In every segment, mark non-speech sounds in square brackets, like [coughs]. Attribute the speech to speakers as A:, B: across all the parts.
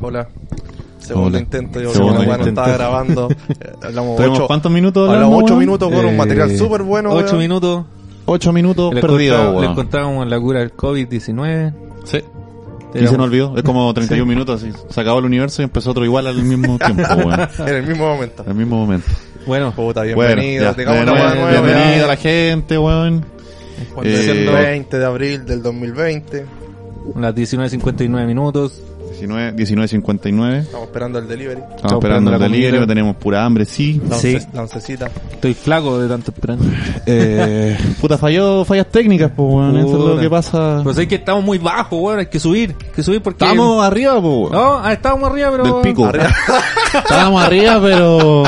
A: Hola. Segundo
B: Hola.
A: intento, yo la
B: Segundo
A: weá no
B: intento.
A: estaba
B: [laughs]
A: grabando. Eh, Hablamos
B: ¿Tuvimos
A: ocho,
B: cuántos minutos hablando,
A: hablamos ocho
B: weón?
A: minutos, weón, un
B: Eh,
A: material súper bueno.
C: 8
A: weón.
C: minutos.
B: Ocho minutos
C: Le
B: perdidos,
C: encontramos- le
B: weón.
C: encontramos la cura del COVID-19.
B: Sí. Y
C: Éramos-
B: se nos olvidó. Es
A: [laughs]
B: como 31 minutos así. Se acabó el universo y empezó otro igual al mismo tiempo, weón.
A: En el mismo momento.
B: Al mismo momento.
C: Bueno,
A: Puta,
B: Bueno,
A: bienvenido.
B: ya.
A: digamos la
B: Bueno,
A: weá
C: de
A: nueva,
B: bienvenido a la gente, weón.
A: Cuando
B: Eh,
A: es el 20 de abril del 2020.
C: las 19.59 minutos.
B: 19, 19.59.
A: Estamos esperando el delivery.
B: Estamos esperando el
C: la
B: delirio,
C: comida.
B: tenemos pura hambre, sí.
A: La,
C: Sí.
A: once- la oncecita.
C: Estoy flaco de tanto esperar.
B: [laughs] Eh,
C: [laughs]
B: puta, falló fallas técnicas, pues, weón. Eso es lo
C: Puta.
B: que pasa.
C: Pues es que estamos muy bajos, weón. Hay que subir. Hay que subir porque.
B: Estamos arriba, pues, weón.
C: No, ah, estábamos arriba, pero.
B: Del pico.
A: Arriba.
B: [laughs] Estábamos arriba,
A: [laughs]
B: pero.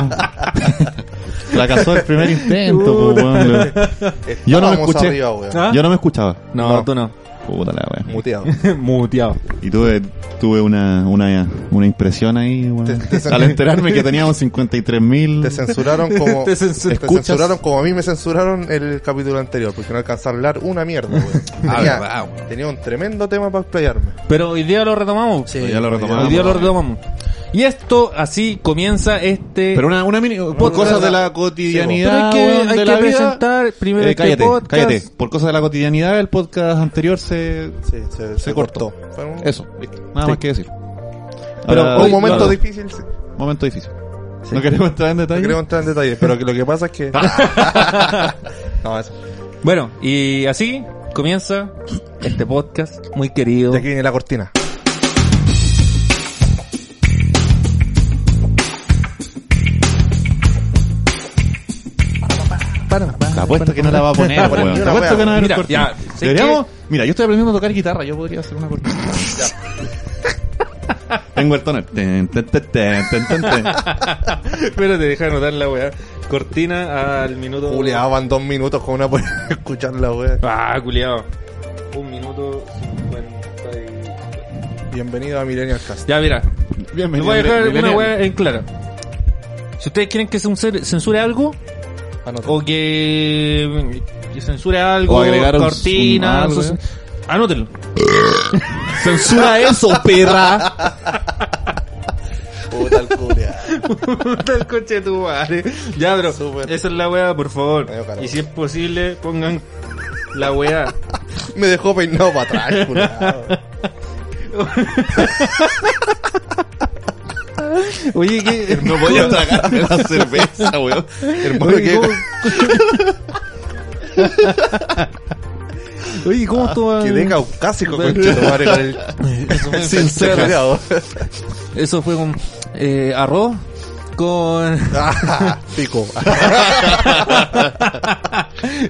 B: Fracasó el primer intento, pues, weón. Yo no me
A: Estábamos
B: escuché.
A: arriba, weón.
C: ¿Ah?
B: Yo no me escuchaba.
C: No,
A: No.
C: tú no. [laughs]
B: Puta la weón.
A: Muteado.
C: Muteado.
B: Y tuve, tuve una, una, una impresión ahí, weón.
A: Te- te sen-
B: Al enterarme
A: [laughs]
B: que teníamos 53.000 mil.
A: Te
B: [laughs]
A: censuraron como.
C: Te censur-
A: te
B: ¿Escuchas?
A: censuraron como a mí me censuraron el capítulo anterior, porque no alcanzé a hablar una mierda, weón.
C: Ah,
A: Tenía,
C: verdad, weón.
A: tenía un tremendo tema para explayarme.
C: Pero hoy día lo retomamos.
A: Sí.
B: Ya lo
C: Hoy
B: retomamos.
C: día lo retomamos. Y esto, así comienza este.
B: Pero una, una mini. Por cosas de la
C: Pero
B: cotidianidad.
C: hay que,
B: weón,
C: hay
B: de
C: que
B: la vida.
C: presentar primero
B: Eh,
C: este
B: cállate,
C: podcast.
B: cállate. Por cosas de la cotidianidad, el podcast anterior se.
A: Sí, se,
B: Se cortó.
A: Fue un,
B: Eso, listo. Nada
C: Sí.
B: más que decir.
C: Pero
B: Ahora-
A: fue un
C: hoy-
A: momento
C: claro.
A: difícil. sí.
B: momento difícil. No queremos entrar en
A: No
B: detalle.
A: creo entrar en detalles, pero que lo que pasa es que. [laughs] no, eso.
C: Bueno, y así comienza este podcast muy querido.
A: De aquí viene la cortina.
B: Te apuesto que no la va a poner,
A: Por
B: weón.
A: aquí
B: Te
A: una
B: apuesto
A: wea.
B: que no va a haber
C: Mira,
B: cortina.
C: ya, sé
B: Deberíamos... Mira, yo estoy aprendiendo a tocar guitarra. Yo podría hacer una cortina. [laughs] Tengo el toner. Ten, ten, ten, ten, ten, ten, ten.
C: [laughs] Espérate, deja anotar la weá. Cortina al minuto.
A: Juleaban dos minutos con una [laughs] por escuchar la wea.
C: Ah, culiao. Un minuto cincuenta y.
A: Bienvenido a Millennial Cast.
C: Ya, mira. Les
B: Bienvenido.
C: voy a dejar una
B: millennial.
C: weá en claro. Si ustedes quieren que cense- censure algo,
A: Anota.
C: o que, que censure algo,
B: O agregar un-
C: cortina,
B: un- algo,
C: sus-
B: eh.
C: anótenlo.
B: Censura eso, perra.
A: Puta el culia.
C: Puta el coche de tu madre. Ya, pero
A: Súper.
C: esa es la weá, por favor.
A: Me dio calor.
C: Y si es posible, pongan la weá.
A: Me dejó peinado para atrás, culiao.
C: Oye,
A: [laughs]
C: que
B: No podía tragarme la cerveza, weón.
A: Hermano,
C: Oye,
A: que- [laughs]
C: ¿cómo- Oye,
A: Ah,
C: ¿cómo estuvo?
A: Quedé caucásico con Chetumare con el.
B: Sincero.
A: culiao.
C: Eso fue con eh, arroz,
A: [laughs]
C: con...
A: Ah, Pico.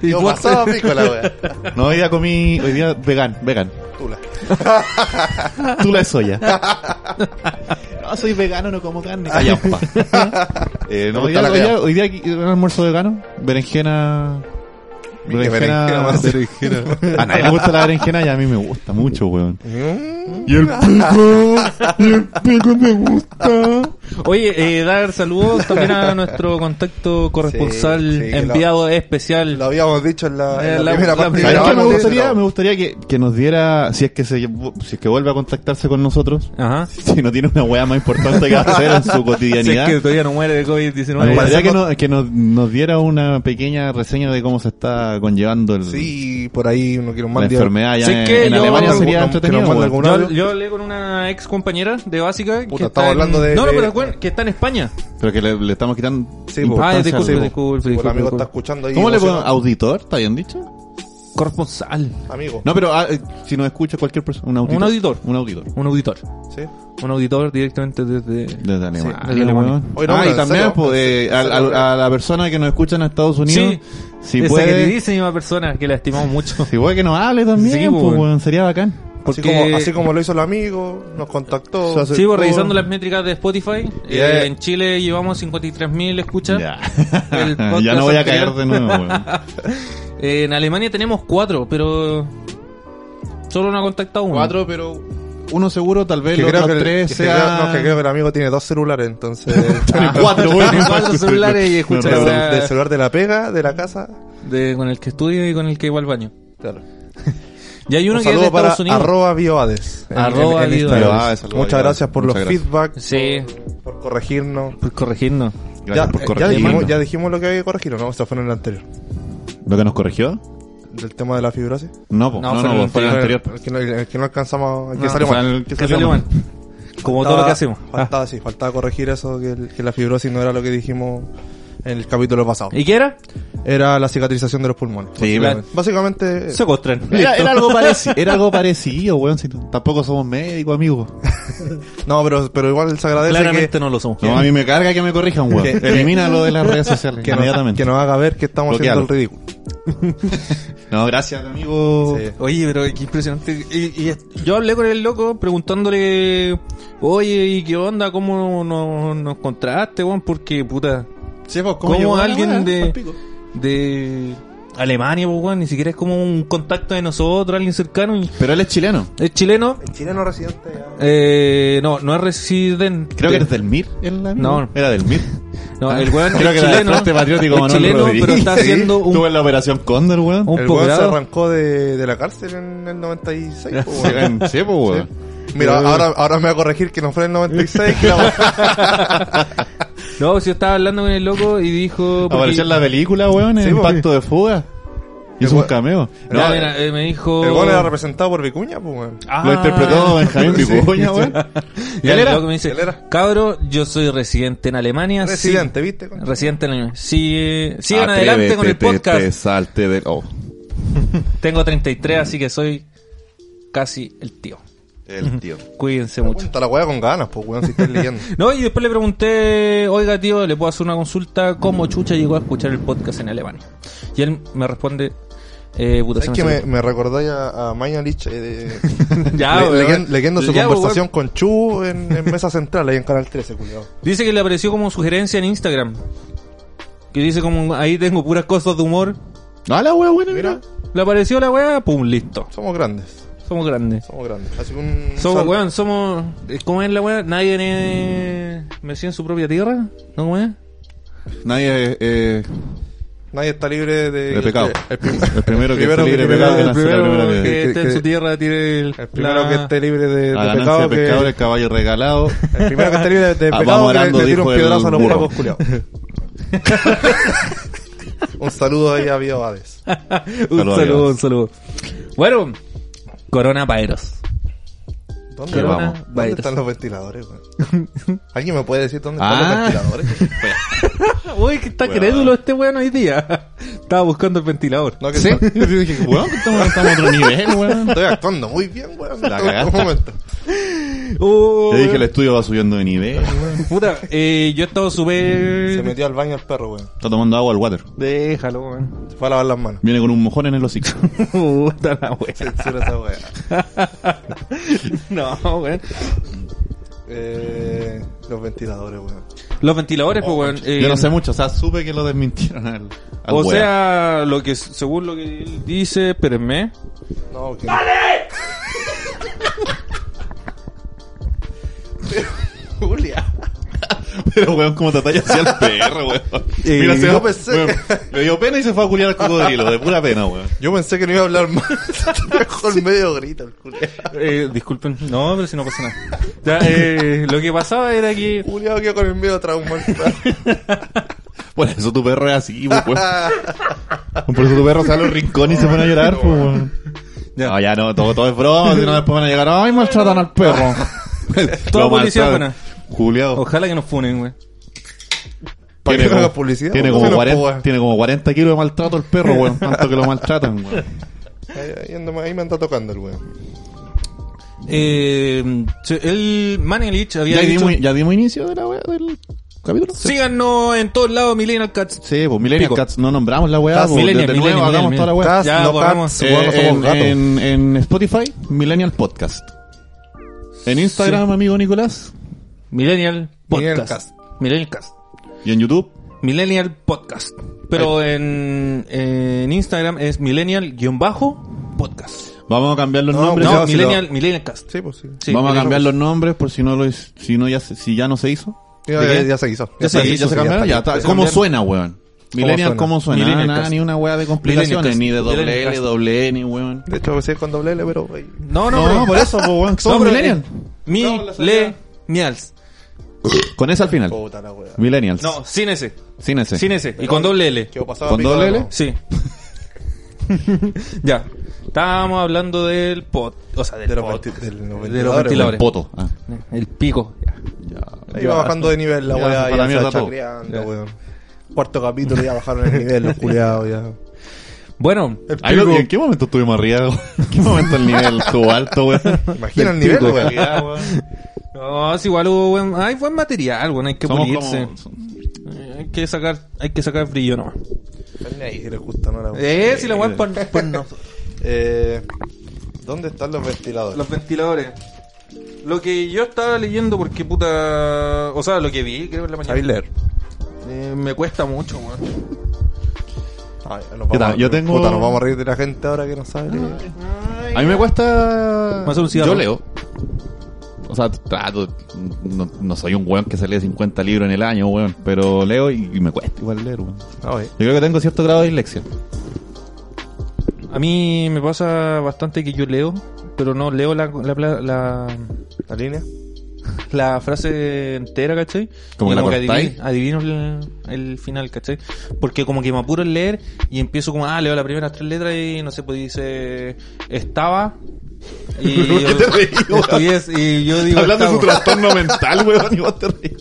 C: y
A: Yo
C: fue-
A: pasaba pico la wea.
B: No, hoy día comí. Hoy día vegan, vegan.
A: Tula.
B: Tú la soya. [laughs] no, soy vegano, no como carne. Callampa. [laughs] eh, no,
A: Me
B: hoy,
A: gusta
B: día,
A: la
B: hoy, día, hoy día aquí, un almuerzo vegano. Berenjena.
A: Mira, berenjena
B: Berenjena.
A: más.
B: [laughs] A nadie le gusta la berenjena y a mí me gusta mucho, weón.
A: Mm,
B: Y el pico. Y el pico me gusta.
C: Oye, eh, dar saludos también a nuestro contacto corresponsal
A: Sí, sí, que
C: enviado especial.
A: Lo habíamos dicho en la, en la
C: Eh, la-
A: primera
C: la
A: parte.
C: primera
B: ¿Sabes qué?
C: vamos
B: Me
C: a
B: gustaría, me gustaría que, que nos diera, si es que se, si es que vuelve a contactarse con nosotros, [laughs]
C: Ajá.
B: si no tiene una weá más importante que hacer en su
C: Si es
B: cotidianidad.
C: que todavía no muere de
B: Me
C: COVID-19.
A: Parece
B: gustaría que,
A: no-
B: no- que nos, nos diera una pequeña reseña de cómo se está conllevando el,
A: Sí, por ahí uno quiere un
B: la
A: mandio.
B: enfermedad ya
C: Sí,
B: en,
C: que
B: en
C: yo-
B: Alemania
C: que
B: sería
A: nos- que
B: entretenido.
A: nos mande
B: weón.
A: algún-
C: Yo, yo hablé con una ex compañera de básica.
A: Puta, estaba hablando de-
C: No, no,
A: de-
C: pero recuerden que está en España.
B: Pero que le, le estamos quitando
A: Sí,
B: importancia
C: Ah, disculpe,
B: al-
C: disculpe, disculpe,
A: el amigo
C: disculpe.
A: está escuchando ahí.
B: ¿Cómo le pongo?
A: emocionado.
B: ¿Auditor? ¿Está bien dicho?
C: Corresponsal.
A: Amigo.
B: No, pero ah, eh, si nos escucha cualquier persona, un auditor.
C: Un auditor.
B: Un auditor.
C: Un auditor.
A: Sí.
C: Un auditor directamente desde...
B: Desde Alemania.
C: desde Alemania.
B: weón.
A: Oye, no,
B: ah,
A: pero
B: y
A: en
B: también
A: serio,
B: pues, eh,
A: en
B: a,
A: serio.
B: a- a la persona que nos escucha en Estados Unidos, si,
C: esa
B: puede,
C: queridísima persona que la estimamos mucho.
B: si puede que nos hable también,
C: Sí,
B: pues,
C: weón.
B: weón, sería bacán.
C: Porque...
A: Así, como, así como lo hizo el amigo, nos contactó.
B: Se hace-
C: Sigo revisando las métricas de Spotify.
A: Yeah.
C: Eh, en Chile llevamos 53.000 escuchas. El podcast
B: [laughs] ya no voy a caer
C: anterior.
B: de nuevo, weón.
C: Eh, en Alemania tenemos cuatro, pero solo no ha contactado uno.
B: Cuatro, pero [laughs] uno seguro, tal vez
A: Que
B: los
A: creo
B: otros
A: que, el-
B: tres
A: que
B: sea...
A: creo, no, que creo que el amigo tiene dos celulares, entonces.
B: Tiene [laughs] cuatro, weón.
C: Tiene cuatro celulares y escucha
B: No,
A: Del
B: no,
C: la-
A: del celular de la pega, de la casa.
C: De- con el que estudio y con el que va al baño.
A: Claro.
C: Y hay uno
A: Un
C: que es de
A: saludo para
C: Estados Unidos.
A: arroba bioades. en-
C: Arroba
A: en- en
C: bioades.
A: Instagram.
B: Bioades, arroba
A: Muchas
B: bioades.
A: gracias por
B: Muchas
A: los
B: gracias.
A: feedback,
C: Sí, pues
A: por corregirnos.
C: por corregirnos.
B: Gracias
A: ya, eh,
B: por
A: ya,
B: corregirnos.
A: dijimos, ya dijimos lo que había que corregir, ¿o ¿no? Eso fue en el anterior.
B: ¿Lo que nos corrigió?
A: Del tema de la fibrosis.
B: No, po,
C: No,
B: no, no,
C: fue en el
B: po, fue el anterior.
A: El que no, el que no alcanzamos, el que
C: No,
A: salió
B: Fue
A: mal.
B: el que
C: Que
B: salió mal.
C: Como todo
A: Faltaba-
C: lo que hacemos. Ah.
A: Faltaba, sí, faltaba corregir eso, que, el- que la fibrosis no era lo que dijimos en el capítulo pasado.
C: ¿Y qué era?
A: Era la cicatrización de los pulmones.
B: Sí,
A: básicamente. Básicamente, eh,
C: Se costran.
B: Era, era algo parecido, era [laughs] algo parecido, weón. Si t- tampoco somos médicos, amigos.
A: no, pero, pero igual se agradece
C: Claramente
A: que,
C: no lo somos.
B: No, a mí me carga que me corrijan, weón.
A: Que-
B: Elimina lo de las redes sociales
A: que, nos,
B: inmediatamente.
A: que nos haga ver que estamos
B: Bloquealo.
A: haciendo el ridículo.
B: No, gracias, amigo.
A: Sí.
C: Oye, pero qué impresionante. Y, y es- yo hablé con el loco preguntándole, oye, ¿y qué onda? ¿Cómo nos, nos contraste, weón? Porque, puta,
B: Sí, pues,
C: ¿Cómo
B: llegó la
C: alguien
B: weá?
C: de-
B: Pal pico.
C: de Alemania, pues, weón, ni siquiera es como un contacto de nosotros, alguien cercano. y-
B: Pero él es chileno.
C: Es chileno.
A: El chileno residente.
C: Eh, no, no es residente.
B: Creo que es del MIR. el amigo.
C: No.
B: Era del MIR. Ah,
C: No,
B: [laughs]
C: el
B: Creo
C: weón es
B: que era del
C: chileno.
B: Frente Patriótico
C: es
B: Manuel
C: chileno,
B: Rodríguez.
C: pero está
B: Sí.
C: haciendo un-
B: Estuvo en la operación Cóndor, weón.
C: Un
A: El weón se
C: posgrado.
A: arrancó de, de la cárcel en el
C: [laughs]
A: 96. po, weón.
B: Sí, sí, pues, weón.
A: Mira, ahora, ahora me va a corregir que no fue en el 96. que la-
C: [laughs] No, si yo estaba hablando con el loco y dijo. porque-
B: Apareció en la película, weón, en
A: Sí, pues.
B: Pacto de Fuga. Hizo un
A: weón-
B: cameo.
C: No,
A: No,
C: mira, eh, me dijo.
A: el gol era representado por Vicuña, pues, weón.
C: Ah,
B: Lo interpretó
C: [laughs]
B: Benjamín
A: sí.
B: Vicuña, weón.
C: Y
B: ¿Él
C: el
B: era?
C: loco me dice,
A: Él era.
C: cabro, yo soy residente en Alemania. sí-
A: Residente, ¿viste? Ah, Con-
C: residente en Alemania. Sí, eh, sigan adelante con el
B: Atrévete,
C: podcast.
B: te salte del- oh,
C: Tengo 33, así que soy casi el tío.
B: el tío.
C: Cuídense mucho.
A: Cuenta la weá con ganas, pues, weón, si estás
C: [laughs]
A: leyendo.
C: No, y después le pregunté, oiga tío, le puedo hacer una consulta, ¿cómo Chucha llegó a escuchar el podcast en Alemania? Y él me responde, eh, puta,
A: Es
C: se me
A: que me,
C: salió.
A: me recordáis a, a Maya Lich, eh, de-
C: [laughs] Ya,
A: le-
C: weón.
A: leyendo- leyendo su
C: Ya,
A: conversación con Chu en, en Mesa Central, ahí en Canal 13, culiado.
C: Dice que le apareció como sugerencia en Instagram. Que dice como, ahí tengo puras cosas de humor.
B: No, la weón, buena, mira.
A: Mira,
C: Le apareció la weá, pum, listo.
A: somos grandes,
C: Somos grandes.
A: somos grandes. Así que un
C: Somos,
A: sal-
C: weón, somos... eh, ¿Cómo es la weá? Nadie me metió en su propia tierra, ¿no cómo es?
B: Nadie, eh,
A: Nadie está libre de...
B: De pecado.
A: El, prim-
B: el primero que
A: primero
B: esté
A: que
B: libre de pecado que
A: tenga-
C: El
B: nació la primera
C: primero
B: vez.
C: que esté en su tierra tiene el...
A: el primero
C: la-
A: que esté libre de, de
B: A ganancia
A: pecado
B: de pescadores,
A: que...
B: caballo
C: [laughs]
B: regalado.
A: El primero que esté libre de, de
B: Ah,
A: pecado
B: [laughs] vamos
A: que le,
B: orando,
A: le tira
B: dijo
A: un
B: el
A: piedrazo a los
B: burro.
A: pacos
B: [laughs]
A: culiados. un saludo ahí a Bio Hades.
C: Un
B: Saludos,
C: saludo,
B: amigos.
C: un saludo. Bueno, Corona Paeros.
A: ¿Dónde,
B: Pero
A: dónde
B: vamos.
C: Corona Paeros.
A: están los ventiladores, weón? ¿Alguien me puede decir dónde
B: Ah.
A: están los ventiladores?
C: Uy, que está
B: Weón.
C: crédulo este weón hoy día. [laughs] Estaba buscando el ventilador.
A: No, que
B: Sí.
A: está- [laughs]
B: Yo dije, [laughs] weón, que estamos, estamos a otro nivel,
C: [laughs]
B: weón.
A: Estoy actuando muy bien, weón.
B: La
A: en todo
B: cagaste.
A: momento.
C: Oh,
B: Yo dije, el
C: weón.
B: estudio va subiendo de nivel, weón.
C: Puta, eh, yo he estado
A: Se
C: súper...
A: metió al baño el perro, weón.
B: Está tomando agua al water.
C: Déjalo, weón. [laughs]
A: Se fue a lavar las
B: [laughs]
A: manos.
B: Viene con un mojón en el hocico.
C: Puta
B: [laughs]
C: la weá.
A: Censura esa weá.
C: No, weón.
A: Eh, los ventiladores, weón.
C: Los ventiladores, pues, weón. eh,
B: Yo no sé mucho, o sea, supe que lo desmintieron al, al
C: O
B: weón.
C: sea, lo que según lo que él dice, espérenme.
A: No, que... [laughs] Julia.
B: Pero, weón, como te hacia el perro, weón.
A: Eh,
B: Mira, se
A: yo
B: va-
A: pensé-
B: weón, le dio pena y se fue a culiar al cocodrilo, de pura pena, weón.
A: Yo pensé que no iba a hablar más. [laughs] Dejó el medio grito el Julia.
C: Eh, disculpen, no, pero si no pasa nada. Ya, eh, lo que pasaba era que
A: Julia quedó con el miedo traumatizado.
B: Por eso tu perro es así, pues, weón. Por eso tu perro sale a los rincones y se pone a llorar, pues, weón.
C: Ya.
B: No, ya no, todo, todo es broma, si no después van a llegar, ay, maltratan al perro.
C: Todo
B: Lo
C: policía
B: maltratan. Juliado.
C: ojalá que nos funen, güey.
A: ¿Para
B: Tiene
A: qué no
B: como-
A: haga publicidad?
B: Tiene
A: No
B: como,
A: se lo
B: 40,
A: puedo.
B: tiene como 40 kilos de maltrato el perro, weón. Tanto que lo maltratan, weón.
A: Ahí, ahí ando- ahí me anda tocando el weón.
C: Eh, se- el Manelich había
B: ¿Ya,
C: dicho,
B: dimos, ya dimos inicio de la weá del capítulo?
C: síganos en todos lados, Millennial Cats.
B: Sí, pues Millennial
C: Pico.
B: Cats no nombramos la weá.
C: Cats,
B: pues,
C: Millennial,
B: de nuevo
C: Millennial,
B: hagamos toda la weá.
A: Cats,
C: Ya,
A: no
C: borramos.
A: cats, weón, no
B: Eh,
A: somos
B: en,
A: gatos.
B: en, en Spotify, Millennial Podcast. En Instagram, amigo Nicolás.
C: Millennial
A: Millennial
C: Podcast. Millennial Cast.
B: Y en YouTube.
C: Millennial Podcast. Pero en, en Instagram es Millennial-podcast.
B: Vamos a cambiar los
A: No,
B: nombres.
A: ya,
C: No,
A: si
C: Millennial, Millennial Cast.
A: Sí, pues sí.
C: Sí,
B: Vamos a
C: Millennial-
B: cambiar los nombres por si no lo es- si no ya se- si ya no se hizo.
A: Ya,
C: ¿De
A: ya-
C: qué?
A: ya se hizo.
C: Ya se
A: está-
C: hizo,
B: ¿Ya se
A: está
B: cambiaron? Ya,
A: aquí.
B: está.
C: Se
B: ¿Cómo
C: cambiaron.
B: suena, weón? Millennial, ¿cómo
A: ¿Cómo
B: suena?
C: Millennial
B: Nada,
C: Cast.
B: ni una weá de complicaciones,
C: Millennial
B: ni de
C: Cast.
B: doble
C: Millennial
B: L,
C: Cast.
B: doble N, weón.
A: De hecho, sí es con doble L, pero... güey.
C: No, eh,
B: No, por eso, po, weón, que somos millennials. Vamos, la salida.
C: Millennials.
B: Con ese al final.
A: Puta la wea.
B: Millennials.
C: No, sin ese.
B: Sin ese.
C: Sin ese. Y con doble L.
A: Quedó pasado
B: ¿Con
A: picado,
B: doble L?
A: ¿no?
C: Sí. [laughs] ya. Estábamos hablando del pot. O sea, del
A: De los
C: pot.
A: venti- del
C: de los
A: ventilador,
C: ventiladores.
B: Poto. Ah,
C: El pico.
B: ya.
A: Ahí va bajando de nivel la
B: Ya,
A: weá,
B: para
A: ya,
B: la
A: se
B: mierda
A: va
B: todo.
A: chacreando, weón. Cuarto capítulo ya bajaron el nivel, los culiados ya.
C: Bueno,
B: Ahí lo- ¿En qué momento estuvimos arriba? weón? ¿En qué momento el
A: [laughs]
B: nivel estuvo alto, weón?
A: Imagina el
B: Del
A: nivel,
B: pico.
A: weón.
C: no, es igual hubo buen, hay buen material, bueno, hay que
B: Somos
C: pulirse.
B: como...
C: Eh, Hay que sacar, hay que sacar brillo nomás.
A: Ahí si les gusta, no la weá.
C: Eh, si la weá es por, por nosotros.
A: Eh, ¿Dónde están los ventiladores?
C: Los ventiladores. Lo que yo estaba leyendo porque puta, o sea, lo que vi, creo en la mañana.
A: ¿Sabéis leer?
C: Eh, me cuesta mucho, weón.
A: Ay, nos
B: ¿Qué tal?
A: a-
B: Yo tengo-
A: Puta, nos vamos a reír de la gente ahora que no sabe leer.
B: A mí me cuesta.
C: Más un cigarro.
B: Yo leo. O sea, trato. No, no soy un weón que se lee 50 libros en el año, weón. Pero leo y, y me cuesta igual leer, weón. Yo
A: Ah, oye.
B: creo que tengo cierto grado de dislexia.
C: A mí me pasa bastante que yo leo, pero no leo la, la, la, la-
A: ¿La línea?
C: la frase entera, ¿cachai?
B: Como
C: Y
B: que la cortáis.
C: adivino, adivino el, el final, ¿cachai? Porque como que me apuro en leer y empiezo como, ah, leo las primeras tres letras y no sé, pues dice, estaba.
B: [laughs]
C: Y yo, estuvies- y yo digo, estaba.
B: trastorno mental, weón. Y vos te reís.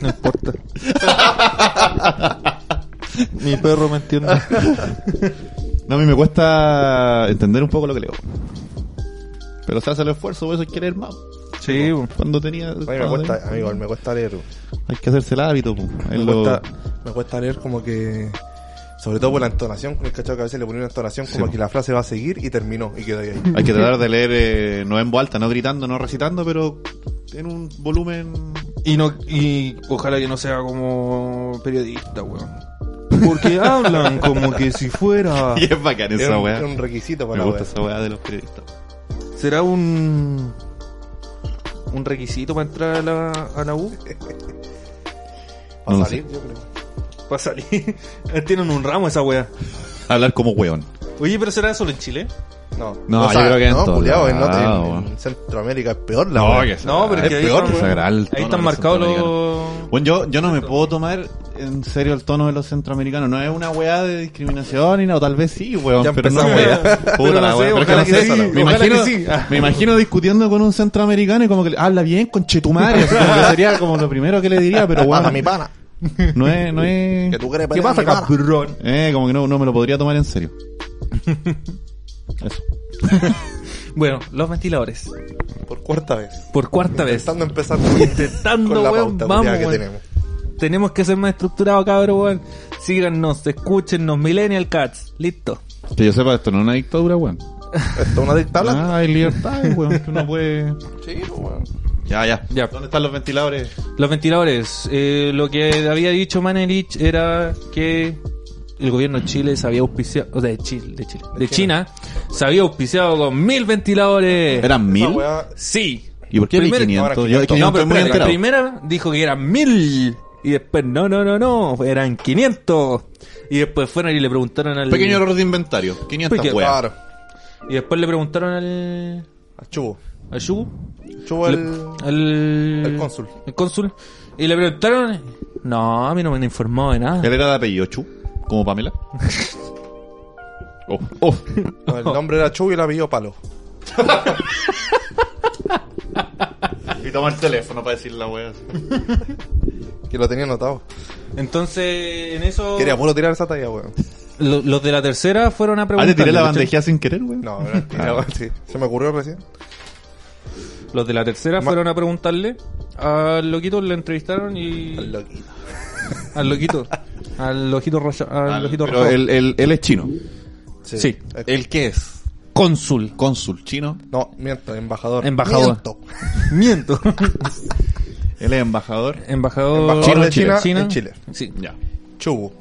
C: No importa. Mi perro me entiende.
B: [laughs] No, a mí me cuesta entender un poco lo que leo. Pero se hace el esfuerzo, por eso hay que leer más.
C: Sí, bo.
B: Cuando tenía.
A: A mí me cuesta, amigo, me cuesta leer. weón.
B: Hay que hacerse el hábito, po. Es
A: Me,
B: lo-
A: cuesta, me cuesta leer como que... Sobre todo por la entonación, con el cachado que a veces le ponía una entonación como que la frase va a seguir y terminó y quedó ahí.
B: Hay que tratar de leer, eh, no en voz alta, no gritando, no recitando, pero en un volumen
C: Y no y ojalá que no sea como periodista, weón. Porque hablan como que si fuera
B: Y es bacán
A: Era
B: esa
A: un,
B: weá.
A: era un requisito
B: Me
A: para la
B: gusta
A: weá.
B: esa weá de los periodistas.
C: será un un requisito para entrar a la, a la U
A: Para
B: No sé.
A: salir, yo creo.
C: para salir. [laughs] Tienen un ramo esa weá.
B: Hablar como weón.
C: Oye, pero será solo en Chile?
A: No,
B: No, yo creo que en
A: no,
B: todos
A: culiao, en,
B: lados,
A: en-
B: weón.
A: en Centroamérica es peor la weá.
C: No, pero Ah, es pues, que ahí
B: peor,
C: están-
B: sagral, el
C: Ahí
B: tono de
C: están marcados
B: centroamericanos.
C: los
B: Bueno, yo, yo no me puedo tomar en serio el tono de los centroamericanos. No es una weá de discriminación ni nada. o Tal vez sí, weón.
A: Ya
B: pero no
A: empezamos.
B: weá. Puta
C: Pero no
B: la
C: sé,
B: weá. Pero es que
C: ojalá
B: no
C: que
B: sé,
C: sí,
B: Me
C: ojalá que
B: imagino,
C: sí.
B: me imagino discutiendo con un centroamericano y como que le- habla bien con Chetumare. sería como lo primero que le diría, pero
A: Pasa
B: weón.
A: mi pana.
B: No es, no es. [laughs]
A: Que tú crees,
C: ¿Qué
A: pasa
C: pasa,
A: mi pana.
C: cabrón?
B: Eh, como que no, no me lo podría tomar en serio. Eso.
C: Bueno, los ventiladores.
A: Por cuarta vez.
C: Por cuarta vez.
A: Intentando empezar
C: Intentando,
A: este- con la
C: weón,
A: pauta
C: vamos,
A: culiao que
C: weón.
A: tenemos.
C: Tenemos que ser más estructurados, cabrón, weón. Síganos, escúchenos, Millennial Cats. Listo.
B: Que yo sepa, esto no es una dictadura, weón.
A: ¿Esto es una dictadura?
B: Ah, hay libertad, weón, que uno puede...
A: Sí, pues, weón.
B: [laughs] Ya, ya,
C: Ya.
B: ¿Dónde están los ventiladores?
C: Los ventiladores. Eh, lo que había dicho Manerich era que el gobierno de Chile se había auspiciado, o sea, de Chile, de Chile, de China, se había auspiciado con mil ventiladores.
B: ¿Eran
A: Esa
B: mil?
A: weá-
C: Sí.
B: ¿Y por qué
C: Primero-
B: eran
A: ahora
B: 500?
A: 500.
B: Yo, es que yo
C: No,
B: no
C: pero
B: estoy muy
C: espérate, la
B: enterado.
C: primera dijo que eran mil. Y después, no, no, no, no, eran 500. Y después fueron y le preguntaron al...
B: Pequeño error de inventario. 500
C: Pequeño-
B: weas.
A: Claro.
C: Y después le preguntaron al...
A: A Chubo.
C: al Yugo.
A: Chubo
C: Le-
A: el...
C: al-
A: al cónsul.
C: El cónsul. Y le preguntaron... No, a mí no me han informado de nada.
B: Él era de apellido Chu, como Pamela. [laughs] oh, oh.
A: no, el nombre era Chubo y el apellido Palo.
B: Y toma el teléfono para decir la wea.
A: Que lo tenía anotado.
C: Entonces, en eso...
A: Quería puro tirar esa talla, weón.
C: lo- los de la tercera fueron a
B: Ah,
C: preguntar.
B: te tiré la bandeja sin querer, weón. Ah.
A: No,
C: [laughs]
A: era tirado así. Se me ocurrió recién.
C: Los de la tercera
A: Ma-
C: fueron a preguntarle. Al loquito le entrevistaron y... Al,
A: Loquito. [laughs]
C: loquito. al ojito rojo. Al,
B: Al-
C: ojito
B: pero
C: rojo.
B: él, él, él es chino.
C: Sí.
B: ¿El qué es?
C: Cónsul.
B: Cónsul chino.
A: Eh, No, miento, embajador.
C: Embajador.
A: Miento.
C: Miento. [laughs]
B: Él es embajador.
C: Embajador
A: Embajador
B: Chino
A: de
B: en Chile.
A: China,
C: China.
A: en Chile.
C: Sí.
B: Ya.
A: Chubo.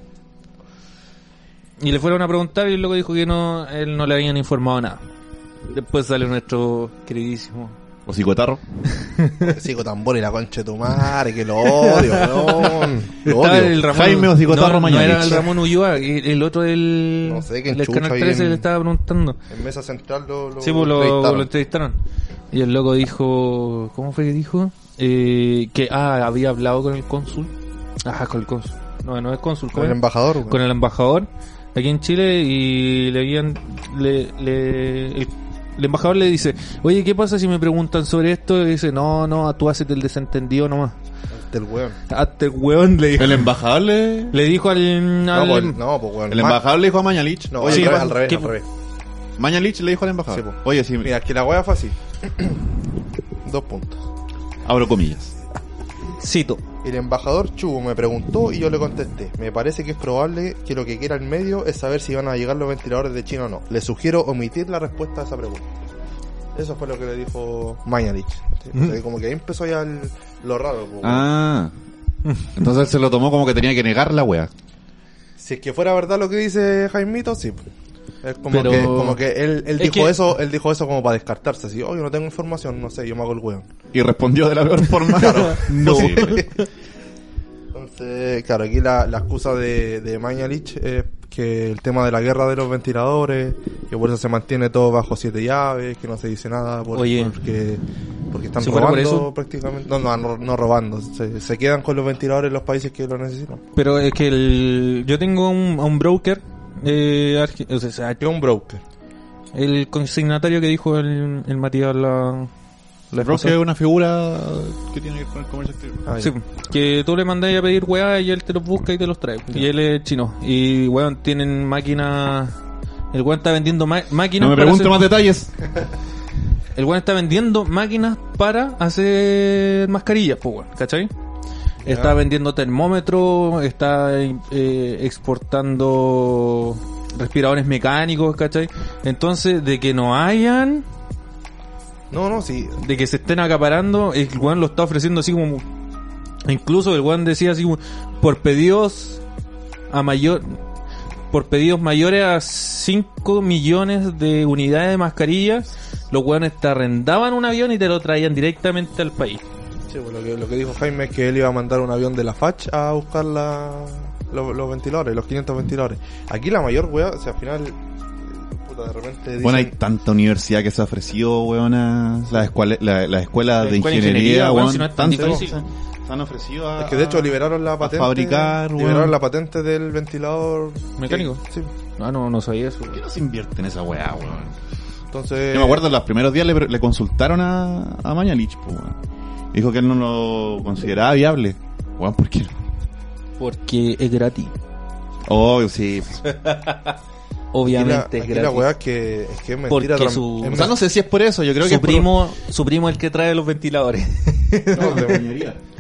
C: Y le fueron a preguntar y el loco dijo que no, él no le habían informado nada. Después sale nuestro queridísimo
B: O psicotarro.
A: [laughs] Sigo tambor y la concha de tu madre, que lo [laughs] odio, weón. Lo
C: Estaba
A: odio.
C: el Ramón,
B: Jaime o Cicotarro
C: no, no
B: Mañalich.
C: era el Ramón Ulloa, el, el otro del,
A: No sé, que
C: del
A: chucha
C: Canal
A: ahí
C: 13
A: en-
C: le estaba preguntando.
A: En mesa central lo, lo
C: Sí, pues lo,
A: entrevistaron.
C: lo entrevistaron. Y el loco dijo, ¿cómo fue que dijo? Eh, que ah, había hablado con el cónsul. Ajá, con el cónsul. No, no es cónsul,
A: Con el
C: ¿cómo es?
A: embajador, weón.
C: con el embajador aquí en Chile y le habían le, le- el, el embajador le dice, oye, ¿qué pasa si me preguntan sobre esto? Y dice, no, no, tú haces el desentendido nomás.
A: Del weón.
C: Hazte el weón le dijo.
B: El embajador le...
C: Le dijo al...
A: No,
C: al- em-
A: pues, no, pues weón.
B: El embajador le dijo a Mañalich.
A: No,
B: oye,
A: al
C: Sí,
B: ¿qué
A: revés,
B: pasa?
A: al revés,
C: ¿qué-
A: al revés.
B: Mañalich le dijo al embajador.
A: Sí, po.
B: oye, sí,
A: Mira, que la weá fue así. [clears throat] Dos puntos.
B: abro comillas.
C: Cito.
A: El embajador Chu me preguntó y yo le contesté. Me parece que es probable que lo que quiera el medio es saber si van a llegar los ventiladores de China o no. Le sugiero omitir la respuesta a esa pregunta. Eso fue lo que le dijo Mañalich. ¿sí? O sea, como que ahí empezó ya el- lo raro. pues, po,
B: Ah. Entonces él se lo tomó como que tenía que negar la wea.
A: Si es que fuera verdad lo que dice Jaimito, sí. pues. Es como
C: Pero-
A: que, como que él, él
C: Es
A: dijo
C: que-
A: eso, él dijo eso como para descartarse, así, oh, yo no tengo información, no sé, yo me hago el weón.
B: Y respondió de la peor forma. [laughs] no.
A: [laughs] Entonces, claro, aquí la, la excusa de, de Mañalich es que el tema de la guerra de los ventiladores, que por eso se mantiene todo bajo siete llaves, que no se dice nada, por-
C: Oye.
A: porque porque están
C: ¿Si fuera por
A: robando
C: eso?
A: prácticamente, no, no, no, no robando, se, se quedan con los ventiladores en los países que lo necesitan.
C: Pero es que el, yo tengo un, a un broker, eh, arge- o sea,
A: Que es un broker.
C: el consignatario que dijo el, el Matías la... la
B: Rock
C: esposa.
B: es una figura que tiene que ver con el comercio exterior.
A: Ah, ya.
C: Sí, que tú le mandáis a pedir weá y él te los busca y te los trae. Y él es chino. Y weón, tienen máquinas. El weón está vendiendo ma- máquinas.
B: No me
C: para
B: pregunto más
C: hacer-
B: detalles.
C: El weón está vendiendo máquinas para hacer mascarillas, pues weón, ¿cachai? Está vendiendo termómetros, está eh, exportando respiradores mecánicos, ¿cachai? Entonces, de que no hayan,
A: No, no, sí,
C: de que se estén acaparando, el weón lo está ofreciendo así como. Incluso el weón decía así como, por pedidos a mayor. Por pedidos mayores a 5 millones de unidades de mascarillas, los weones te arrendaban un avión y te lo traían directamente al país.
A: Sí, pues lo que, lo que dijo Jaime es que él iba a mandar un avión de la FACH a buscar la, los, los ventiladores, los 500 ventiladores. Aquí la mayor weá, o sea, al final, eh, puta, de repente dicen,
B: Bueno, hay tanta universidad que se ha ofrecido, weón, a las escuelas la, la escuela de
C: Escuela de
B: ingeniería,
C: ingeniería,
B: weón.
C: weón, si no es tan
B: tanto-
C: difícil.
B: Se han ofrecido a...
A: es que de hecho liberaron la patente,
B: fabricar, weón.
A: liberaron la patente del ventilador
C: Mecánico.
A: que- sí.
C: Ah, no, no sabía eso.
B: ¿Por qué no se invierte en esa weá, weón?
A: Entonces,
B: Yo me acuerdo, los primeros días le, le consultaron a, a Mañalich, po, weón. Dijo que él no lo consideraba viable. Weón, ¿por qué no?
C: Porque es gratis.
B: Oh, sí.
A: aquí la-
C: Obviamente es
A: aquí la
C: gratis.
A: weá es que es, que es mentira.
C: Porque
A: tram-
C: su-
A: es
B: O sea, no sé si es por eso, yo creo que
C: su,
B: es por-
C: primo, su primo es el que trae los ventiladores.
A: no, [laughs] de-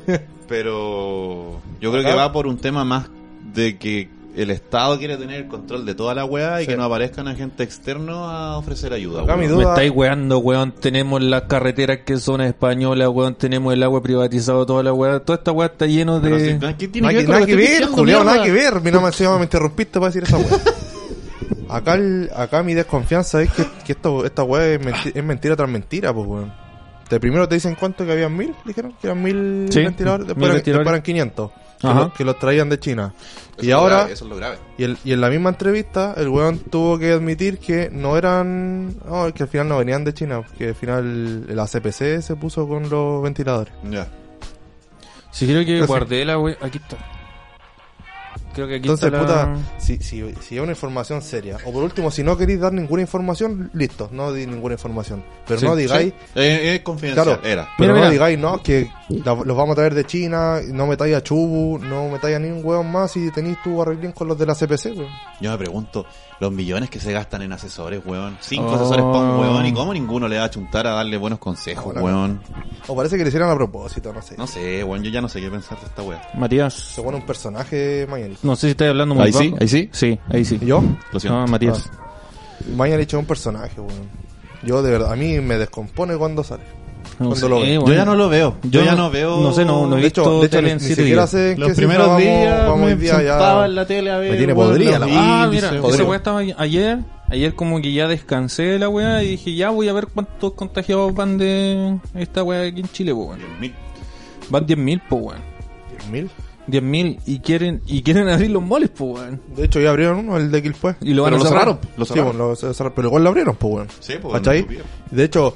B: Pero yo creo que va por un tema más de que el Estado quiere tener el control de toda la weá y
A: Sí.
B: que no aparezcan agentes externos a ofrecer ayuda.
A: Acá mi
B: weón.
A: duda-
C: Me estáis weando, weón. Tenemos las carreteras que son españolas, weón. Tenemos el agua privatizado, toda la weá. Toda esta weá está lleno
B: Pero si-
C: de.
B: ¿Qué tiene
A: nada
B: que
A: que,
B: ver con
A: nada que
B: lo que estoy
A: ver,
B: diciendo,
A: Julián,
B: mierda?
A: nada que ver. Mi nombre se llama, me interrumpiste para decir esa
B: [laughs]
A: weá. Acá, el- acá mi desconfianza es que, que esto, esta weá es, menti- es mentira tras mentira, pues weón. De primero te dicen cuánto que habían mil, dijeron que eran mil
C: Sí,
A: ventiladores, después,
C: mil
A: eran-
C: ventiladores.
A: después eran 500, que,
C: Ajá.
A: los- que los traían de China.
B: Eso es
A: Y
B: lo
A: ahora,
B: grave, eso es lo grave.
A: y, el- y en la misma entrevista, el weón tuvo que admitir que no eran, no, que al final no venían de China, que al final la CPC se puso con los ventiladores.
B: Ya.
C: Si creo que
A: Entonces-
C: guardé la weá. Aquí está. Creo que aquí
A: Entonces,
C: está. la-
A: puta, si, si, si es una información seria, o por último, si no queréis dar ninguna información, listo, no di ninguna información. Pero
C: Sí,
A: no digáis,
B: Eh, es confidencial,
A: Claro.
B: era.
A: pero
C: Mira,
A: no
C: mira.
A: digáis, no, que la- los vamos a traer de China, no metáis a Chubu, no metáis a ningún hueón más y tenéis tu arreglín con los de la CPC, weón.
B: Yo me pregunto, los millones que se gastan en asesores, weón. Cinco
C: Oh.
B: asesores para un weón y cómo ninguno le va a chuntar a darle buenos consejos,
A: Ahora,
B: weón.
A: O parece que le hicieron a propósito, no sé.
B: No sé, weón, yo ya no sé qué pensar de esta weá.
C: Matías.
A: Se pone un personaje Mañalich.
C: No sé si estás hablando muy
B: Ahí
C: bajo.
B: sí, ahí sí.
C: Sí, ahí sí.
A: ¿Y yo? Ah,
B: Lo siento.
C: No, Matías.
A: Mañalich es un personaje, weón. Yo de verdad, a mí me descompone cuando sale. Cuando lo
C: sé,
A: ve.
C: bueno.
B: Yo ya no lo veo. Yo,
C: eh, Yo
B: ya
C: no-
B: no veo.
C: no sé, no- no he
A: De hecho,
C: visto
A: de hecho
C: tele
A: ni,
C: en
A: ni
C: siete
A: siquiera
C: días.
A: sé en
B: Los
A: qué
B: primeros
A: cifra vamos-
B: días
A: vamos
B: me
A: hoy día ya-
B: sentaba en la tele a ver.
A: Me tiene
B: weón,
A: podrida
B: los
A: la-
C: Ah,
B: vídeos.
C: mira, esa
A: Podrido.
C: weá estaba ayer. Ayer como que ya descansé de la weá y dije, ya voy a ver cuántos contagiados van de esta weá aquí en Chile, po, weón. Van 10.000, po, weón. 10.000 y quieren, y quieren abrir los moles, po, weón.
A: De hecho, ya abrieron uno, el de Quilpue.
C: Y lo van
A: pero
C: a cerrar.
A: Lo
B: Lo
A: cerraron.
B: cerraron.
A: Sí, bueno, lo cerraron, Pero igual lo abrieron, pues, weón.
B: Sí, pues,
A: ¿Cachai?
B: no supieron.
A: De hecho,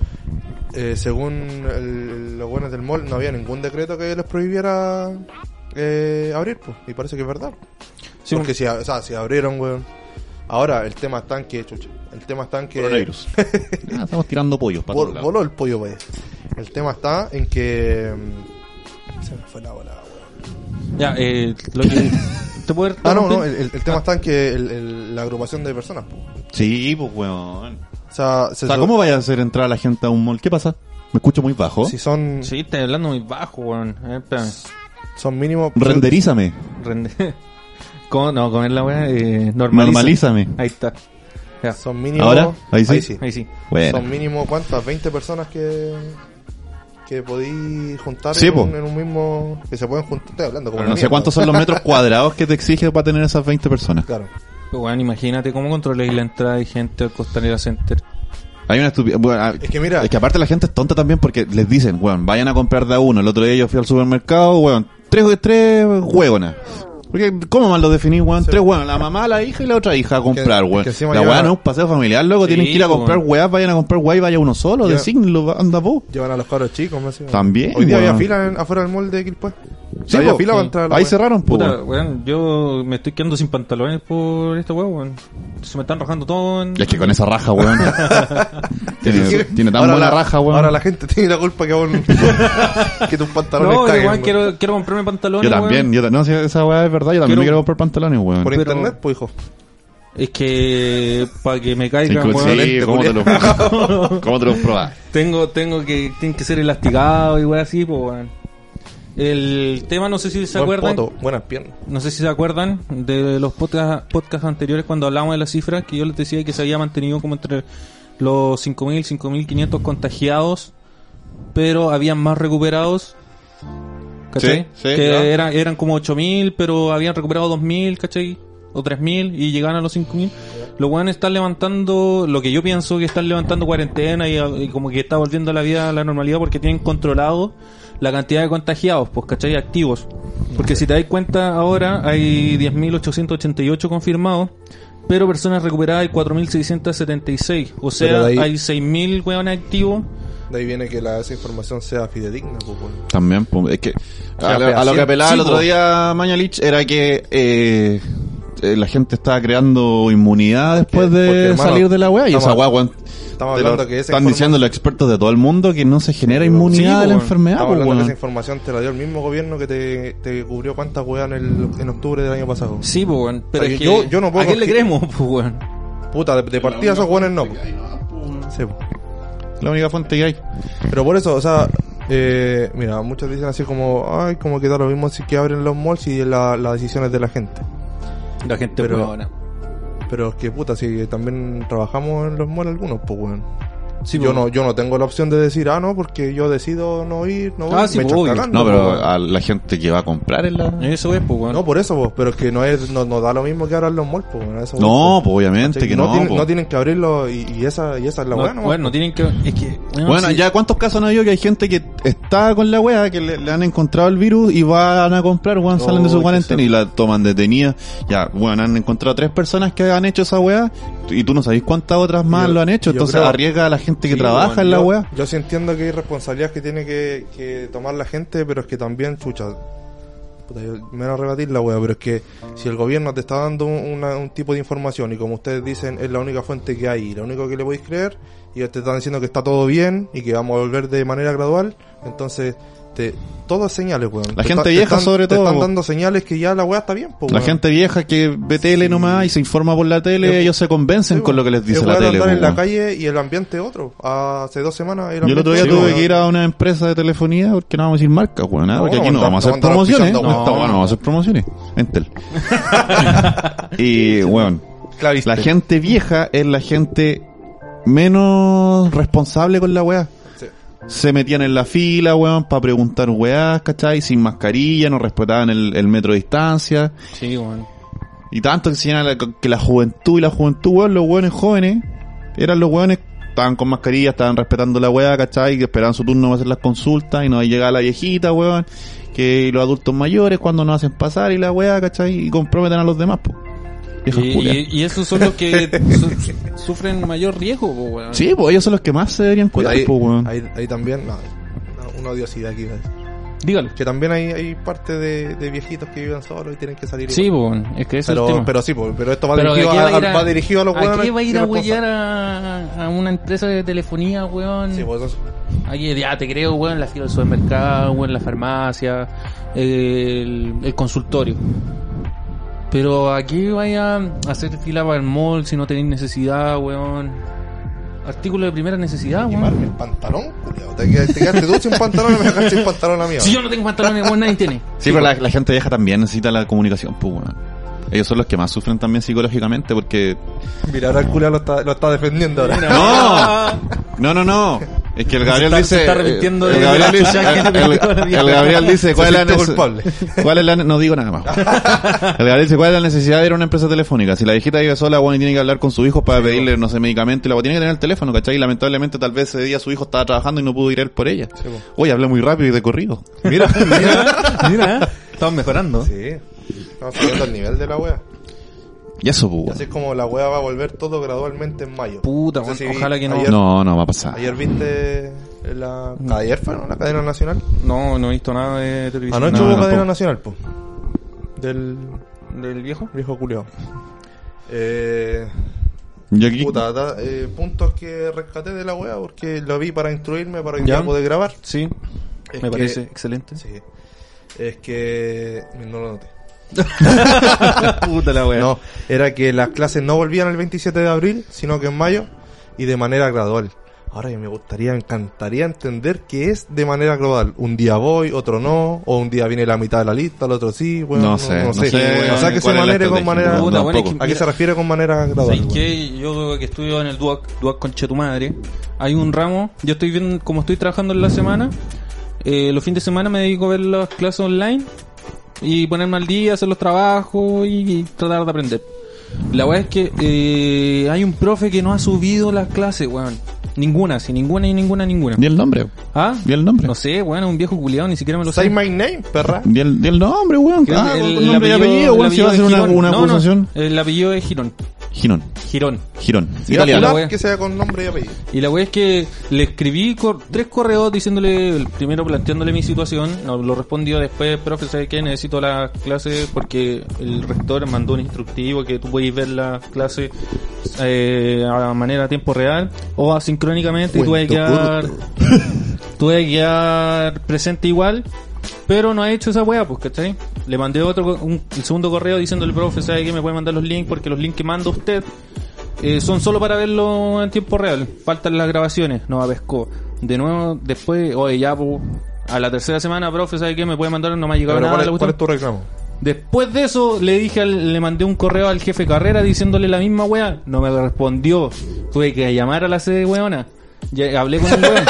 A: eh, según el- los buenos del mall, no había ningún decreto que les prohibiera eh, abrir, pues. Y parece que es verdad.
C: Sí, pues.
A: Porque si, a- o sea, si abrieron, weón. Ahora, el tema está en que, chucha. El tema está en que. [laughs]
B: Coronavirus. Ah, estamos tirando pollos para
A: Vol-
B: todos lados.
A: voló el pollo, weón. El tema está en que. mm, Se me fue la bola, weón.
C: Ya, eh, lo que... ¿Te puedo
A: Ah, no, no,
C: interrumpir?
A: el, el- el tema está en que el- el- la agrupación de personas, po.
B: Sí, pues, weón.
A: O sea, se
B: O sea,
A: so-
B: ¿cómo vaya a hacer entrar a la gente a un mall? ¿Qué pasa? Me escucho muy bajo.
A: si son,
C: Sí, estás hablando muy bajo, weón. A ver, espérame.
A: son mínimo...
B: Renderízame.
C: Rende- [laughs] ¿Cómo? No, con la weá, eh, normaliza.
B: Normalízame.
C: Ahí está. Ya,
A: Son mínimo...
B: Ahora, ahí sí.
C: ahí sí.
B: Bueno.
A: Son mínimo, ¿cuántas? 20 personas que... Que podí juntar
B: Sí,
A: en,
B: po.
A: un, en un mismo... Que se pueden juntar, estoy hablando como la
B: Pero no sé
A: mierda.
B: cuántos son los metros cuadrados que te exige para tener esas 20 personas.
A: Claro.
C: Pero, weón, imagínate cómo controláis la entrada de gente al Costanera Center.
B: Hay una estupidez.
A: Es que mira-
B: Es que aparte la gente es tonta también porque les dicen, weón, vayan a comprar de a uno. El otro día yo fui al supermercado, weón, tres, tres hueonas. Porque, ¿cómo mal lo definís, weón? Tres hueonas, la mamá, la hija y la otra hija a comprar,
A: que
B: weón.
A: encima
B: la
A: lleva-
B: hueá no es un paseo familiar, loco,
C: Sí,
B: tienen que ir a
C: weón.
B: comprar hueás, vayan a comprar hueá y vaya uno solo,
A: Ya.
B: designlo, anda vos.
A: Llevan a los cabros chicos, más encima.
B: También,
A: Hoy día
B: weón.
A: había fila en- afuera del mall de Quilpue.
B: Sí,
A: había
B: po.
A: fila para entrar a la
B: Ahí
A: wea.
B: cerraron, pues.
C: Puta, weón, yo me estoy quedando sin pantalones por esta weá, weón. Se me están rajando todo en...
B: Y es que con esa
A: [laughs]
B: raja, weón. tiene, tiene tan
A: Ahora
B: buena
A: la-
B: raja, weón.
A: Ahora la gente [laughs] tiene la culpa que vos... que tus pantalones
C: No,
A: caguen,
C: igual
A: weón.
C: quiero, quiero comprarme pantalones,
B: Yo también,
C: weón.
B: yo ta- no, si esa weá es verdad, yo también
C: Quiero-
B: me quiero comprar pantalones, weón.
A: Por
C: Pero-
A: internet, pues, hijo.
C: Es que para que este, me
B: Sí,
C: caigan,
B: cu-
C: weón,
B: sí, ¿cómo,
C: [laughs]
B: te lo, ¿Cómo te lo probás?
C: tengo, tengo que, tienen que ser elastigados y weá así, pues weón. El tema, no sé si se
A: Buen
C: acuerdan,
A: poto, buenas piernas.
C: no sé si se acuerdan de los podcasts podcasts anteriores cuando hablábamos de las cifras que yo les decía que se había mantenido como entre los 5.000 5.500 contagiados pero habían más recuperados ¿cachai?
B: Sí, sí,
C: que
B: ya.
C: eran, eran como 8.000 pero habían recuperado 2.000 ¿cachai? o 3.000 y llegaban a los 5.000 los weones están levantando lo que yo pienso que están levantando cuarentena y, y como que está volviendo la vida a la normalidad porque tienen controlado la cantidad de contagiados pues ¿cachai? activos porque si te das cuenta ahora hay 10.888 confirmados, pero personas recuperadas hay 4.676. O
A: Pero
C: sea,
A: de ahí-
C: hay 6.000 hueones activos.
A: De ahí viene que la, esa información sea fidedigna, pues, weón.
B: También, pues, es que a, lo-
A: apelación.
B: a lo que apelaba el
C: Sí,
B: otro
C: po.
B: día Mañalich era que eh, eh, la gente estaba creando inmunidad después
A: Porque-
B: de
A: porque, hermano,
B: salir de la weá. Y esa
A: estamos-
B: weá, weón,
A: estamos
B: te lo-
A: hablando que esa
B: están
A: informa-
B: diciendo los expertos de todo el mundo que no se genera
A: Sí,
B: inmunidad
C: po,
B: de la
C: weón.
B: enfermedad,
A: Estamos
B: pues,
A: hablando que esa
B: weón.
A: información te la dio el mismo gobierno que te, te cubrió cuántas weas en, el- en octubre del año pasado.
C: Sí, pues, weón. Pero
A: O sea,
C: es que,
A: yo- yo no puedo
C: ¿A quién le
A: confi-
C: creemos, pues, weón?
A: Puta, de, de partida esos weones no. po. Sí, po.
B: La única fuente que hay.
A: Pero por eso, o sea, eh, mira, muchos dicen así como, ay, como que da lo mismo si que abren los malls y la- las decisiones de la gente.
C: La gente
A: Pero-
C: hueona.
A: Pero es que puta, si también trabajamos en los malls algunos, pues weón.
C: Sí,
A: yo
C: pues,
A: no,
C: weón.
A: yo no tengo la opción de decir, ah, no, porque yo decido no ir, no voy,
C: Ah, sí,
A: me
C: po,
A: echan
C: obvio.
A: cagando,
B: No,
A: po,
B: pero
A: weón.
B: a la gente que va a comprar es la...
C: Eso es, pues, weón.
A: No, por eso, vos, pero es que no es no, no da lo mismo que abran los malls, pues weón, a eso voy,
B: No,
A: po.
B: pues obviamente
A: Sí,
B: que
A: no,
B: no.
A: tienen,
B: po.
A: no tienen que abrirlo y, y esa, y esa es la pues. buena.
C: No, weón, no tienen que. Es que. weón,
B: Bueno,
C: sí.
B: ya cuántos casos han habido que hay gente que está con la weá, que le, le han encontrado el virus y van a comprar, weón, salen de
A: Oh,
B: su
A: qué
B: cuarentena
A: sad.
B: y la toman detenida. Ya, weón, han encontrado tres personas que han hecho esa weá y tú no sabés cuántas otras más
A: Yo-
B: lo han hecho,
A: yo
B: entonces
A: creo-
B: arriesga a la gente que
C: Sí,
B: trabaja
C: weón,
B: en la
A: yo,
B: weá.
A: Yo sí entiendo que hay responsabilidades que tiene que, que tomar la gente, pero es que también, chucha, puta, yo- me van a rebatir la wea, pero es que si el gobierno te está dando un- una- un tipo de información y como ustedes dicen es la única fuente que hay, y lo único que le podéis creer, y ellos te están diciendo que está todo bien y que vamos a volver de manera gradual, entonces... Te, todas señales, weón.
B: La
A: Te
B: gente
A: te
B: vieja
A: están-
B: sobre
A: te
B: todo,
A: están
B: po.
A: dando señales que ya la weá está bien, po,
B: La
A: weón.
B: gente vieja que ve tele nomás y se informa por la tele,
A: Es-
B: ellos se convencen
A: Sí,
B: con lo que les
A: es
B: dice
A: weá
B: la
A: de
B: tele.
A: andar en la
B: weón.
A: calle y el ambiente otro. Ah, Hace dos semanas el
B: Yo el otro día
A: ambiente
B: tuve
A: otro.
B: que ir a una empresa de telefonía porque no vamos a decir marca, weón, ¿ah?
A: No,
B: porque
A: no
B: aquí no
A: vamos a
B: vamos a
A: andar-
B: hacer
A: no vamos a andar
B: promociones. No,
A: auspiciando,
B: weón, no vamos a hacer promociones. Entel.
A: [laughs]
B: y, weón,
A: Clariste.
B: la gente vieja es la gente menos responsable con la weá.
A: Sí.
B: se metían en la fila, weón, para preguntar weás, ¿cachai? Sin mascarilla, no respetaban el, el metro de distancia.
C: Sí, weón.
B: Y tanto que señala la- que la juventud y la juventud, weón, los weones jóvenes, eran los weones, estaban con mascarilla, estaban respetando la weá, ¿cachai? Que esperaban su turno para hacer las consultas y no llegaba la viejita, weón. Que los adultos mayores cuando nos hacen pasar y la weá, ¿cachai? Y comprometen a los demás, po. Viejas
C: Y,
B: culias.
C: y- y esos son los
A: [laughs]
C: que su- sufren mayor riesgo, po, weón.
B: Sí, pues ellos son los que más se deberían cuidar,
A: Pues ahí,
B: po, weón.
A: ahí, ahí también, no, una odiosidad aquí. ¿ves?
C: Dígalo.
A: Que también hay, hay parte de, de viejitos que viven solos y tienen que salir.
C: Sí,
A: igual.
C: po, weón. Es que ese es el
A: pero,
C: tema.
A: pero sí, po, pero esto va,
C: Pero
A: dirigido
C: aquí
A: a,
C: va ir
A: a- va dirigido a los
C: ¿A qué
A: hueones
C: va a ir a huellar
A: irresponsables.
C: a, a una empresa de telefonía, weón?
A: Sí, pues, eso-
C: Aquí ya te creo, weón, la fila del supermercado, weón, la farmacia, el, el consultorio. Pero aquí vaya a hacer fila para el mall si no tenéis necesidad, weón. Artículo de primera necesidad,
A: Quemarme
C: weón.
A: el pantalón, culiao. Te, qued- te quedaste tú sin pantalón y me dejaste sin pantalón a mí.
C: Si yo no tengo pantalones, weón, nadie tiene.
B: Sí, pero la, la gente vieja también necesita la comunicación, pues, weón. Ellos son los que más sufren también psicológicamente porque...
A: Mira, ahora el culiao lo está, lo está defendiendo ahora.
B: [laughs] ¡No! No, no, no. Es que el Gabriel
C: está-
B: dice...
C: se está arrepintiendo
B: el
C: de-
B: Gabriel
C: de-
B: dice...
C: de-
B: El, el- el Gabriel dice... ¿Cuál es la
A: siente
B: nece-
A: culpable.
B: ¿Cuál es la... ne- No digo nada más. El Gabriel dice... ¿Cuál es la necesidad de ir a una empresa telefónica? Si la viejita vive sola, bueno, y tiene que hablar con su hijo para pedirle, no sé, medicamento y la tiene que tener el teléfono, ¿cachai? Y lamentablemente tal vez ese día su hijo estaba trabajando y no pudo ir él por ella.
A: Sí, po.
B: Oye, hablé muy rápido y de corrido.
A: Mira,
C: Mira, ¿eh? estamos mejorando.
A: Sí. Estamos subiendo al nivel de la wea.
B: Y eso, pues,
A: Y
B: weón.
A: Así es como la wea va a volver todo gradualmente en mayo.
C: Puta,
A: No sé
C: weón,
A: si
C: ojalá que no.
A: ayer-
B: No, no va a pasar.
A: Ayer viste la... Ayer fue, ¿no? La cadena nacional.
C: No, no he visto nada de televisión.
A: Anoche
B: No,
A: hubo
B: no,
A: cadena
B: tampoco.
A: nacional, po. Del
C: ¿Del viejo?
A: viejo culiao. Eh...
B: Yo aquí- [laughs]
A: Puta, da- eh, puntos que rescaté de la wea porque lo vi para instruirme, para que
C: Ya.
A: ya poder grabar.
C: Sí,
A: Es
C: me
A: que-
C: parece excelente.
A: Sí. Es que no lo noté.
C: Puta la weá.
A: No, era que las clases no volvían el 27 de abril, sino que en mayo y de manera gradual. Ahora que me gustaría, me encantaría entender que es de manera gradual. Un día voy, otro no, o un día viene la mitad de la lista, el otro sí, bueno,
B: No sé, no sé,
A: o sea que se
B: cuál es la
A: maneje con
B: estrategia.
A: manera...
B: No,
C: Puta, bueno,
B: tampoco.
C: es
A: ¿A qué se refiere con manera gradual?
C: ¿Sabes
A: weón?
C: qué? Yo que estudio en el DUAC, DUAC Conche tu madre, hay un ramo, yo estoy viendo, como estoy trabajando en la semana, eh, los fines de semana me dedico a ver las clases online y ponerme al día, hacer los trabajos y, y tratar de aprender. La weá es que eh, hay un profe que no ha subido las clases, weón. Ninguna, si ninguna y ninguna, ninguna.
B: Di el nombre.
C: ¿Ah?
B: Di el nombre.
C: No sé, weón, es un viejo culiado, ni siquiera me lo
A: Say
C: sé.
A: my name,
B: [laughs]
A: perra.
B: Di el, di el nombre, weón.
C: El-
B: Ah,
C: el-
B: el nombre y
C: el
B: apellido, weón. Si va a
C: el
B: hacer una,
C: apellido es Girón.
B: una
C: No, no,
B: acusación.
C: el apellido es Girón.
B: Girón.
C: Girón.
B: Girón.
A: Y la
B: [laughs] Italiano.
C: la wea.
A: que sea con nombre y apellido.
C: Y la wea es que le escribí cor- tres correos diciéndole, el primero planteándole mi situación, no, lo respondió después, profe, ¿sabes qué? Necesito las clases porque el rector mandó un instructivo que tú puedes ver las clases eh, a manera a tiempo real o asincrónicamente y tú vas a
A: Cuento
C: quedar, tú vas a quedar presente igual. Pero no ha hecho esa wea, pues, ¿cachai? Le mandé otro, co- un, el segundo correo diciéndole, profe, ¿sabe que me puede mandar los links? Porque los links que manda usted eh, son solo para verlo en tiempo real. Faltan las grabaciones, no pescó. De nuevo, después, oye, ya, po, a la tercera semana, profe, ¿sabe qué? Me puede mandar, no me ha llegado
A: Pero
C: nada.
A: ¿cuál,
C: la
A: es, cuál es
C: cuestión.
A: tu reclamo?
C: Después de eso, le dije, al- le mandé un correo al jefe Carrera diciéndole la misma wea. No me respondió. Tuve que llamar a la sede weona. Ya, hablé con un weón.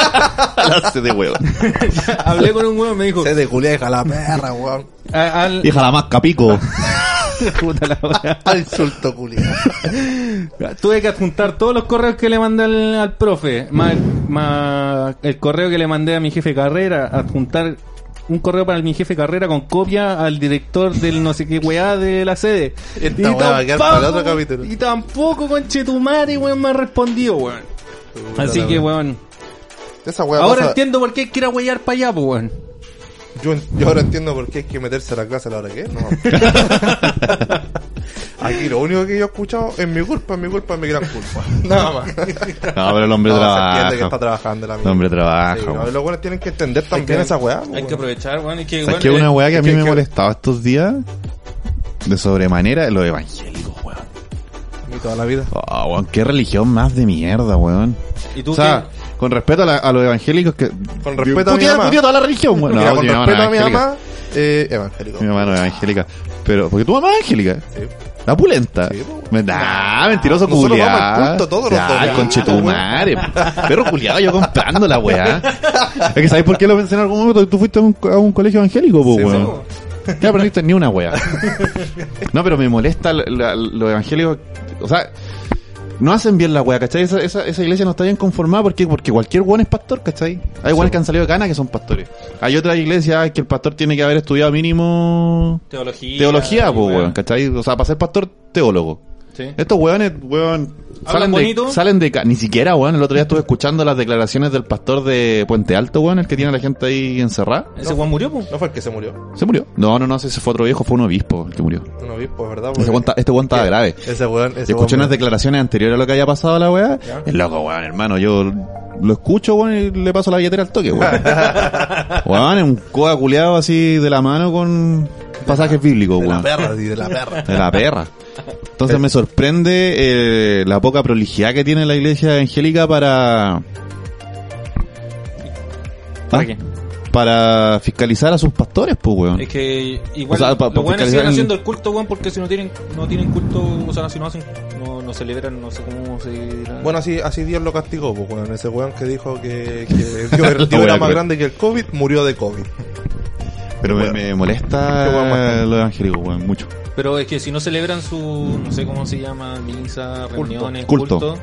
B: Clase de weón.
C: [laughs] hablé con un weón, me dijo.
A: de Julia, hija la perra,
C: [laughs]
A: weón.
C: "A- al-
B: Hija la masca,
A: [laughs]
B: pico.
C: Puta la wea.
A: Al insulto, Julia.
C: Tuve que adjuntar todos los correos que le mandé al, al profe, más, más el correo que le mandé a mi jefe carrera, adjuntar un correo para mi jefe carrera con copia al director del no sé qué weá de la sede.
A: Esta weá va a quedar para el otro capítulo.
C: Y tampoco con Chetumare, weón, me ha respondido, weón. Así que, weón.
A: Esa weá
C: Ahora
A: pasa-
C: entiendo por qué quiera huear para allá, po, weón.
A: Yo, en- yo ahora entiendo por qué hay que meterse a la clase a la hora que es,
C: [laughs]
A: ¿no? Aquí lo único que yo he escuchado es mi culpa, es mi culpa, es mi gran culpa.
C: [laughs]
A: Nada más. [laughs]
B: No, pero el hombre
A: No, se entiende que está
B: trabaja.
A: trabajando la
B: El hombre trabaja.
A: Sí, no,
B: weón.
A: los buenos tienen que entender también esa weá.
C: Hay que aprovechar, weón. Es que,
B: ¿Sabes
C: weón,
B: qué?
C: eh,
B: Una weá que a
A: es
B: mí
A: que-
B: me
A: que-
B: molestaba estos días de sobremanera los evangélicos, weón.
A: Y toda la vida.
B: Ah, weón, qué religión más de mierda, weón.
C: ¿Y tú
B: o sea, con respeto a, la- a los evangélicos que... Con
A: respeto a mi mamá.
B: toda la religión, weón.
A: Mira,
B: No,
A: con
B: si mi mamá no
A: respeto a
B: es
A: mi
B: evangélica.
A: mamá, eh, evangélico.
B: Mi mamá no es evangélica. Pero, porque tu mamá es evangélica.
A: Sí.
B: La pulenta.
A: Sí, po.
B: Me- nah, mentiroso
A: Nosotros
B: culiado.
A: vamos al punto todos los
B: Ya,
A: domingos,
B: conchetumare. Perro culiado, yo comprando la weá. Es que ¿sabes por qué lo pensé en algún momento? Tú fuiste a un, co- a un colegio evangélico, po,
A: Sí,
B: weón.
A: po.
B: Ya aprendiste ni una wea. No, pero me molesta la- la- los evangélicos. O sea, no hacen bien la wea, ¿cachai? Esa, esa, esa iglesia no está bien conformada porque, porque cualquier weón es pastor, ¿cachai? Hay weones que han salido de Cana que son pastores. Hay otras iglesias que el pastor tiene que haber estudiado mínimo
C: Teología.
B: teología, po,
C: weón.
B: weón, Eh, ¿cachai? O sea, para ser pastor, teólogo.
C: Sí.
B: Estos weones, weón,
C: ¿Hablan
B: salen de,
C: bonito?
B: salen de ca- Ni siquiera, weón. El otro día estuve escuchando las declaraciones del pastor de Puente Alto, weón, el que tiene a la gente ahí encerrada.
C: Ese weón murió, po.
A: No fue el que se murió.
B: ¿Se murió? No, no, no, ese fue otro viejo, fue un obispo el que murió.
A: Un obispo, es pues, ¿verdad?
B: Ese
A: Porque-
B: weón ta- este weón estaba grave.
A: Ese weón. Ese
B: Yo escuché
A: weón-
B: unas declaraciones anteriores a lo que haya pasado a la weá.
A: Ya.
B: Es loco, weón, hermano. Yo lo escucho, weón, y le paso la billetera al
A: [laughs]
B: toque, weón. weón, es un coa culeado así de la mano con pasajes bíblicos,
A: De la
B: weón.
A: perra, sí, de la perra.
B: De la perra. Entonces me sorprende eh, la poca prolijidad que tiene la iglesia evangélica para.
C: ¿Para
B: ¿Ah?
C: qué?
B: Para fiscalizar a sus pastores, pues, weón.
C: Es que igual
B: O sea, pa- pa-
C: los weones
B: fiscalizar
C: siguen
B: el-
C: haciendo el culto, weón, porque si no tienen, no tienen culto, o sea, si no hacen, no, no celebran, no sé cómo se dirá.
A: Bueno, así, así Dios lo castigó, pues, weón. Ese weón que dijo que, que
B: [laughs]
A: Dios, Dios
B: La
A: era
B: wea,
A: más
B: weón.
A: grande que el COVID, murió de COVID.
B: Pero me, me molesta
A: Qué weón más tarde.
B: lo evangélico, weón, mucho.
C: Pero es que si no celebran su, no sé cómo se llama, misa, reuniones,
B: Culto.
C: culto,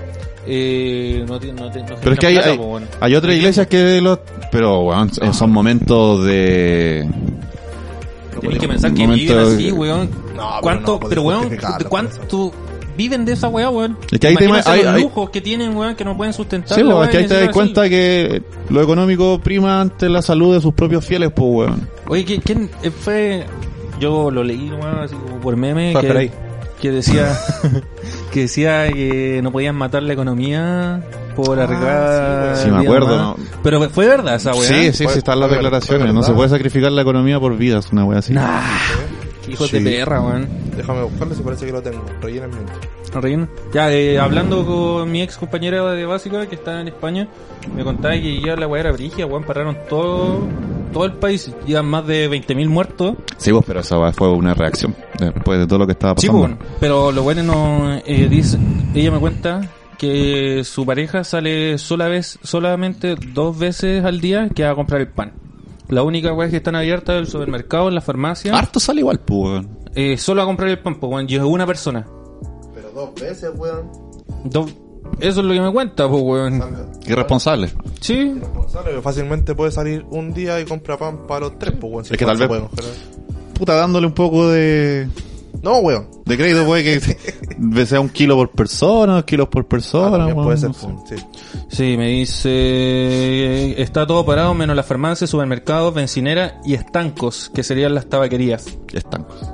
C: eh, no, ti- no, te- no
B: Pero es
C: generan
B: que hay,
C: plata,
B: hay,
C: po, weón.
B: hay otras iglesias que los... Pero, weón, eh, son son momentos de...
C: Hay que pensar que
B: momento-
C: viven así, weón.
A: No, pero
C: ¿Cuánto,
A: no podés
C: pero weón,
A: justificarlo,
C: ¿cuánto viven de esa weá, weón?
B: Es que ahí te-
C: Imagínense
B: hay-
C: los
B: hay-
C: lujos que tienen, weón, que no pueden sustentar.
B: Sí,
C: la
B: weón,
C: weá
B: es que ahí
C: y
B: te das
C: así.
B: cuenta que lo económico prima ante la salud de sus propios fieles, pues, weón.
C: Oye, ¿qui- ¿quién eh, fue? Yo lo leí nomás así como por meme
A: Fue
C: que,
A: Frey.
C: que decía que decía que no podían matar la economía por
A: Ah,
C: arreglar.
B: sí, weón. Sí, me
C: días
B: acuerdo,
C: más.
B: ¿no?
C: Pero fue verdad esa weá.
B: Sí, sí,
A: Fue-
B: sí, están las
A: fue-
B: declaraciones.
A: fue
B: No se
A: verdad.
B: puede sacrificar la economía por vidas, una weá así.
C: Nah, qué hijos
B: Sí.
C: de perra, weón.
A: ¿Eh? Déjame buscarlo si parece que lo tengo. Rellena el minuto.
C: Reina. Ya, eh, hablando con mi ex compañera de básica que está en España, me contaba que ya la weá era brigia, weón, pararon todo, todo el país, ya más de 20.000 muertos.
B: Sí, pues, pero esa weá fue una reacción después de todo lo que estaba
C: Sí,
B: pasando.
C: pues, pero lo bueno no eh, dice, ella me cuenta que su pareja sale sola vez, solamente dos veces al día que va a comprar el pan. La única weá que están abiertas es el supermercado, en la farmacia,
B: Harto sale igual, pues, weón.
C: eh, solo a comprar el pan, pues weón, llegó una persona.
A: Pero dos veces, weón.
C: Dos- eso es lo que me cuenta, pues weón.
B: Irresponsable.
C: Sí,
A: Gonzalo, que fácilmente puede salir un día y compra pan para los tres, pues, weón. si
B: Es que
A: pan
B: tal
A: se
B: vez-
A: puede congelar.
B: Puta, dándole un poco de...
A: No, weón.
B: De crédito puede que [laughs] sea un kilo por persona, dos kilos por
A: Ah,
B: persona.
A: también
B: weón,
A: puede ser, pues,
B: no sé.
A: sí.
C: Sí, me dice. eh, Está todo parado menos las farmacias, supermercados, bencineras y estancos, que serían las tabaquerías.
B: Estancos.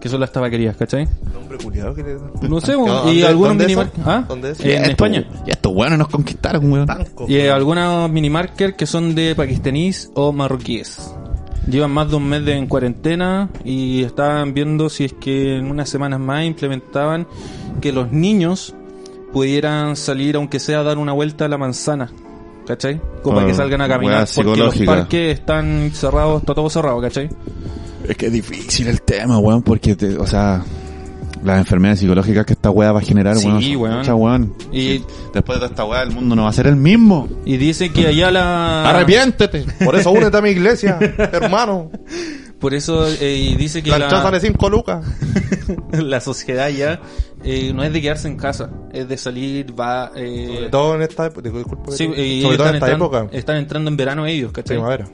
C: Que son las tabaquerías, ¿cachai?
A: Nombre culiado que le
C: No
A: ¿Dónde-
C: sé, y
A: dónde-
C: algunos
A: dónde
C: minimar.
A: es eso?
C: ¿Ah?
A: ¿Dónde es eso?
B: Y
C: Eh, En
B: estos-
C: España.
B: Y estos weones nos conquistaron, weón.
A: Tanco.
C: Y eh, algunos minimarkers que son de pakistaníes o marroquíes. Llevan más de un mes de- en cuarentena y estaban viendo si es que en unas semanas más implementaban que los niños pudieran salir, aunque sea a dar una vuelta a la manzana. ¿Cachai? Como para
B: Ah,
C: que salgan a
B: weá
C: caminar. Porque los
B: psicológica.
C: parques están cerrados, está todo cerrado, ¿cachai?
B: Es que es difícil el tema, weón, porque, te- o sea, las enfermedades psicológicas que esta weá va a generar,
C: Sí,
B: weón. son
C: weón.
B: muchas, weón.
C: Y,
B: Después de toda esta weá, el mundo no va a ser el mismo.
C: y dice que allá
B: Ah.
C: la...
B: Arrepiéntete.
A: Por eso únete a mi
C: [laughs]
A: iglesia, hermano.
C: Por eso, eh, y dice que
A: La
C: la,
A: entrada sale 5 lucas.
C: [laughs] la sociedad ya eh, no es de quedarse en casa, es de salir, va... eh,
A: Sobre todo en esta época. Disculpa, que
C: Sí,
A: te-
C: y
A: sobre
C: ellos
A: todo en
C: están, eh,
A: esta
C: entrando,
A: época.
C: están entrando en verano ellos, ¿cachai?
A: Primavera.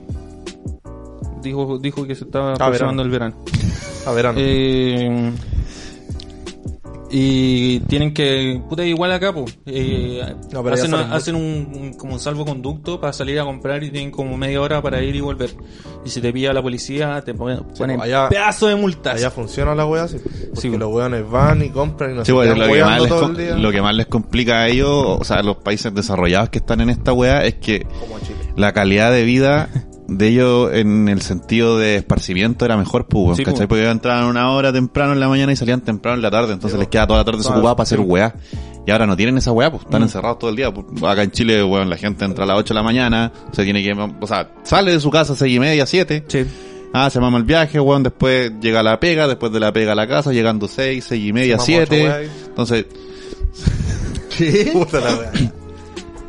C: Dijo, dijo que se
A: Ah,
C: estaba
A: verano.
C: aproximando el verano.
A: A verano.
C: Eh, y tienen que... Puta, igual acá, po. Eh,
A: No, pero ya
C: hacen
A: salen
C: hacen un, un- como un salvoconducto para salir a comprar y tienen como media hora para ir y volver. Y si te pilla la policía, te ponen, ponen
A: po, allá-
C: pedazo de multas.
A: Allá funciona la wea así.
C: Sí,
A: Porque
C: weón.
A: los weones van y compran y no
B: Sí,
A: se
B: bueno,
A: quedan
B: lo, que más
A: weando
B: les
A: todo
B: com-
A: el día.
B: lo que más les complica a ellos, o sea, a los países desarrollados que están en esta weá, es que
A: Como en Chile.
B: la calidad de vida de ellos en el sentido de esparcimiento era mejor, pues, weón,
C: Sí,
B: ¿cachai?
C: pues.
B: Porque ellos entraban una hora temprano en la mañana y salían temprano en la tarde, entonces les queda toda la tarde desocupada para hacer weá. Y ahora no tienen esa weá, pues están encerrados todo el día. pues. Acá en Chile, weón, la gente entra a las 8 de la mañana, se tiene que, o sea, sale de su casa a 6 y media, 7,
C: Sí.
B: Ah, se mama el viaje, weón. Después llega a la pega, después de la pega a la casa, llegando 6, 6 y media,
A: Se mama otro
B: 7.
A: weón.
B: Entonces,
C: ¿Qué?
A: [laughs] Puta la wea.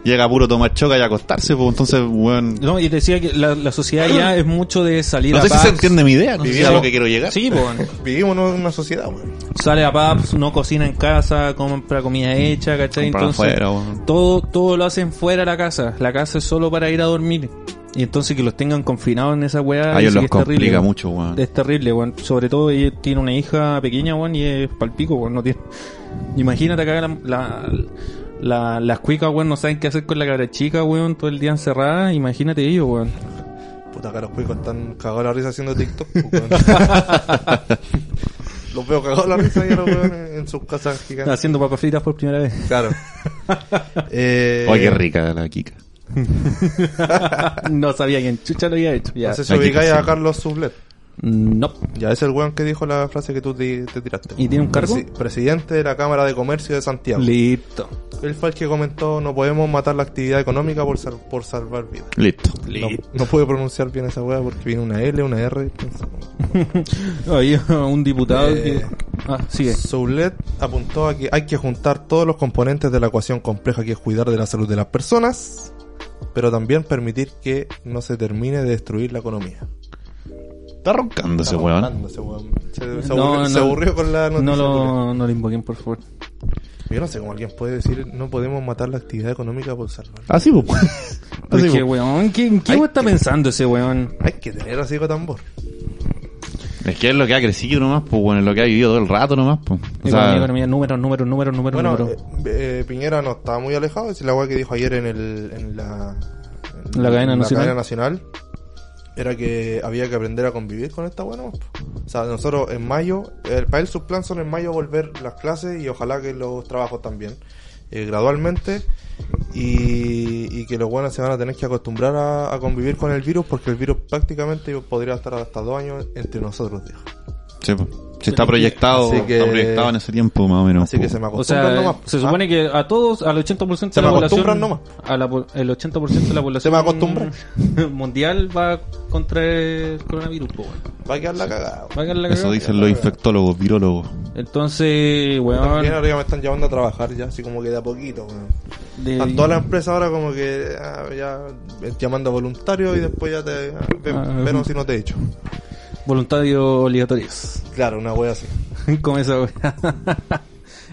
B: llega puro a tomar choca y a acostarse, pues entonces, weón.
C: No, y te decía que la, la sociedad ya es mucho de salir
B: No
C: a
B: sé si
C: pubs.
B: se entiende mi idea,
C: No
B: mi
C: sé
B: idea
C: si-
B: a lo que quiero
A: ¿eh?
B: llegar.
C: Sí, pues.
A: Vivimos en una sociedad, weón.
C: Sale a pubs, no cocina en casa, compra comida hecha, ¿cachai?
B: Compran
C: Entonces,
B: Mm, afuera, weón.
C: todo, todo lo hacen fuera de la casa. La casa es solo para ir a dormir. Y entonces que los tengan confinados en esa weá.
B: A ellos
C: sí que
B: los
C: es terrible,
B: complica
C: weón.
B: mucho, weón.
C: Es terrible, weón. Sobre todo ella tiene una hija pequeña, weón, y es palpico, weón. No tiene... Imagínate acá la, la- la- las cuicas, weón, no saben qué hacer con la cabra chica, weón, todo el día encerrada. Imagínate ellos, weón.
A: Puta que los cuicos están cagados la risa haciendo TikTok. pues,
C: [laughs]
A: weón. los veo cagados la risa y a los weones en sus casas gigantes.
C: Haciendo papas fritas por primera vez. [laughs]
B: [laughs]
A: Claro. Eh,
B: Ay, qué rica la Kika.
C: no sabía quién chucha lo había hecho. Ya.
A: Eh, No sé si
B: Hay que
A: ubicáis a
B: hacerlo.
A: Carlos Sublet.
C: No.
A: Ya es el weón que dijo la frase que tú te, te tiraste.
C: ¿Y tiene un cargo?
A: Presi- presidente de la Cámara de Comercio de Santiago.
C: Listo.
A: Él fue el que comentó, no podemos matar la actividad económica por, sal- por salvar vidas.
B: Listo.
A: No, no pude pronunciar bien esa weá porque viene una L, una R. entonces-
C: Había Oh, [laughs] un diputado
A: Eh.
C: que... Ah, sigue.
A: Soulet apuntó a que hay que juntar todos los componentes de la ecuación compleja que es cuidar de la salud de las personas, pero también permitir que no se termine de destruir la economía.
B: Está roncando ese weón.
A: Anda, ese weón. Se, se
C: No,
A: aburrió,
C: no.
A: se aburrió con la noticia.
C: No
A: Soulet.
C: lo, no lo invoquen, por favor.
A: Ah, Yo no sé cómo alguien puede decir no podemos matar la actividad económica por salvar.
B: Así, pues. Así,
C: Porque,
B: pues.
C: weón, ¿qué, qué
A: Ay,
C: weón está
A: qué-
C: pensando ese weón?
A: Hay que tener así con tambor.
B: Es que es lo que ha crecido nomás, pues, bueno, es lo que ha vivido todo el rato nomás, pues. O
C: Economía,
B: sea,
C: economía, números, números, números, números,
A: Bueno,
C: números.
A: eh, eh, Piñera no estaba muy alejado, es la weá que dijo ayer en, el, en la, en
C: La cadena nacional.
A: cadena nacional, Era que había que aprender a convivir con esta weá. ¿no? O sea, nosotros en mayo, el, para él sus planes son en mayo volver las clases y ojalá que los trabajos también. eh, gradualmente y, y que los buenos se van a tener que acostumbrar a, a convivir con el virus porque el virus prácticamente podría estar hasta dos años entre nosotros dijo.
B: sí, pues. Si está proyectado,
A: Así que-
B: está proyectado en ese tiempo más o menos.
A: así que
B: pues.
A: se me
C: O
A: acostumbran
C: sea,
A: nomás,
C: se
A: ¿ah?
C: supone que a todos, al 80%
A: Se
C: de la
A: me
C: población,
A: acostumbran nomás.
C: a la po- el 80% de la población
A: Se me acostumbran.
C: [laughs] mundial va a contraer coronavirus. po, weón.
A: Ah, va a quedar la cagada
C: Va a quedar la
B: Eso
C: cagada.
B: dicen los infectólogos, virólogos.
C: Entonces,
A: También
C: weón,
A: ahora ya me están llevando a trabajar ya, así como que de a poquito. weón.
C: de-
A: Están todas las empresas ahora como que ah, ya eh, llamando a voluntarios y después ya te... ah, ven,
C: Ah,
A: ven
C: ujú.
A: si no te echo.
C: voluntarios obligatorios.
A: Claro, una wea así.
C: [laughs] Como esa weá.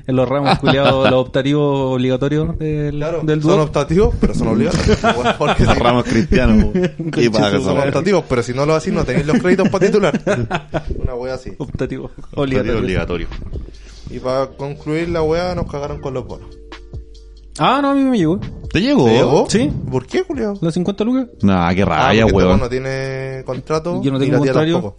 C: En los ramos culiados, los optativos obligatorios del,
A: Claro,
C: del
A: son
C: Duoc.
A: optativos, pero son
C: [laughs]
A: obligatorios. weón, porque si-
B: Ramos cristianos, pues. Y paga esa
A: son
B: weá.
A: optativos, pero si no lo haces no tenéis los créditos para titular.
C: [laughs]
A: Una wea así.
C: Optativo,
B: Obligatorio,
C: obligatorio.
B: obligatorio.
A: Y para concluir la wea nos cagaron con los bonos.
C: Ah, no, a mí me llegó.
B: ¿Te llegó?
A: ¿Te llegó?
C: Sí.
A: ¿Oh? ¿Por qué, Julio? Ah,
C: Los 50 lucas.
B: Nah, qué raya,
A: Juan
B: weón.
A: no tiene contrato.
C: Yo no
A: y
C: tengo
A: la tía
C: contrario.
A: tampoco.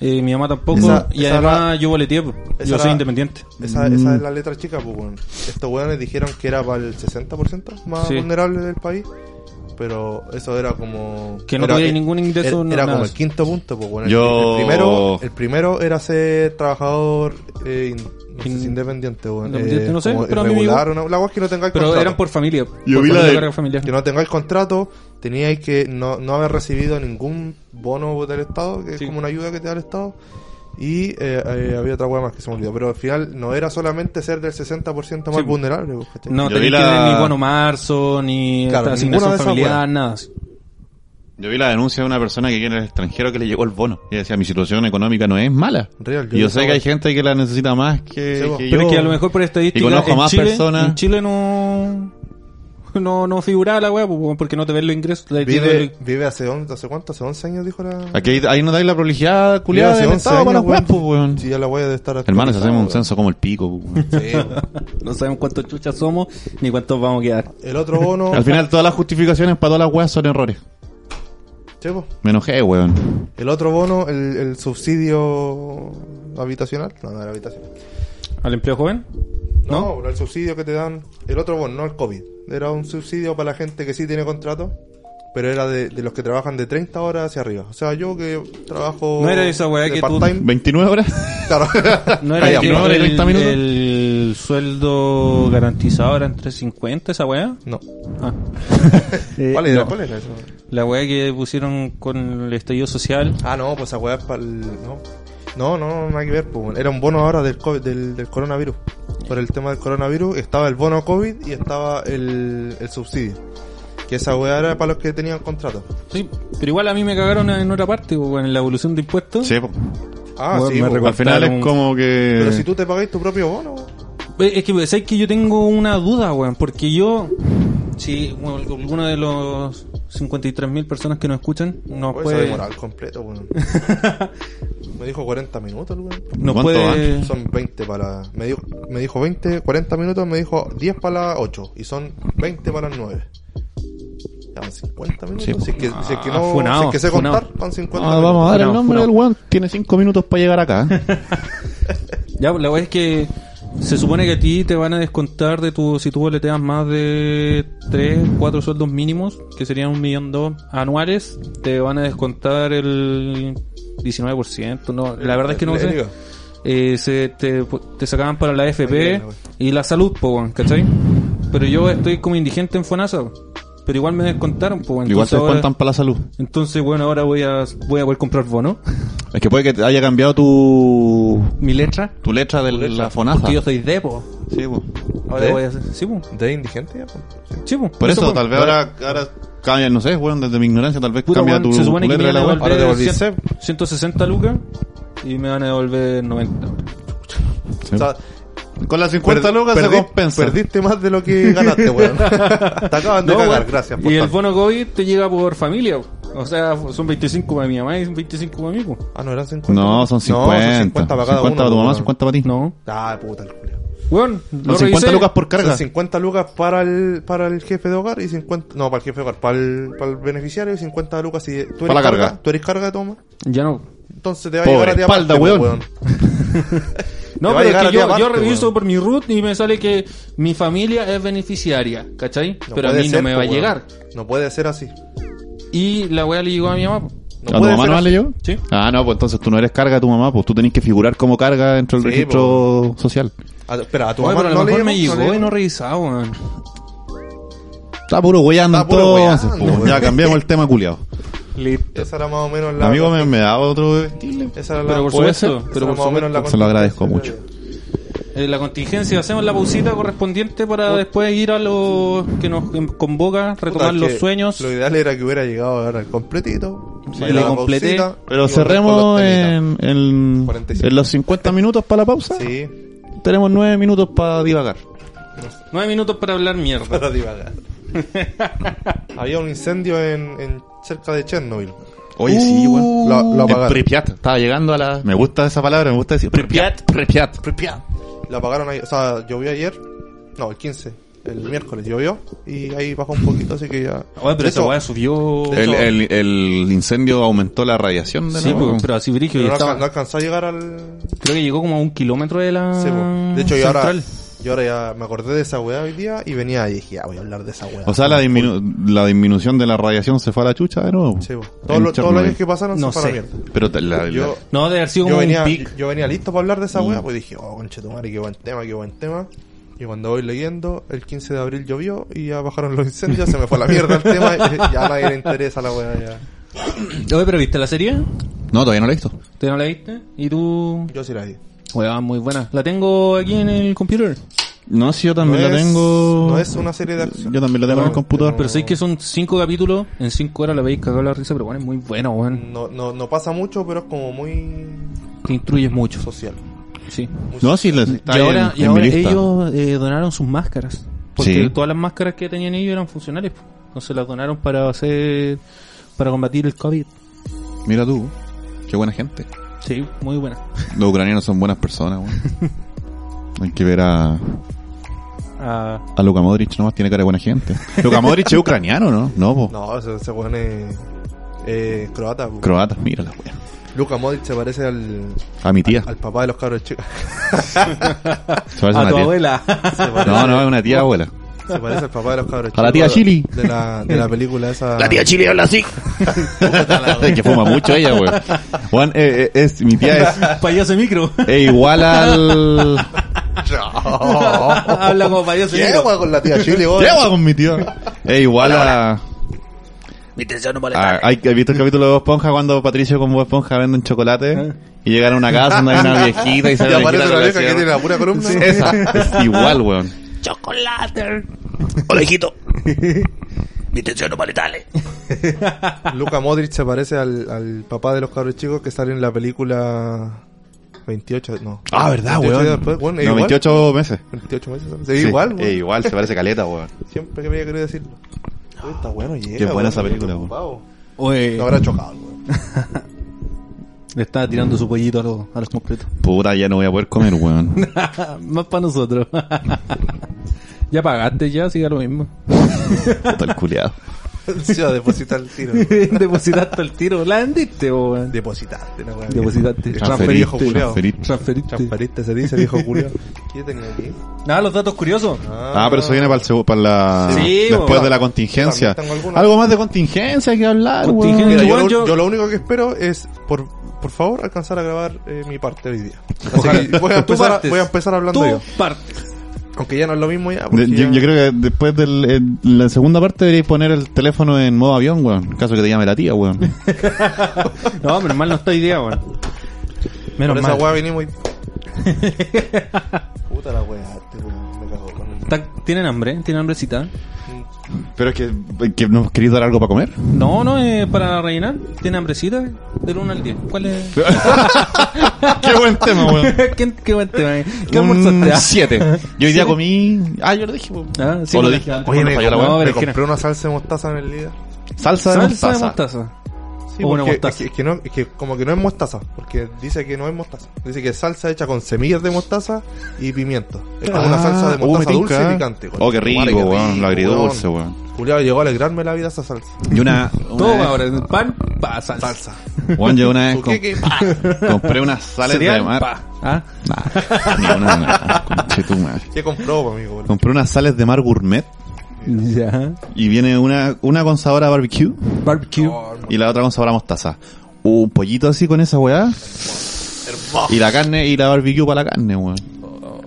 C: Eh, mi mamá tampoco.
A: Esa-
C: y
A: esa
C: además
A: era-
C: yo boleteé. po.
A: esa
C: Yo
A: era-
C: soy independiente.
A: Esa, esa
C: Mm.
A: es la letra chica, pues, weón. Estos weones dijeron que era para el 60% más
C: Sí.
A: vulnerable del país. Pero eso era como.
C: Que no
A: era-
C: tuviera ningún ingreso,
A: Era,
C: no,
A: era
C: nada.
A: como el quinto punto, pues, weón. El-
B: Yo-
A: El, primero, el primero era ser trabajador eh, in- no sé
C: In-
A: si independiente, weón.
C: independiente,
A: Eh,
C: no sé,
A: como
C: pero a mí me
A: irregular, una- la weá es que no tengáis
C: Pero
A: contrato.
C: eran por familia.
B: Yo
C: por
B: vi la
C: cuenta
B: de-
C: carga familiar.
A: Que no tengáis contrato, teníais que no, no haber recibido ningún bono del Estado, que
C: Sí.
A: es como una ayuda que te da el Estado. Y eh, eh, había otra hueá más que se me olvidó. Pero al final no era solamente ser del 60% más
C: Sí.
A: vulnerable. pues, ¿cachai?
C: No
B: Yo
C: tenés
B: vi la-
C: que tener ni bono marzo, ni
A: Claro,
C: esta
A: ninguna de
C: asignación
A: esas
C: familiar,
A: weas.
C: nada.
B: Yo vi la denuncia de una persona que viene del extranjero que le llegó el bono. Y decía, mi situación económica no es mala.
A: Real, yo
B: y yo
A: vi
B: sé
A: esa
B: que hay
A: weá.
B: gente que la necesita más que,
A: Sí,
B: que
A: vos.
B: yo.
C: Pero es que a lo mejor por estadística.
B: Y conozco
C: en
B: más
C: Chile,
B: personas.
C: En Chile no. [laughs] No, no figuraba la wea po, porque no te ven los ingresos. te ven
A: Vive,
C: los-
A: vive hace, on- hace cuánto, hace 11 años, dijo la.
B: Aquí hay- ahí no dais la prolijidad culiada
A: Vive
B: del Estado para los
A: weón.
B: cuerpos, weón.
A: Sí, ya la voy a estar.
B: Hermano,
A: actualizada, pues.
B: si hacemos un
A: weón.
B: censo como el
A: [laughs]
B: pico, weón.
C: No sabemos cuántos chuchas somos ni cuántos vamos a quedar.
A: El otro bono.
B: Al final todas las justificaciones para todas las weas son errores.
A: Sí, po.
B: Me enojé, weón.
A: el otro bono, el, el subsidio habitacional. No, no era habitacional.
C: ¿Al empleo joven?
A: No, pero el subsidio que te dan, el otro bono, no el COVID. Era un subsidio para la gente que sí tiene contrato, pero era de, de los que trabajan de 30 horas hacia arriba. O sea, yo que trabajo.
C: No era esa weá
A: de
C: que tú-
A: part-time, [laughs]
B: ¿29 horas?
A: Claro.
C: No era
B: Ay,
C: que
B: ¿no? ¿De 30 minutos?
C: el el sueldo garantizado era entre 50 esa weá.
A: No.
C: Ah.
B: Eh,
A: ¿Cuál era?
B: no.
A: ¿Cuál era eso?
C: La weá que pusieron con el estallido social.
A: Ah, no, pues esa weá es para el. No. No, no, nada que ver, po. Era un bono ahora del, COVID, del, del coronavirus. Por el tema del coronavirus, estaba el bono COVID y estaba el, el subsidio. Que esa weá era para los que tenían contrato.
C: Sí, pero igual a mí me cagaron en otra parte, pues, en la evolución de impuestos.
B: Sí, po.
A: Ah,
C: Bueno,
A: sí,
C: me
A: po.
C: recuerdo.
B: Al final
C: Cortaron-
B: es como que.
A: Pero si tú te pagáis tu propio bono,
C: Eh, Es que pues, sabes que yo tengo una duda, weón, porque yo, si bueno, alguno de los 53.000 personas que nos escuchan nos
A: pues eso
C: puede,
A: demoraba al completo,
C: [laughs]
A: weón. Me dijo 40 minutos, el weón.
C: nos
B: ¿Cuánto
C: puede,
A: Son 20 para. la- Me dijo, me dijo 20, 40 minutos, me dijo 10 para las 8 y son 20 para las 9. Ya van 50 minutos.
B: Sí, pues.
A: si, es que, si es que
C: Ah,
A: no.
C: funado,
A: si es que sé
C: funado.
A: contar, van 50
B: Ah,
A: minutos.
B: vamos a dar el
C: Funao,
B: nombre
C: funao.
B: del weón. Tiene cinco minutos para llegar
C: [laughs]
B: acá.
C: ya la weá es que se supone que a ti te van a descontar de tu, si tú boleteas más de 3, 4 sueldos mínimos, que serían un millón dos anuales, te van a descontar el 19%, no, la verdad es que no
A: Le-
C: sé.
A: le digo.
C: eh, se, te, te sacaban para la
A: Ahí
C: FP
A: viene, güey.
C: y la salud, po, weón, ¿cachai? Pero yo estoy como indigente en Fonasa, pero igual me descontaron, po, weón.
B: Igual te
C: entonces,
B: cuentan
C: ahora,
B: para la salud.
C: entonces, bueno, ahora voy a, voy a poder comprar bono, [laughs]
B: Es que puede que te haya cambiado tu.
C: mi letra,
B: Tu letra de la fonaza.
C: porque yo soy depo.
B: Sí, po.
C: Ahora
A: ¿Eh?
C: voy a hacer, sí, po,
A: ¿De indigente? ya, pues.
C: sí, po.
B: Por eso,
C: po.
B: tal vez ahora, ahora cambian, no sé, weón, desde mi ignorancia, tal vez
C: Puta,
B: cambia
C: weón,
B: tu,
C: se supone
B: tu
C: que me
B: letra de
C: van a
B: la weón.
A: Ahora te
C: devolver
A: volví
C: 100
A: cep.
C: 160 lucas y me van a devolver 90.
A: O sea,
B: Con las 50
A: perdi-
B: lucas se
A: perdi-
B: compensa.
A: Perdiste más de lo [laughs] que ganaste, weón. Te acaban de
C: No,
A: cagar,
C: weón.
A: gracias. por
C: Y el
A: tanto.
C: bono COVID te llega por familia, po. o sea, son 25 para mi mamá y son 25 para mí, po.
A: Ah, no, eran 50.
B: No, son 50.
A: No, son 50 para cada
B: 50 para tu
A: uno,
B: mamá,
A: weón.
B: 50 para ti.
C: No.
A: Ah, puta el culo.
C: Bueno, lo
B: Los 50
C: revisé.
B: lucas por carga.
A: Son 50 lucas para el, para el jefe de hogar y 50... No, para el jefe de hogar, para el, para el beneficiario y 50 lucas si tú eres
B: Para la carga.
A: Tú eres carga de toma.
C: Ya no.
A: Entonces te va a
B: Pobre
A: llegar a ti
B: espalda,
A: aparte, pues,
B: weón.
C: No,
A: Te va a
C: pero es
A: llegar a
C: que
A: ti
C: yo,
A: aparte,
C: yo reviso
A: weón.
C: por mi root y me sale que mi familia es beneficiaria, ¿cachai? pero a
A: puede
C: mí
A: ser,
C: no me va
A: pues,
C: a
A: weón.
C: llegar.
A: No puede ser así.
C: Y la weá le llegó a mi mamá. po.
A: No
B: ¿A tu
A: puede
B: mamá
A: ser
B: no vale
A: así.
B: yo?
C: Sí.
B: Ah, no, pues entonces tú no eres carga de tu mamá, pues tú tenés que figurar como carga dentro del
A: Sí,
B: registro social.
A: A- espera, a tu
C: Oye,
A: mamá
C: pero a
A: no
C: lo
A: le llegó,
C: mejor me
A: le
C: llegó y
A: llegó.
C: no revisaba, weón.
B: Está puro weyando
A: Está puro
B: entonces,
A: weyando,
B: pues,
A: weón.
B: Ya cambiamos el tema, culiado.
A: Esa era más o menos la...
B: Amigo, me, me da otro estilo.
A: Esa era la...
C: Pero por
A: puede ser.
C: supuesto,
A: Esa
C: pero
A: era
C: por
A: más o menos la
B: Se lo agradezco
A: constitución de-
C: Eh, la contingencia, hacemos la pausita correspondiente para después ir a lo que nos em, convoca,
A: Oh. Puta,
C: retomar
A: es
C: los
A: que
C: sueños.
A: Lo ideal era que hubiera llegado ahora el completito.
C: Sí,
A: bailar
C: le
A: la
C: completé,
A: pausita y volver
B: Pero
A: con
B: cerremos
A: los temitas.
B: en, en,
A: 45.
B: en los 50 minutos para la pausa.
A: Sí,
B: Tenemos 9 minutos para divagar.
C: Nueve minutos para hablar mierda.
A: para divagar. [laughs] Había un incendio en, en cerca de Chernobyl.
B: Oye,
A: sí, weón. Lo- lo
B: En
A: apagaron.
B: Pripyat. Estaba llegando a la... Me gusta esa palabra, me gusta decir... Pripyat. Pripyat. Pripyat.
A: La apagaron ahí, o sea, llovió ayer, no, el 15, el miércoles llovió y ahí bajó un poquito, así que ya.
C: Oye, pero
A: De
C: esa
A: hecho,
C: weá subió.
B: El, el, el incendio aumentó la radiación de
C: Sí,
B: la-
A: pues.
C: po, pero así brígido.
A: pero
C: y
A: no,
C: estaba-
A: alca- no alcanzó a llegar al.
C: Creo que llegó como a un kilómetro de la.
A: Sí, po. de hecho, yo ahora,
C: central.
A: yo ahora ya me acordé de esa weá hoy día y venía y dije, ah, voy a hablar de esa weá.
B: O sea, la, disminu- la disminución de la radiación se fue a la chucha de nuevo.
A: Sí, po. todos
B: En
A: los todos los
B: Chernobyl.
A: años que pasaron
C: No
A: se fue a la
C: sé.
A: mierda.
B: Pero te- la- la-
A: Yo-
C: No, debe haber sido como
A: yo venía,
C: un pic.
A: yo venía listo para hablar de
B: Mm.
A: esa weá, pues dije, oh, conchetumare, qué buen tema, qué buen tema. Y cuando voy leyendo, el 15 de abril llovió y ya bajaron los incendios, se me fue a la mierda el tema, y ya a nadie le interesa la weá ya.
C: Oye, pero ¿viste la serie?
B: No, todavía no la he visto.
C: ¿Te no la viste? ¿Y tú?
A: Yo sí la vi.
C: Weón, muy buena. La tengo aquí en el computer.
B: No, sí, yo también
A: No
B: la
A: es-
B: tengo...
A: No es una serie de acción.
B: Yo también la tengo en el computador.
C: Pero sé que son cinco capítulos. En cinco horas la veis cagado la risa, pero bueno, es muy buena, weón.
A: No, no, no pasa mucho, pero es como muy
C: Te instruyes mucho.
A: social.
C: Sí.
A: Muy
B: No,
A: social.
B: sí, la-
C: Y
B: está ahí
C: ahora,
B: en-
C: y
B: en
C: ahora
B: mi lista.
C: ellos eh, donaron sus máscaras. Porque
B: Sí.
C: todas las máscaras que tenían ellos eran funcionales. po. Entonces las donaron para hacer. para combatir el COVID.
B: Mira tú, qué buena gente.
C: Sí, muy buena.
B: Los ucranianos son buenas personas, weón. Hay que ver a,
C: Ah,
B: a Luka Modric nomás, tiene cara de buena gente. Luka Modric es ucraniano, ¿no? No, po.
A: No, ese, ese weón es eh, croata. po.
B: Croata, mira la wea.
A: Luca Modric se parece al,
B: A mi tía.
A: al papá de los cabros chicos. [laughs]
B: Se parece a
C: a
B: una
C: tu
B: tía.
C: abuela. [laughs]
A: Se parece,
B: No, no, es una tía abuela.
A: se parece al papá de los cabros
B: A la tía
A: chicos
B: Chili.
A: De la, de la película esa.
B: La tía Chile habla [laughs] así. que fuma mucho ella, weón. Juan, eh, eh, es, mi tía es,
C: Payaso micro.
B: es igual al.
C: Habla como para Dios.
A: ¿Qué agua con la
B: [laughs]
A: tía Chile,
B: ¿Qué
A: weón?
B: hago con mi tío? Es igual a...
C: Mi intención no vale
B: Ah, ¿Hay
A: [laughs]
B: ¿has visto el capítulo de Bob Esponja cuando Patricio con Bob Esponja venden chocolate? Y llegan a una casa donde
A: [laughs]
B: hay una viejita y
A: ¿Eh? Y
B: sale la
A: aparece
B: viejita
A: la
B: con la
A: vieja que tiene
B: sierra.
A: la pura columna.
B: [laughs] Esa, es igual, weón.
D: chocolate.
A: [laughs]
D: Hola, hijito. Mi intención no vale eh. tales.
A: Luca Modric se parece al, al papá de los cabros chicos que sale en la película 28, no.
B: Ah, ¿verdad,
A: 28 días
B: weón?
A: después, weón, es
B: no,
A: igual.
B: 28 meses.
A: 28 meses. ¿no? Se ve
B: Sí,
A: igual,
B: Es
A: weón.
B: igual, se parece caleta, weón.
A: Siempre que me había querido decirlo. Uy, está bueno, llega.
B: Qué buena
A: weón,
B: esa película,
A: qué
B: weón.
A: ocupado.
C: Oye,
A: Lo habrá chocado, weón. [laughs]
C: le estaba tirando su pollito a los, a los completos. Ah,
B: Puta, ya no voy a poder comer,
A: [laughs]
B: weón.
C: Más para nosotros. ya pagaste, ya, siga lo mismo.
B: Puta el culiado.
A: Se va a depositar el tiro. weón.
C: [laughs] Depositaste el tiro, la vendiste, po, weón.
A: Depositaste, la weón.
C: Depositaste.
A: Transferí,
B: Transferiste,
A: viejo culiao.
B: transferiste.
C: Transferiste.
A: Transpariste se dice, viejo Julio. ¿Qué tengo aquí?
C: Nada, los datos curiosos.
B: Ah, pero eso viene para, el, segu- para la...
C: Sí,
B: después
C: weón.
B: de la contingencia.
A: También tengo algunos.
B: Algo más de contingencia hay que hablar,
C: Contingencia.
B: weón.
A: Mira, yo,
C: Igual
A: lo,
C: yo-
A: yo lo único que espero es, por, por favor, alcanzar a grabar eh, mi parte hoy día. Así
C: Ojalá.
A: que voy, a
B: [laughs]
C: Tú
A: empezar, a-
C: partes.
A: voy a empezar hablando
C: Tú
A: yo.
C: partes.
A: Aunque ya no es lo mismo ya.
B: De-
A: porque
B: yo,
A: ya-
B: yo creo que después de la segunda parte deberíais poner el teléfono en modo avión, weón. En caso que te llame la
A: [laughs]
B: tía, weón.
C: No, menos mal no estoy idea, weón. Menos
A: Por esa
C: mal.
A: weá vinimos y... Puta la weá, este weón me cago con el...
C: Está- ¿Tienen hambre? ¿Tienen hambrecita?
B: Pero es que, que nos queréis dar algo para comer.
C: No, no, eh, para rellenar. ¿Tienen hambrecita? Del 1 al 10. ¿Cuál es?
B: Qué buen tema,
C: [laughs]
B: weón.
C: ¿Qué, qué buen tema, eh? ¿Qué
B: Un
C: almorzaste? Ah,
B: 7. Yo hoy día comí. Ah, yo lo dije, weón.
C: Ah, sí,
B: o lo
C: no,
B: dije
C: no,
B: antes
A: Oye,
B: cuando
A: me,
B: falló la
A: compré-
C: no,
B: weá.
A: me
C: berenjena.
A: compré una salsa de mostaza en el líder.
B: Salsa de
C: Ah, Salsa de
B: mostaza.
C: mostaza.
A: Sí,
C: O una
A: porque-
C: mostaza.
A: Es que, es que no, es que como que no es mostaza, porque dice que no es mostaza. Dice que es salsa hecha con semillas de mostaza y pimiento. Es como una
B: Ah,
A: salsa de
B: uh, me
A: mostaza
B: tinca.
A: dulce y picante.
B: Oh, qué rico,
A: Madre,
B: weón. Lo agridulce, weón.
A: Julián llegó a alegrarme la vida esa salsa.
B: Y una. una
C: Todo
B: vez-
C: ahora, el pan, pa, salsa.
A: Salsa.
B: Weón, yo una vez
A: Su queque, [laughs] pa.
B: com- compré unas sales de
C: Cereal,
B: mar.
C: pa. Ah,
B: Nah, ni una, nah, conchetumare.
A: ¿Qué compró, amigo? weón?
B: Compré unas sales de mar gourmet.
C: ya.
B: Y viene una, una con sabor a barbecue
C: Barbecue.
B: y la otra con sabor a mostaza. Un pollito así con esa weá. Y la carne y la barbecue para la carne, weón.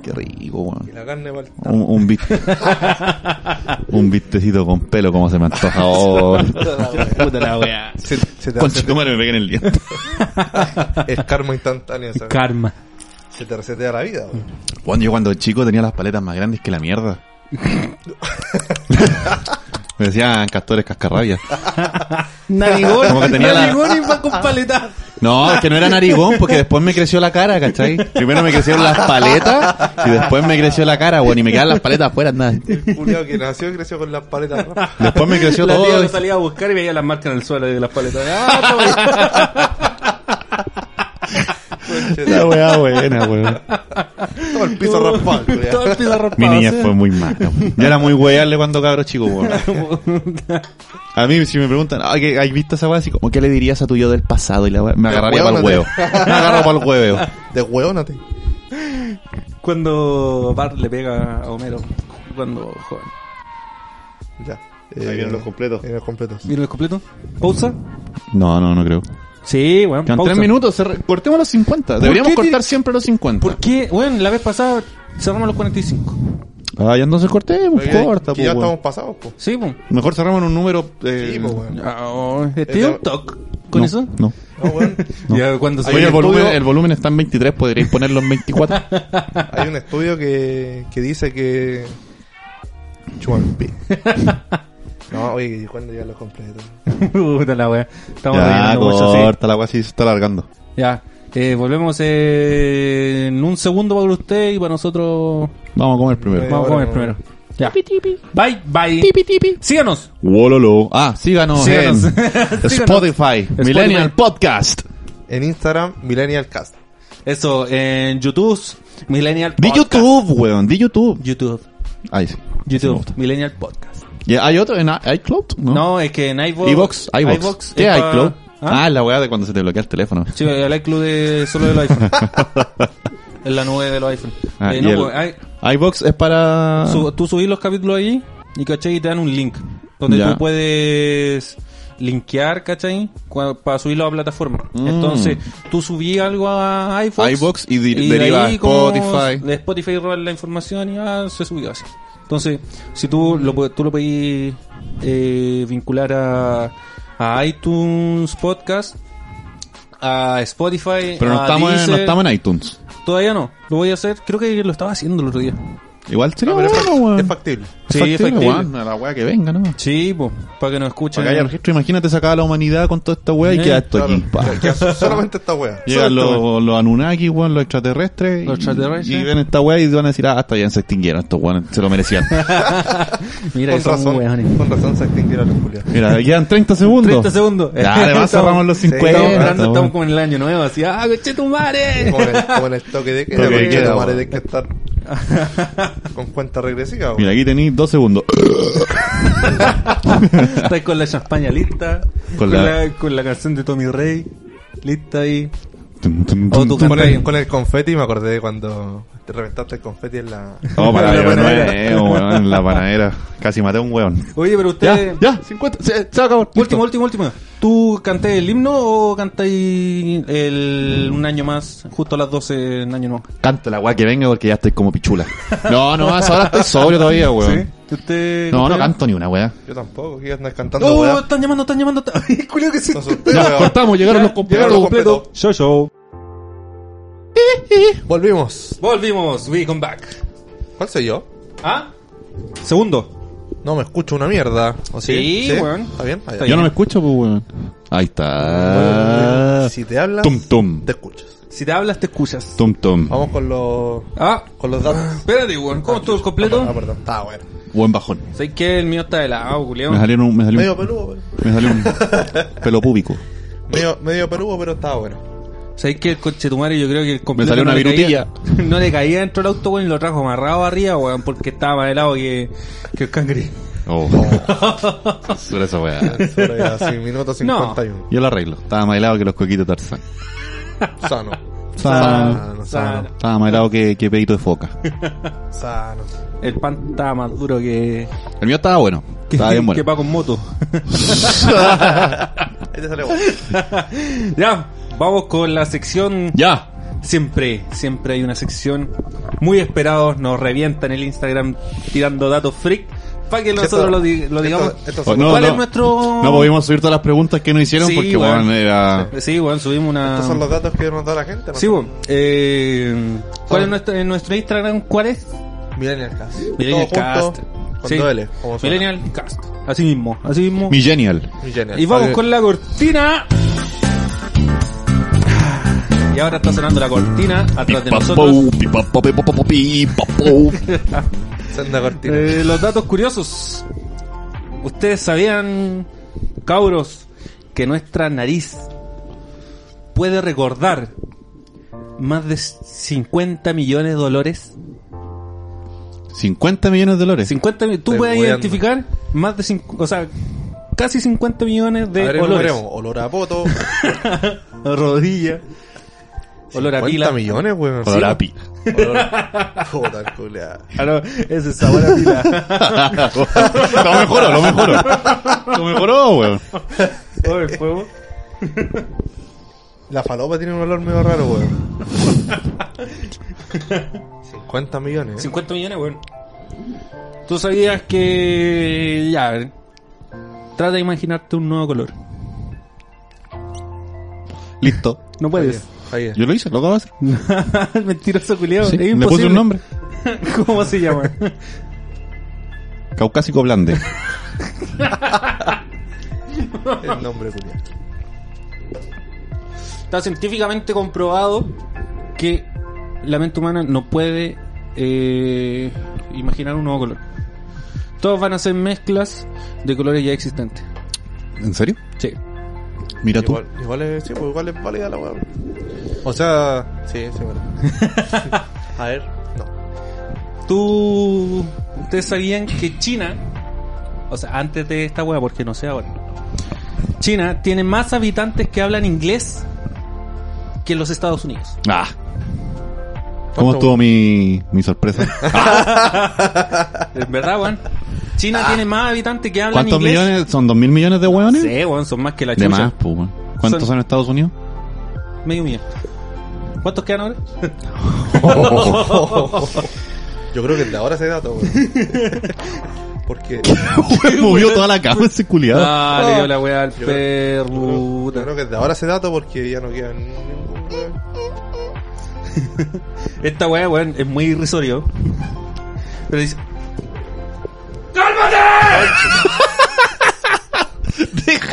B: Qué rico,
A: Y
B: weón.
A: la carne pa'l-
B: Un, un, bist- un bistecito con pelo, como se me antoja. Oh,
C: Puta [laughs] la wea.
A: Se, se te hace-
B: Conchetumare, me pegué en el diente.
A: es karma instantáneo. ¿sabes?
C: Karma.
A: Se te resetea la vida. weón.
B: Weón, yo cuando chico tenía las paletas más grandes que la mierda. me decían castores cascarrabias.
C: Narigón.
B: Como que tenía la-
C: Narigón y va con paleta.
B: No, es que no era narigón, porque después me creció la cara, ¿cachai? Primero me crecieron las paletas y después me creció la cara, weón, y me quedaban las paletas afuera, nada.
A: El culiao que nació y creció con las paletas rojas.
B: Después me creció
C: [laughs] La tía
B: todo.
C: lo salía a buscar y veía las marcas en el suelo de las paletas. Ah,
B: La weá buena, weón.
A: Todo el piso
C: todo-
A: raspado, culiao.
C: Todo el piso raspado.
B: Mi niñez
C: sí.
B: fue muy mala. Yo era muy wearle cuando cabro chico, weón. A mí, si me preguntan, "Ah, ¿qué- ¿hay visto esa weá? Así como, ¿qué le dirías a tu yo del pasado? Y la weá, me
A: Del
B: agarraría para el huevo.
A: huevo,
B: Me agarro para el huevo.
A: De hueónate.
C: Cuando Bart le pega a Homero. Cuando joven.
A: Ya. Eh,
B: Ahí vienen los completos.
A: Ahí vienen los completos.
C: ¿Vieron el completo? ¿Pausa?
B: No, no, no creo.
C: Sí, weón.
B: Quedan
C: pausa.
B: tres minutos, se re- cortemos los 50.
C: ¿Por
B: Deberíamos
C: qué tiene-
B: cortar siempre los 50.
C: ¿Por qué? Weón, la vez pasada cerramos los 45.
B: Ah, ya entonces cortemos,
A: Oye,
B: corta,
A: que ya
B: pues, weón.
A: estamos pasados, po.
C: Sí, pues.
B: Mejor cerramos en un número. Eh,
A: Sí, po, weón.
C: ¿Este es un toc con
B: no,
C: eso?
B: No.
A: No, weón.
C: Ya cuando
B: Oye,
A: Hay
B: el
A: un
B: volumen,
A: estudio-
B: el volumen está en 23, podríais ponerlo en 24.
A: Hay un estudio que, que dice que. Chuampi. No, oye, ¿y ¿cuándo ya los completos?
C: [laughs] Puta la wea. Estamos
B: ya,
C: rellenando mucho, sí.
B: corta la weá, sí, se está alargando.
C: Ya. Eh, volvemos eh, en un segundo para usted y para nosotros.
B: Vamos a comer
A: Eh,
B: primero.
C: Vamos a comer
A: bueno.
C: primero. Ya. Bye, bye. Síganos.
B: Wololo. Ah, síganos, [laughs]
C: [laughs] Síganos.
B: en Spotify, Millennial Podcast.
A: En Instagram, MillennialCast. Ah,
C: Eso, en YouTube, Millennial
B: Di
C: Podcast.
B: YouTube, weón, di YouTube.
C: YouTube.
B: Ahí sí. Sí me
C: YouTube,
B: gusta.
C: Millennial Podcast.
B: ¿Y ¿Hay otro en i- iCloud?
C: No,
B: No.
C: es que en iVoox.
B: iVox, iVox.
C: iVoox
B: ¿Qué
C: es pa-
B: iCloud?
C: ¿Ah?
B: ¿Ah? la weá de cuando se te bloquea el teléfono.
C: Sí, el iCloud de solo
B: [laughs]
C: del iPhone. en la nube de los iPhone.
B: Ah,
C: Eh,
B: y
C: no,
B: el-
C: pues, hay-
B: iVox es para...
C: Su- tú subís los capítulos allí y caché y te dan un link donde
B: Ya.
C: tú puedes linkear, ¿cachai? Para subirlo a plataforma.
B: Mm.
C: Entonces, tú subí algo a iVoox,
B: iVoox y di-
C: de
B: deriva a
C: ahí como
B: Spotify.
C: De Spotify robar la información y ah, se subió así. Entonces, si tú lo, pu- tú lo pedís eh, vincular a, a iTunes Podcast, a Spotify,
B: Pero no
C: a
B: estamos, en, no
C: Deezer,
B: estamos en iTunes.
C: Todavía no. Lo voy a hacer. Creo que lo estaba haciendo el otro día.
B: Igual sería
A: No, pero es
B: bueno,
A: fac-
B: Ah, weón.
A: es factible.
C: Sí,
B: factible,
C: es factible.
B: weón, a la weá que venga, ¿no?
C: Sí, pues, para que nos escuchen.
B: Acá hay registro, imagínate sacar a la humanidad con toda esta weá y
C: Eh,
B: queda esto
A: Claro,
B: aquí. pa.
A: que solamente esta wea.
B: Llegan los, los Anunnaki, weón, los extraterrestres. y-
C: Los extraterrestres.
B: Y ven esta weá y van a decir, ah, hasta ya se extinguieron estos weones, se lo merecían.
C: Mira,
A: Con
C: que son
A: razón,
C: [laughs] weones.
A: con razón se extinguieron los culiados.
B: Mira, quedan 30 segundos.
C: 30 segundos. [laughs]
B: Ya, además cerramos los
A: Sí, estamos
B: 50.
C: Estamos, hablando,
B: weón.
C: estamos como en el año nuevo, así, ¡ah,
B: [laughs]
C: cochetumare!
A: Como en, el, como en el toque de queda,
B: Toque de
A: porque
B: queda,
A: la
B: bueno.
A: madre de que estar con cuenta regresiva.
B: Mira, aquí tenéis dos segundos.
C: Estáis con la champaña lista,
B: Con
C: con
B: la-
C: la, con la canción de Tommy Rey, lista ahí.
B: Tum, tum,
C: O
B: tum, tum.
C: tu
A: Con
C: canta
A: el,
C: ahí.
A: con el confeti me acordé de cuando te reventaste el confeti en la...
B: Oh, para
C: La
B: la
C: panadera.
B: panadera. la panadera. Casi maté a un weón.
C: Oye, pero usted.
B: ya, 50. Se, se acabó.
C: Último, último, último. ¿Tú cantáis el himno o cantáis el, un año más, justo a las 12 en año nuevo?
B: Canto la weá que venga porque ya estoy como pichula. No, no, hasta ahora estoy sobrio todavía, weón.
C: ¿Sí? ¿Usted
B: No, no
C: usted-
B: canto ni una weá.
A: Yo tampoco, que andas cantando
C: ¡Oh,
A: weá.
C: están llamando, están llamando! [laughs] están- ¡Ay, culiao que sí!
A: No asusté,
B: Ya,
A: weón.
B: cortamos, llegaron
C: Ya,
B: los
A: Llegaron
B: completos.
A: los completos.
C: Show, show.
A: Volvimos.
C: Volvimos, we come back.
A: ¿Cuál soy yo?
C: ¿Ah? Segundo.
A: No me escucho una mierda. ¿O sí?
C: Sí, weón.
A: ¿Está bien? Ah, ya.
C: Está
B: Yo no me escucho, pues, weón. Ahí está.
A: Si te hablas,
B: Tum, tum.
A: te escuchas.
C: Si te hablas, te escuchas.
B: Tum, tum.
A: Vamos con los,
C: Ah,
A: con los datos.
C: espérate, weón. ¿Cómo estuvo el
A: Ah,
C: completo?
A: perdón. Está bueno.
B: Buen bajón.
C: Sé que el mío está helado,
B: Me
C: culiao.
B: salieron un, me salió
A: Medio
B: un,
A: peludo, pero-
B: me salió un
C: [laughs]
B: pelo púbico.
A: medio, medio peludo, pero estaba bueno.
C: Sé que el conchetumare yo creo que el completo
B: salió
C: no
B: una
C: le caía-
B: virutilla.
C: [laughs] no le caía dentro del auto, weón, y lo trajo amarrado arriba, weón, porque estaba más helado que, que el cangre. [laughs]
B: Oh. Sobre esa weá.
A: Sobre así, minuto 51.
B: Yo lo arreglo. Estaba más helado que los coquitos de Tarzán.
A: Sano.
B: Estaba,
A: Sano, sano,
C: Sano.
B: estaba más helado que, que pedito de foca.
A: sano.
C: El pan estaba más duro que.
B: El mío estaba bueno.
C: que,
B: Estaba bien bueno.
C: que pa' con moto. [laughs]
A: Este sale bueno.
C: ya, vamos con la sección
B: Ya.
C: Siempre, siempre hay una sección muy esperados, nos revientan el Instagram tirando datos freak para que nosotros
A: Esto-
C: lo, di- lo digamos.
A: Esto, esto
B: Oh,
A: son-
B: no,
C: ¿Cuál
B: no.
C: es nuestro-
B: No pudimos subir todas las preguntas que nos hicieron
C: Sí,
B: porque,
C: weón.
B: weón, era...
C: Sí, bueno, subimos una...
A: estos son los datos que nos da la gente. ¿no?
C: Sí, bueno. eh, ¿Cuál
A: Ah.
C: es nuestro, en nuestro Instagram? ¿Cuál es?
A: Millennial Cast.
C: Millennial
A: Todo junto,
C: Cast.
A: Con
C: Sí.
A: dos L, como suena.
C: Millennial Cast. Así mismo, así mismo.
B: Millennial.
A: Millennial.
C: Y vamos
A: Vale.
C: con la cortina. Y ahora está sonando la cortina atrás de nosotros.
B: Pipapou, pipapou, pipapou, pipapou.
A: Senda cortina.
C: Eh, los datos curiosos. ¿Ustedes sabían, cabros, que nuestra nariz puede recordar más de 50 millones de dolores?
B: 50 millones de dólares.
C: 50, mi- tú
A: Estoy
C: puedes
A: weando.
C: identificar más de 5, o sea, casi 50 millones
A: A
C: de
A: ver,
C: olores.
A: enumeremos. Olor a poto.
C: Rodilla. [laughs] Olor a
A: 50
C: pila.
A: millones, weón.
B: Olor a
A: Sí.
B: pi.
A: Olor
C: [laughs]
A: a- Puta culia.
C: Ah, no, ese es sabor
A: [laughs]
C: a pila.
B: lo mejoró, lo mejoró. Lo mejoró, weón.
C: Oh, el fuego.
A: La falopa tiene un olor medio raro,
C: [laughs]
A: weón. 50 millones. ¿eh?
C: 50 millones, weón. Tú sabías que. Ya, a ver. Trata de imaginarte un nuevo color.
B: Listo.
C: No puedes.
A: Javier.
B: Yo lo hice, lo acabo de hacer.
C: [laughs] Mentiroso culiado.
B: Sí,
C: es
B: le puse
C: imposible.
B: un nombre.
C: [laughs] ¿Cómo se llama?
B: Caucásico Blande.
A: El nombre, culia.
C: [laughs] Está científicamente comprobado que la mente humana no puede eh, imaginar un nuevo color. Todos van a ser mezclas de colores ya existentes.
B: ¿En serio?
C: Sí.
B: Mira tú.
A: Igual, igual es, sí, pues igual es válida la weón. O sea, sí, sí, [laughs] verdad. a ver, no.
C: Tú. Ustedes sabían que China. O sea, antes de esta hueá, porque no sé ahora. China tiene más habitantes que hablan inglés que los Estados Unidos.
B: Ah. [laughs] ¿Cómo estuvo mi, mi sorpresa?
C: ¿Es verdad, Juan?
A: Ah.
C: China tiene más habitantes que hablan
B: ¿Cuántos
C: inglés.
B: millones? ¿Son dos mil millones de hueones?
C: Sí, weón, son más que la
B: de
C: chucha.
B: más, pues, weón. ¿Cuántos
C: Son-
B: son... en Estados [laughs] Unidos?
C: Medio millón. ¿Cuántos quedan ahora?
B: Oh.
A: Yo creo que el de ahora ese dato, weón. [laughs] Porque yo
B: [laughs] Movió toda la cama ese culiado.
C: Ah, le dio la weá al
A: Yo creo-
C: perro.
A: creo que el de ahora ese dato porque ya no queda ningún weón.
C: Esta weá, weón, es muy irrisorio. Pero dice,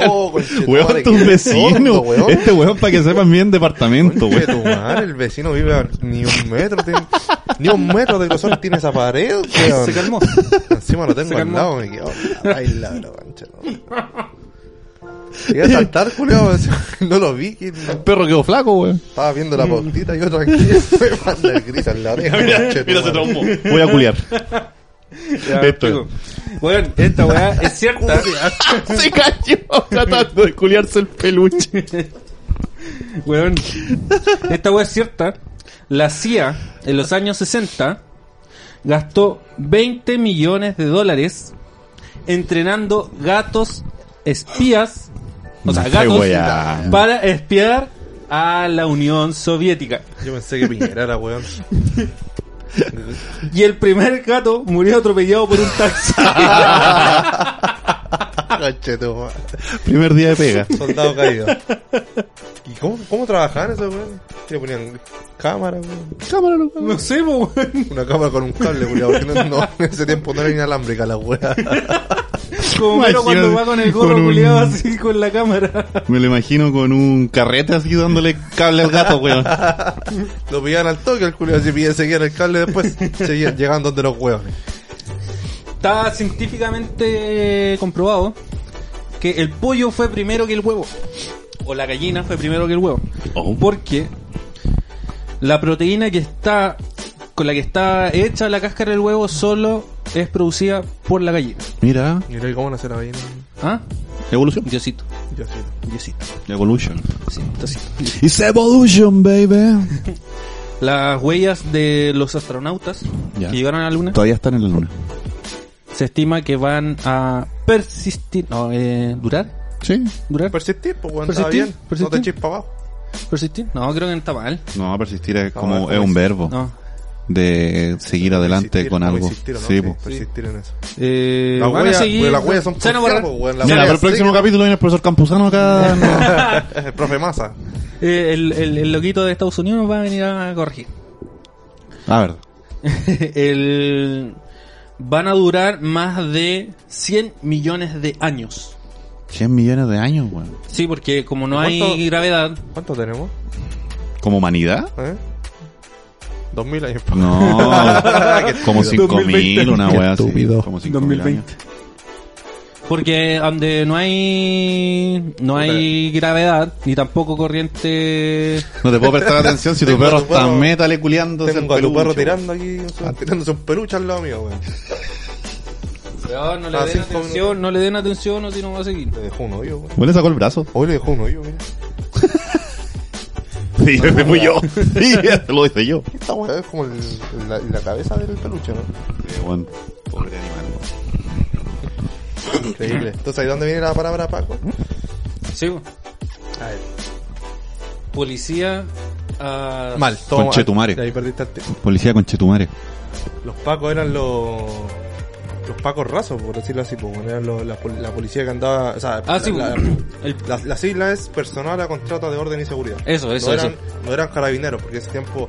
A: Oh, conchetumare,
B: Weón, tu
A: qué
B: vecino.
A: tonto, weón.
B: Este weón, para que sepan bien departamento,
A: Conche [laughs]
B: weón.
A: tu madre, el vecino vive a ni un metro, tiene- ni un metro de grosor tiene esa pared, [laughs] weón.
C: [laughs] se calmó.
A: Encima lo tengo al
C: calmó.
A: lado, me quedo bailando la concha. ¿no? Llegué a saltar, culiao, [laughs] no lo vi, que
B: El perro quedó flaco, weón.
A: estaba viendo la pautita y yo tranquilo, [laughs] me manda el grito en la oreja. concha, tu madre.
B: Voy a culiar.
C: ya,
B: Esto.
C: pico. Weón, esta weá es cierta.
B: [laughs] Se cayó tratando de culiarse el peluche.
C: Weón, [laughs] esta weá es cierta. La CIA en los años 60 gastó 20 millones de dólares entrenando gatos espías, o sea,
B: Me
C: gatos
B: estoy weyando.
C: para espiar a la Unión Soviética.
A: Yo pensé que Piñera era, [laughs] weón.
C: Y el primer gato murió atropellado por un
B: [laughs]
C: taxi.
A: Conche tu madre.
B: Primer día de pega.
A: Soldado caído. ¿Y cómo, cómo trabajaban esos, weón? Que Le ponían cámara, weón.
B: Cámara, loco.
C: no sé, po, weón.
A: Una cámara con un cable, culiao, porque no, no, en ese tiempo no era inalámbrica la weá.
C: Como
B: Imagínate,
C: Homero cuando va con el gorro
B: con un-
C: culiado así con la cámara.
B: Me lo imagino con un carrete así dándole cable al gato, weón.
A: Lo pillaban al toque, el culiao, si pillaban, seguían el cable después, seguían llegando donde los weones.
C: Está científicamente comprobado que el pollo fue primero que el huevo. O la gallina fue primero que el huevo. Porque la proteína que está con la que está hecha la cáscara del huevo solo es producida por la gallina.
B: Mira,
A: Mira, ¿y cómo nace la gallina?
C: ¿Ah?
B: evolución.
C: Diosito,
A: Yo sí.
C: Diosito,
B: Evolution.
C: sí, Diosito.
B: It's evolution, baby.
C: Las huellas de los astronautas
B: Ya.
C: que llegaron a la luna
B: Todavía están en la luna.
C: se estima que van a persistir, no, eh, durar,
B: Sí.
C: durar,
A: Persistir, pues, weón,
C: Persistir,
A: estaba bien. No te
C: persistir.
A: eches para abajo.
C: persistir. No, creo que está mal.
B: No, persistir es
A: No,
B: como,
A: es como
B: es un
A: eso.
B: verbo
C: No.
B: de seguir adelante
A: Persistir,
B: con
A: no,
B: algo.
A: persistir, ¿o no?
B: sí, pues.
A: Sí,
B: po.
A: persistir en eso.
C: Eh,
A: Las
C: van a
A: huellas-
C: seguir-
A: pues, las huellas son
C: se van a borrar.
A: cruciales, pues, weón, las
B: Mira,
A: huellas
B: pero el próximo
A: siguen.
B: capítulo viene el profesor
A: [laughs]
B: Campuzano acá.
A: El profe Massa.
C: Eh, el, el, el loquito de Estados Unidos nos va a venir a corregir. [laughs]
B: A ver.
C: el, van a durar más de 100 millones de años.
B: 100 millones de años, weón.
C: Sí, porque como no
A: ¿Cuánto?
C: hay gravedad,
A: ¿Cuánto tenemos?
B: ¿Como humanidad?
A: ¿Eh? Dos mil años. [laughs]
B: No. como
C: 2020.
B: 5000, una
A: Qué
B: weá así.
A: estúpido.
B: Como 5000.
C: porque donde no hay no hay gravedad ni tampoco corriente
B: No te puedo
A: [laughs]
B: prestar atención si tu
A: Tengo a
B: perro
A: tu
B: está
A: perro-
B: metale culiándose
A: Tengo a tu perro
B: peluche,
A: tirando aquí, tirándose un peluche al lado mío, weón.
C: Weón, no le
A: Ah,
C: den
A: cinco
C: atención, no le den atención o si no va a seguir.
A: Le dejó un hoyo, weón.
B: Bueno, sacó el brazo.
A: [laughs] Hoy le dejó un hoyo, mira.
B: Sí, ese fui yo. [laughs] Sí, ese lo
A: [laughs]
B: hice yo.
A: Esta weá es como el- la, la cabeza del peluche,
C: [coughs]
A: ¿no?
B: Bueno, pobre animal.
A: Increíble. Entonces, ¿ahí dónde viene la palabra Paco?
C: Sí, po.
A: A ver.
C: policía ah,
A: Mal.
B: Conchetumare.
A: De ahí perdiste el tiempo.
B: Policía con Chetumare.
A: Los Pacos eran los... Los Pacos rasos, por decirlo así, pues, bueno, eran los- la, pol- la policía que andaba... O sea,
C: Ah,
A: la-
C: sí,
A: la,
C: el-
A: la- la sigla es personal a contrata de orden y seguridad.
C: Eso, eso,
A: no
C: eso.
A: eran, No eran carabineros, porque ese tiempo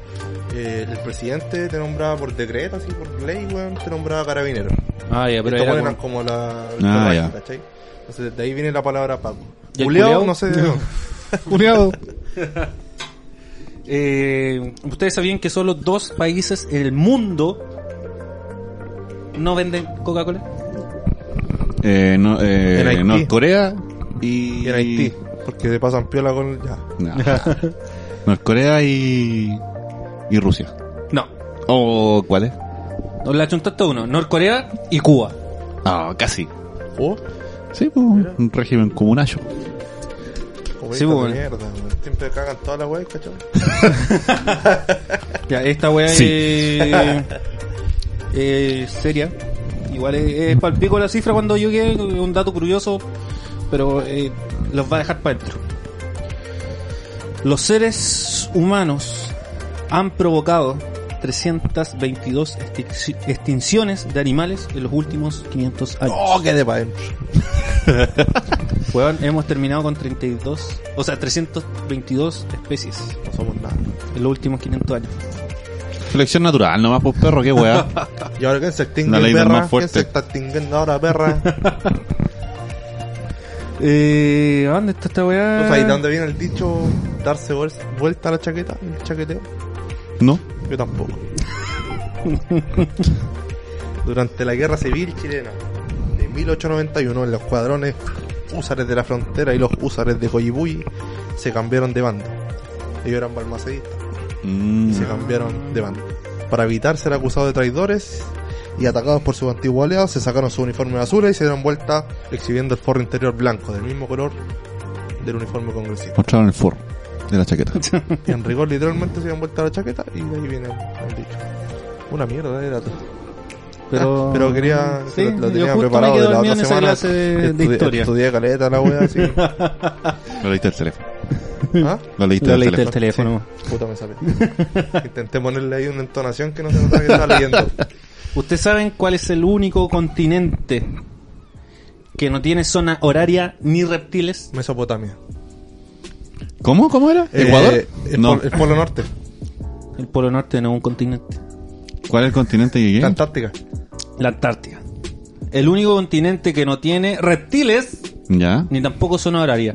A: eh, el presidente te nombraba por decreto, así, por ley, weón, te nombraba carabinero.
C: Ah, ya, pero
A: Estos
C: era
A: eran
C: como-
A: como la...
B: Ah,
A: la-
B: ya.
A: ¿cachai? Entonces, de ahí viene la palabra Paco.
C: ¿Y el
A: Juliao,
C: culiao?
A: no sé de
C: [laughs]
A: dónde.
B: Culiado.
C: Eh, Ustedes sabían que solo dos países en el mundo no venden Coca-Cola.
B: Eh, no, eh,
A: En Haití.
B: Norcorea y...
A: Y en Haití, porque se pasan piola con... Ya. [laughs]
B: No. Norcorea y... y Rusia.
C: No.
B: ¿O cuál es?
C: Nos la chuntaste uno. Norcorea y Cuba.
B: Ah, casi.
A: Oh,
B: Sí, pues, un régimen comunacho.
A: comunistas
C: Sí, pues,
A: de
C: bueno.
A: mierda, weón. Siempre cagan toda la weá, ¿cachai?
C: Ya, esta weá
B: Sí.
C: [laughs] es eh, seria. Igual es, es palpico la cifra cuando yo llegué, un dato curioso, pero eh, los va a dejar para dentro. Los seres humanos han provocado 322 extinci- extinciones de animales en los últimos 500 años.
A: Oh, qué de pa' dentro.
C: Weón, hemos terminado con 32, o sea, 322 especies
A: No somos nada.
C: en los últimos 500 años.
B: Selección natural, nomás por perro, qué
A: [laughs]
B: weá.
A: Y ahora que se extingue
B: La ley del
A: perra,
B: más
A: ¿Quién
B: fuerte.
A: se está extinguiendo ahora
B: [laughs]
A: perra.
C: Eh, ¿a ¿Dónde está esta weá?
A: ¿Tú sabes de dónde viene el dicho darse vuel- vuelta a la chaqueta? El chaqueteo.
B: ¿No?
A: Yo
B: [laughs]
A: tampoco. Durante la guerra civil chilena de 1891, en los cuadrones húsares de la frontera y los húsares de Coyibuy se cambiaron de bando. Ellos eran balmacedistas
B: Mm.
A: y se cambiaron de bando. Para evitar ser acusados de traidores y atacados por sus antiguos aliados, se sacaron sus uniformes azules y se dieron vuelta exhibiendo el forro interior blanco, del mismo color del uniforme congresista.
C: [laughs]
B: Mostraron el forro de
A: [laughs]
B: la chaqueta.
A: Y en rigor literalmente se dieron vuelta la chaqueta y de ahí viene el dicho. Una mierda era todo.
C: Pero,
A: Ah, pero quería
C: Sí,
A: lo, lo
C: yo
A: tenía
C: justo
A: preparado
C: me quedé
A: de la otra
C: dormido en esa
A: semana.
C: clase de, de
A: Estudié-
C: historia.
A: Estudié caleta la wea
C: [laughs]
A: así.
B: Lo leíste del teléfono.
A: ¿Ah?
B: Lo leíste
C: Lo
B: del
C: leíste del
B: teléfono.
C: teléfono.
A: Puta me sabe. Intenté ponerle ahí una entonación que no se notaba que estaba
C: [laughs]
A: leyendo.
C: ¿Ustedes saben cuál es el único continente que no tiene zona horaria ni reptiles?
A: Mesopotamia.
B: ¿Cómo? ¿Cómo era?
A: Eh,
B: ¿Ecuador?
A: el,
B: no.
A: pol- el Polo Norte.
C: El Polo Norte no es un continente.
B: ¿Cuál es el continente que llegué?
A: La Antártica.
C: La Antártida. El único continente que no tiene reptiles
B: ¿Ya?
C: ni tampoco zona horaria.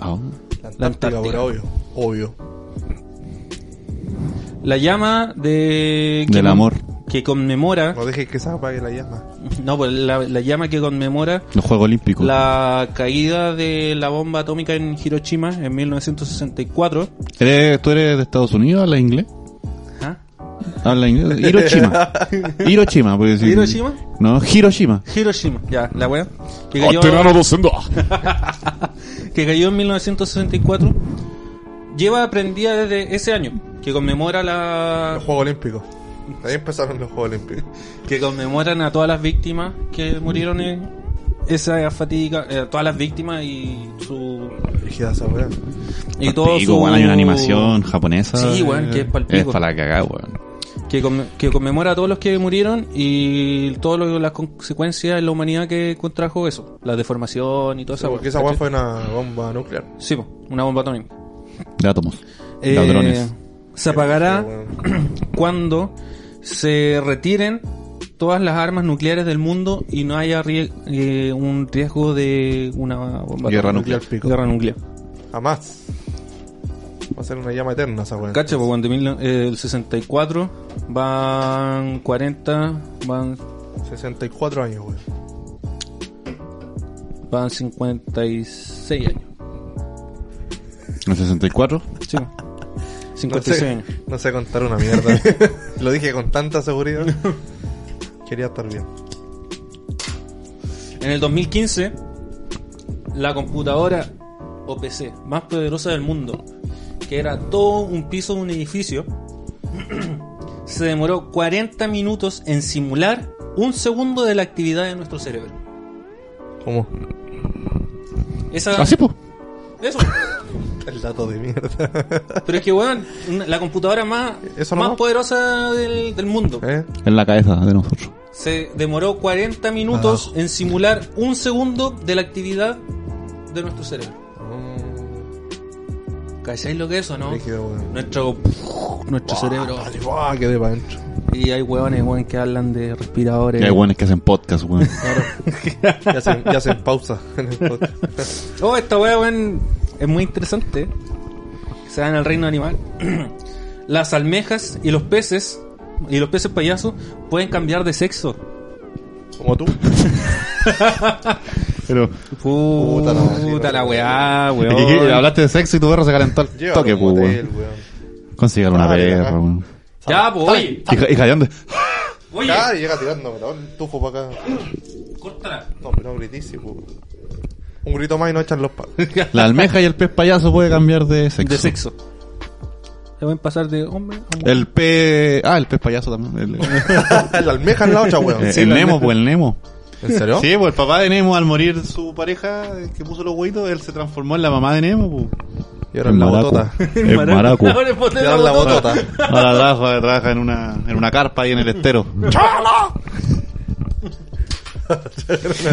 B: Ah.
A: La Antártica,
C: La Antártica.
A: por obvio. Obvio.
C: La llama de... que
B: Del
C: con-
B: amor.
C: Que conmemora...
A: No dejes que se apague la llama.
C: No, pues la, la llama que conmemora
B: Los Juegos Olímpicos.
C: la caída de la bomba atómica en Hiroshima en 1964.
B: ¿Eres- ¿Tú eres de Estados Unidos? ¿Hablas inglés?
C: ¿Ah?
B: Habla inglés.
C: [laughs]
B: Hiroshima. Hiroshima, porque si-
C: ¿Hiroshima?
B: No, Hiroshima.
C: Hiroshima, ya, la wea. Que
B: Oh,
C: cayó, que cayó en 1964. Lleva prendida desde ese año, que conmemora la.
A: Los Juegos Olímpicos. Ahí empezaron los Juegos Olímpicos.
C: que conmemoran a todas las víctimas que murieron en esa fatídica. eh, a todas las víctimas y su.
A: Rígida esa wea.
C: y todo
B: Pico,
C: su-
B: weón, hay una animación japonesa.
C: Sí, weón, que es pa'l pico.
B: Es para la cagada, weón.
C: que, conme- que conmemora a todos los que murieron y todas las consecuencias en la humanidad que contrajo eso, la deformación y toda esa
A: Porque esa
C: ¿cachai?
A: wea fue una bomba nuclear.
C: Sí, po, una bomba atómica.
B: De átomos.
C: Eh,
B: Ladrones.
C: Se apagará
A: Pero, weón.
C: [clears throat] cuando se retiren todas las armas nucleares del mundo y no haya rie- eh, un riesgo de una bomba
B: Guerra
C: atómica.
B: nuclear.
C: Guerra nuclear.
A: Jamás. Va a ser una llama eterna esa weá.
C: Cacha, pues cuando mil- eh, el 64 van 40, van
A: 64 años, weón.
C: van 56 años.
B: En el 64.
C: Sí.
A: No
C: 56
A: sé,
C: años.
A: no sé contar una mierda. [laughs] Lo dije con tanta [laughs] seguridad. Quería estar bien.
C: En el 2015, la computadora o PC más poderosa del mundo, que era todo un piso de un edificio, [clears throat] se demoró 40 minutos en simular un segundo de la actividad de nuestro cerebro.
A: ¿Cómo?
C: Esa,
A: ¿Ah,
B: Así, pues.
C: eso.
A: El dato de mierda.
C: Pero es que, weón, una- la computadora más,
A: Eso
C: más
A: nomás.
C: poderosa del, del mundo
A: ¿Eh?
B: En la cabeza de nosotros.
C: se demoró 40 minutos
A: Ah.
C: en simular un segundo de la actividad de nuestro cerebro.
A: Mm,
C: ¿Cacháis lo que es o no?
A: Rígido, weón.
C: Nuestro, nuestro cerebro.
A: Vale, buah, quedé para adentro.
C: Y hay hueones, weón, que hablan de respiradores.
B: Que hay weones que hacen podcast,
C: [laughs]
B: weón.
A: Ya hacen, ya hacen pausa en el podcast.
C: Oh, esta hueá, weón, es muy interesante. Se da en el reino animal. [clears throat] Las almejas y los peces, y los peces payasos, pueden cambiar de sexo.
A: Como tú.
B: Pero.
C: Puta,
A: la-
C: la weá,
B: [laughs] Y
C: weón.
B: hablaste de sexo y tu perro se calentó al
A: Lleva
B: toque, pues, weón.
A: weón.
B: Consigue una
C: Ah,
A: Dale,
B: perra,
A: ajá.
B: weón.
C: Ya, pues, oye,
B: Y, ja- y jadeando.
C: oye,
A: Ya, Ah, llega tirándome todo el tufo para acá.
C: córtala.
A: No, pero no gritís, sí, pues. Un grito más y no echan los palos.
B: La almeja y el pez payaso puede cambiar de sexo.
C: de sexo. Es Te pueden pasar de hombre a mujer.
B: El pez. Ah, el pez payaso también. El,
A: [laughs] [laughs] la almeja en la otra, weón.
B: el- el Nemo, pues el Nemo.
A: ¿En serio?
B: Sí, pues el papá de Nemo al morir su pareja eh, que puso los huevitos, él se transformó en la mamá de Nemo, pues.
A: Y ahora en la
B: [laughs]
A: botota.
B: El maraco.
C: [laughs]
A: [laughs]
C: Ahora le
A: Y
C: ponen
A: ahora en la botota.
B: Ahora trabaja, trabaja en una, en una carpa ahí en el estero.
A: [laughs]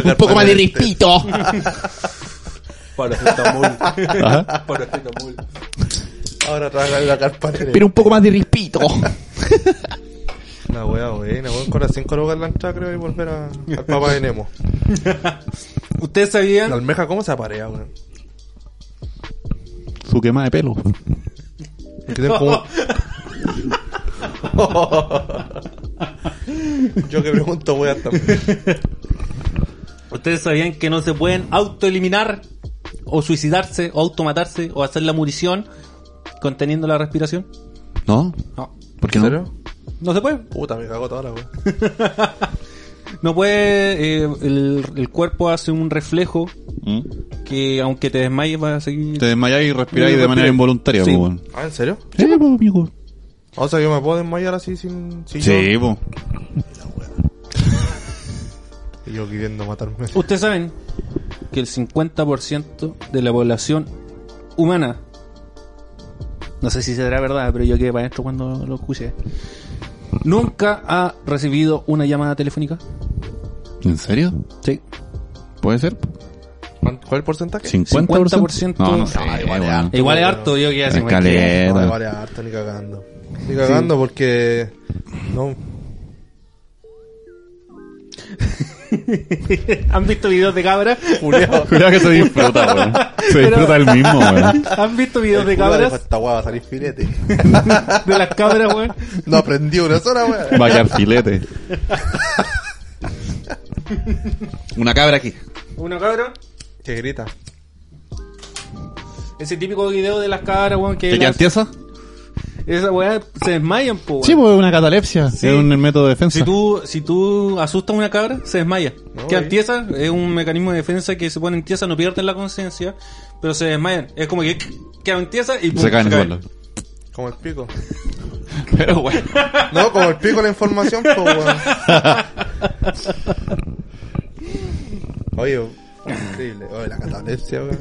A: Un poco más de
D: Este.
A: rispito.
C: Paracetamol.
B: Ajá.
C: Paracetamol.
A: Ahora traga en la carpa. de-
B: un poco más de rispito.
A: Una wea buena, weón. Con las 5 lucas en la entrada, creo, y volver a, al papá de Nemo.
C: ¿Ustedes
A: La
C: sabían?
A: almeja, ¿cómo se aparea, [laughs] weón?
B: Su quema de pelo.
A: Que [laughs] tienen como- Yo que pregunto, weón, también.
C: ¿Ustedes sabían que no se pueden autoeliminar o suicidarse o automatarse o hacer la murición conteniendo la respiración?
B: ¿No?
C: No.
B: ¿Por qué
A: ¿En
B: no?
A: serio?
C: No se puede.
A: Puta, me cagó toda la weón.
C: No puede. eh, el, el cuerpo hace un reflejo
B: ¿Mm?
C: que aunque te desmayes va a seguir.
B: Te desmayáis y respiráis de
C: Respiré.
B: manera involuntaria,
C: Sí.
B: pues, weón.
A: Ah, ¿en serio?
B: Sí, pues, amigo.
A: O sea, yo me puedo desmayar así sin. sin
B: Sí, pues.
A: yo- Y yo queriendo matarme.
C: Ustedes saben que el 50% de la población humana, no sé si será verdad, pero yo quedé para esto cuando lo escuché, nunca ha recibido una llamada telefónica.
B: ¿En serio?
C: Sí.
B: ¿Puede ser?
A: ¿Cuánto- ¿Cuál es el porcentaje?
B: 50%.
C: 50%.
B: No, no sé,
A: Ay,
B: weón.
A: vale,
B: [laughs]
A: harto.
C: Igual es harto, yo quedé así.
B: Es
A: No,
C: como que-
A: me
B: caleta.
A: vale harto, ni cagando. Ni cagando porque. [laughs] No.
C: [laughs] ¿Han visto videos de cabras? [laughs]
A: Juliado. [laughs]
B: Cuidado que se disfruta, weón. Se disfruta el mismo, weón.
C: ¿Han visto videos de
A: El culo dejó
C: cabras?
A: Esta weá va a salir filete.
C: [laughs] De las cabras, weón.
A: [laughs] No aprendí una sola weá.
B: Va a quedar filete. Una cabra aquí.
C: Una cabra.
A: Que grita.
C: Ese típico video de las cabras, weón, que...
B: ¿Te
C: las-
B: quedan tiesas?
C: Esa weá se desmayan, po, weón.
B: Sí, pues una catalepsia. Es un método de defensa.
C: Si tú, si tú asustas a una cabra, se desmaya.
A: No,
C: Quedan
A: eh.
C: tiesas, es un mecanismo de defensa que se ponen tiesas, no pierden la conciencia, pero se desmayan. Es como que [laughs] quedan tiesas y pum,
B: se caen en el suelo.
A: Como el pico.
B: Pero bueno.
A: No, como el pico la información, pues [laughs] weón. Oye, increíble. Oye, la catalepsia, weón.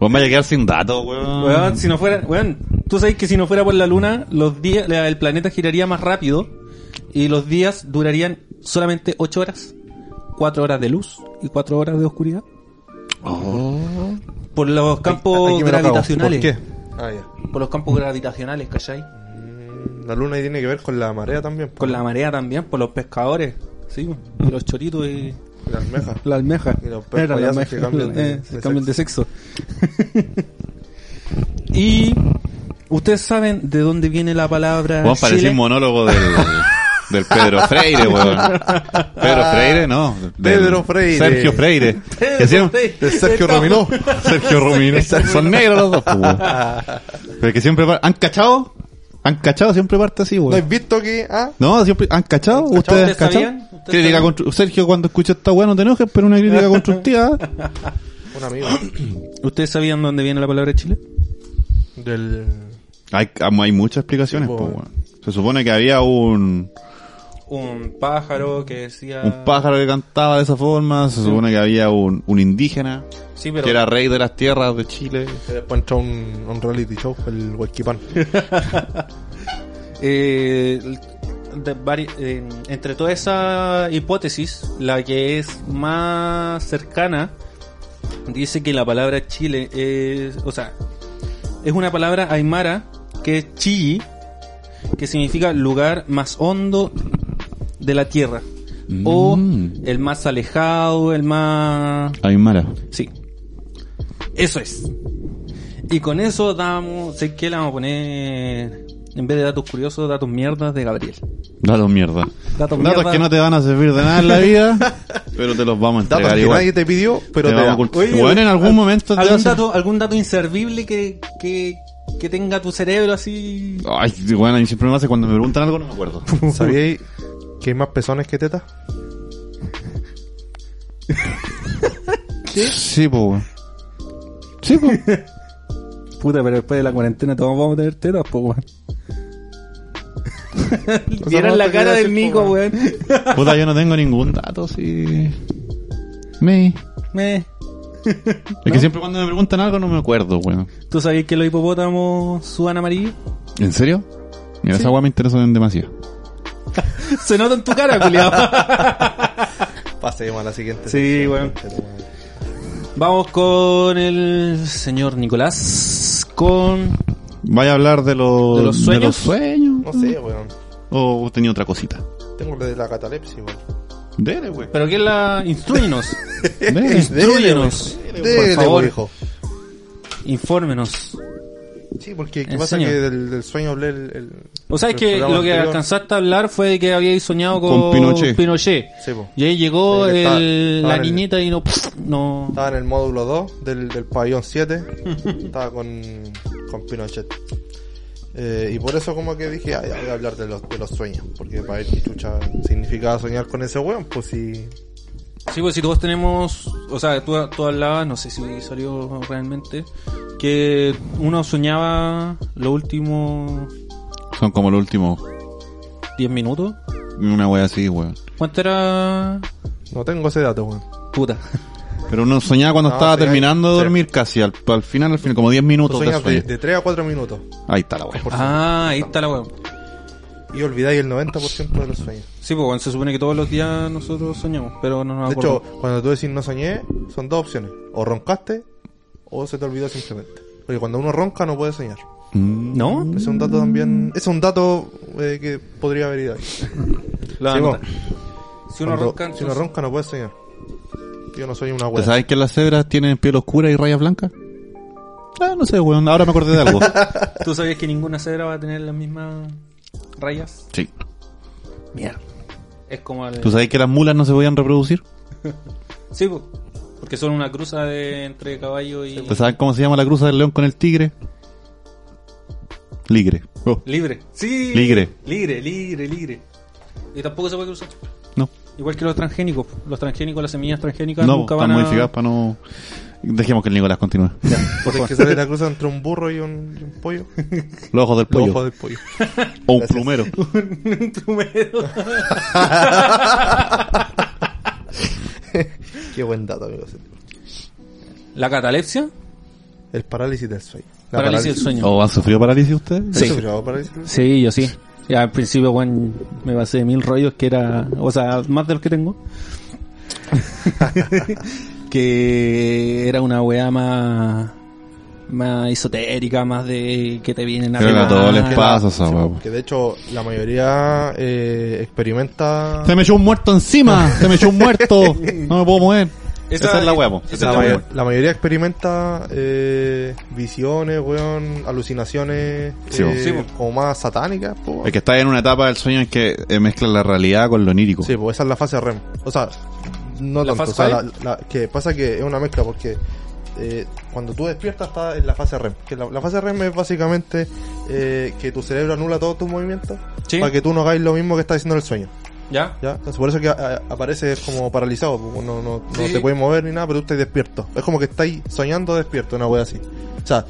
B: Vos me vas a quedar sin datos, weón.
A: Mm.
C: Weón, si no fuera, weón, tú sabes que si no fuera por la luna, los días, la- el planeta giraría más rápido y los días durarían solamente 8 horas. 4 horas de luz y 4 horas de oscuridad.
B: Oh.
C: Por los
A: Aquí
C: campos
A: me lo acabo.
C: gravitacionales.
A: ¿Por qué? Ah, ya.
C: Por los campos gravitacionales, ¿cachai?
A: Mm, La luna ahí tiene que ver con la marea también. po.
C: Con la marea también, por los pescadores, sí, y los choritos y
A: La almeja.
C: la almeja.
A: Y los
C: Era la
A: payasos
C: almeja,
A: que cambian de-
C: eh, se
A: de
C: cambian de sexo. [laughs] y ustedes saben de dónde viene la palabra
B: Vos parecís
C: Chile?
B: monólogo del, del Pedro Freire, weón. Pedro Freire, no. del
A: Pedro Freire.
B: Sergio Freire.
C: Pedro
B: Que siempre-
C: Freire.
A: De Sergio
C: Estamos-
A: Rominó.
B: Sergio Romino. Son negros los dos, pues, weón. Pero que siempre... par- ¿Han cachado? ¿Han cachado? Siempre parte así,
A: ¿No
B: weón.
A: has visto que.? Ah,
B: No, siempre... ¿Han cachado? ¿Ustedes han
C: ¿Ustedes
B: cachado?
C: sabían? ¿Ustedes
B: Crítica
C: sabían?
B: constru- Sergio, cuando escuchas esta weá no te enojes, pero una crítica constructiva.
A: un amigo.
C: ¿Ustedes sabían dónde viene la palabra Chile?
A: [coughs] Del.
B: Hay, hay muchas explicaciones,
A: Sí,
B: pues,
A: po,
B: weón. Se supone que había un...
C: Un pájaro que decía
B: un pájaro que cantaba de esa forma, se supone que había un, un indígena
C: Sí, pero
B: que era rey de las tierras de Chile.
A: Que después entró un, un reality show, el Huesquipan.
C: eh, el- de vari- en- entre toda esa hipótesis, la que es más cercana dice que la palabra Chile es, o sea, es una palabra aymara que es chilli, que significa lugar más hondo de la tierra o
B: Mm.
C: el más alejado, el más
B: Aymara.
C: Sí. Eso es. Y con eso damos, sé que le vamos a poner, en vez de datos curiosos, datos mierdas de Gabriel.
B: Datos mierda.
C: Datos
B: Datos
C: mierda.
B: que no te van a servir de nada en la
C: [laughs]
B: vida, pero te los vamos a entregar
A: Datos que
B: igual.
A: nadie te pidió, pero
B: Te
A: te, da.
B: vamos a ocultar. Bueno, en algún momento te
C: ¿Algún
B: vas a-
C: dato, algún dato inservible que, que, que tenga tu cerebro así?
B: Ay, bueno, a mí siempre me pasa cuando me preguntan algo no me
C: [laughs]
B: acuerdo.
A: ¿Sabíais que hay más pezones que tetas?
B: Sí, pues. Sí, pues.
C: Puta, pero después de la cuarentena todos vamos a tener tetas, pues, [laughs] weón. Vieron
A: vamos a
C: la
A: tener
C: cara
A: así,
C: del
A: po,
C: Nico, weón.
B: Puta, yo no tengo ningún dato, sí. Me.
C: Meh.
B: Es que siempre cuando me preguntan algo no me acuerdo, weón.
C: ¿Tú sabías que los hipopótamos sudan amarillo? [laughs]
B: ¿En serio? Mira, esa weá me interesa demasiado.
C: Se nota en tu cara, [laughs] culiado.
A: Pasemos a la siguiente.
C: Sí, weón. Vamos con el señor Nicolás. Con.
B: ¿Vaya a hablar de los,
C: ¿De los sueños?
B: sueños?
A: No sé, weón.
B: ¿O tenía otra cosita?
A: Tengo lo de la catalepsia, weón.
B: Dele, weón.
C: ¿Pero qué es la.? Instruyenos.
A: [laughs]
B: Dele.
C: Instruyenos.
A: Dele,
C: favor.
A: weón, hijo.
C: Infórmenos.
A: Sí, porque ¿qué
C: El
A: pasa?
C: sueño.
A: Que del, del sueño hablé el. el-
C: O sea, es
A: el
C: que
A: programa
C: lo que
A: anterior.
C: alcanzaste a hablar fue de que habíais soñado con,
B: Con Pinochet.
A: Sí, po.
C: Y ahí llegó
A: Sí, que estaba-
C: el-
A: estaba
C: la
A: en el-
C: niñita y no. No.
A: Estaba en el módulo 2 del, del pabellón 7. estaba con, con Pinochet. Eh, y por eso como que dije, "Ah, ya voy a hablar de los, de los sueños. Porque para él qué chucha significaba soñar con ese weón, pues sí.
C: Sí, pues si todos tenemos, o sea, tú, tú hablabas, no sé si salió realmente, que uno soñaba los últimos
B: Son como los últimos.
C: 10 minutos.
B: Una weá así, weón.
C: ¿Cuánto era?
A: No tengo ese dato, weón.
C: Puta.
B: Pero uno soñaba cuando
A: No,
B: estaba
A: sí,
B: terminando de
A: sí.
B: dormir casi, al, al final, al final, como 10
A: Tú
B: minutos de
A: sueñas de,
B: sueño.
A: de 3 a 4 minutos.
B: Ahí está la weá.
A: Por
C: Ah, ahí está la weón.
A: Y olvidáis el 90% de los sueños.
C: Sí, pues bueno, se supone que todos los días nosotros soñamos, pero no nos
A: De hecho,
C: acordamos.
A: cuando tú decís no soñé, son dos opciones. O roncaste o se te olvidó simplemente. Porque cuando uno ronca no puede soñar.
B: Mm.
C: ¿No?
A: Ese es un dato también... Ese es un dato eh, que podría haber ido ahí.
C: La
A: Sí,
C: nota.
A: po.
C: Si uno
A: Cuando-
C: ronca,
A: si uno
C: entonces-
A: ronca no puede soñar. Yo no soy una
B: ¿Te
A: hueá.
B: sabes que las cebras tienen piel oscura y rayas blancas? Ah, no sé, weón. Ahora me acordé de [laughs] algo.
C: ¿Tú sabías que ninguna cebra va a tener las mismas rayas?
B: sí.
C: Mierda. Es como el...
B: ¿Tú sabes que las mulas no se podían reproducir?
C: Sí, pues. Porque son una cruza de entre caballo y...
B: ¿Te sabes cómo se llama la cruza del león con el tigre? Ligre. Oh,
C: Libre. Sí.
B: Ligre.
C: Libre, libre, libre. Y tampoco se puede cruzar.
B: no.
C: Igual que los transgénicos. Los transgénicos, las semillas transgénicas
B: No,
C: nunca
B: están
C: van a...
B: modificadas para no... Dejemos que el Nicolás continúe.
A: Porque que sale la cruz entre un burro y un, y un
B: [laughs]
A: pollo.
B: Los ojos del
A: Los
B: pollo.
A: ojos del
B: [laughs]
A: pollo.
B: O un
A: Gracias. [laughs]
B: plumero.
C: [laughs]
B: [laughs]
A: Qué buen dato, amigos.
C: La catalepsia,
A: El parálisis del sueño. La
C: parálisis del sueño.
B: ¿O han sufrido parálisis ustedes?
A: ¿Eso se llama parálisis del sueño?
C: Sí, yo sí. Ya, al principio, Juan, me pasé de mil rollos que era, o sea, más de los que [laughs] tengo. que era una weá más, más esotérica, más de que te vienen a
B: Creo que a
C: pegar.
B: todos les pasa esa weá.
A: Que de hecho, la mayoría eh, experimenta.
B: Se me echó un muerto encima. Se me echó un
A: [laughs]
B: muerto. No me puedo mover.
C: Esa-
B: Esa, es la huevo. Esa
C: esa
B: es
C: es
A: La,
B: la
C: la
A: mayo-
B: huevo.
A: la mayoría experimenta eh, visiones, weón, alucinaciones
B: Sí,
A: eh,
C: sí, po.
A: como más satánicas. po.
B: Es que estás en una etapa del sueño en que eh, mezclas la realidad con lo onírico.
A: Sí, pues esa es la fase REM. O sea, no
C: ¿La
A: tanto. O
C: fase
A: sea, la, la- que pasa que es una mezcla porque eh, cuando tú despiertas estás en la fase REM. Que la, la fase REM es básicamente eh, que tu cerebro anula todos tus movimientos
C: Sí.
A: para que tú no hagáis lo mismo que estás haciendo en el sueño.
C: ¿Ya?
A: ¿ya? Entonces, por eso que a- a- apareces como paralizado. pues, No, no, no
C: Sí.
A: te puedes mover ni nada, pero tú estás despierto. Es como que estáis soñando despierto, una wea así. O sea,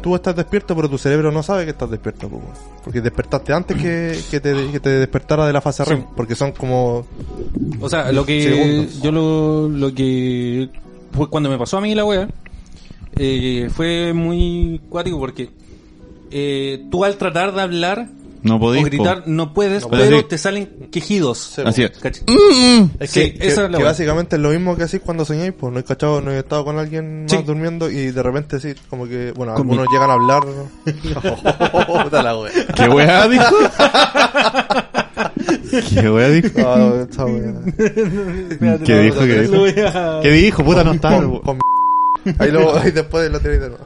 A: tú estás despierto, pero tu cerebro no sabe que estás despierto. pues, weón. porque despertaste antes que, que te, que te despertara de la fase
C: Sí.
A: REM. Porque son como
C: O sea, lo que
A: Segundos.
C: yo lo, lo que fue cuando me pasó a mí la wea eh, fue muy cuático porque eh, tú al tratar de hablar
B: No
C: o
B: podéis. po.
C: gritar no puedes,
A: No
B: puedes.
C: pero
B: Sí.
C: te salen quejidos.
A: Cero.
B: Así es. Mm,
C: ¿Cachai?
A: Es
C: Sí,
A: que, que-
C: esa es la
A: que
C: weá. [laughs]
A: básicamente es lo mismo que así cuando soñáis, pues no he cachado, no he estado con alguien más
C: Sí.
A: durmiendo y de repente sí, como que, bueno,
C: Con
A: algunos llegan a hablar.
C: [laughs]
A: Ah, ¿no? Puta la wea.
B: ¿Qué
A: [laughs]
B: hueá dijo? ¿Qué hueá dijo?
A: Ah, esta wea.
B: ¿Qué dijo? ¿Qué
C: Lo
B: dijo?
C: voy a-
B: ¿Qué dijo? Puta, no está.
A: Con- con- [laughs] Ahí luego, ahí después lo tiráis de
C: [laughs]
A: nuevo.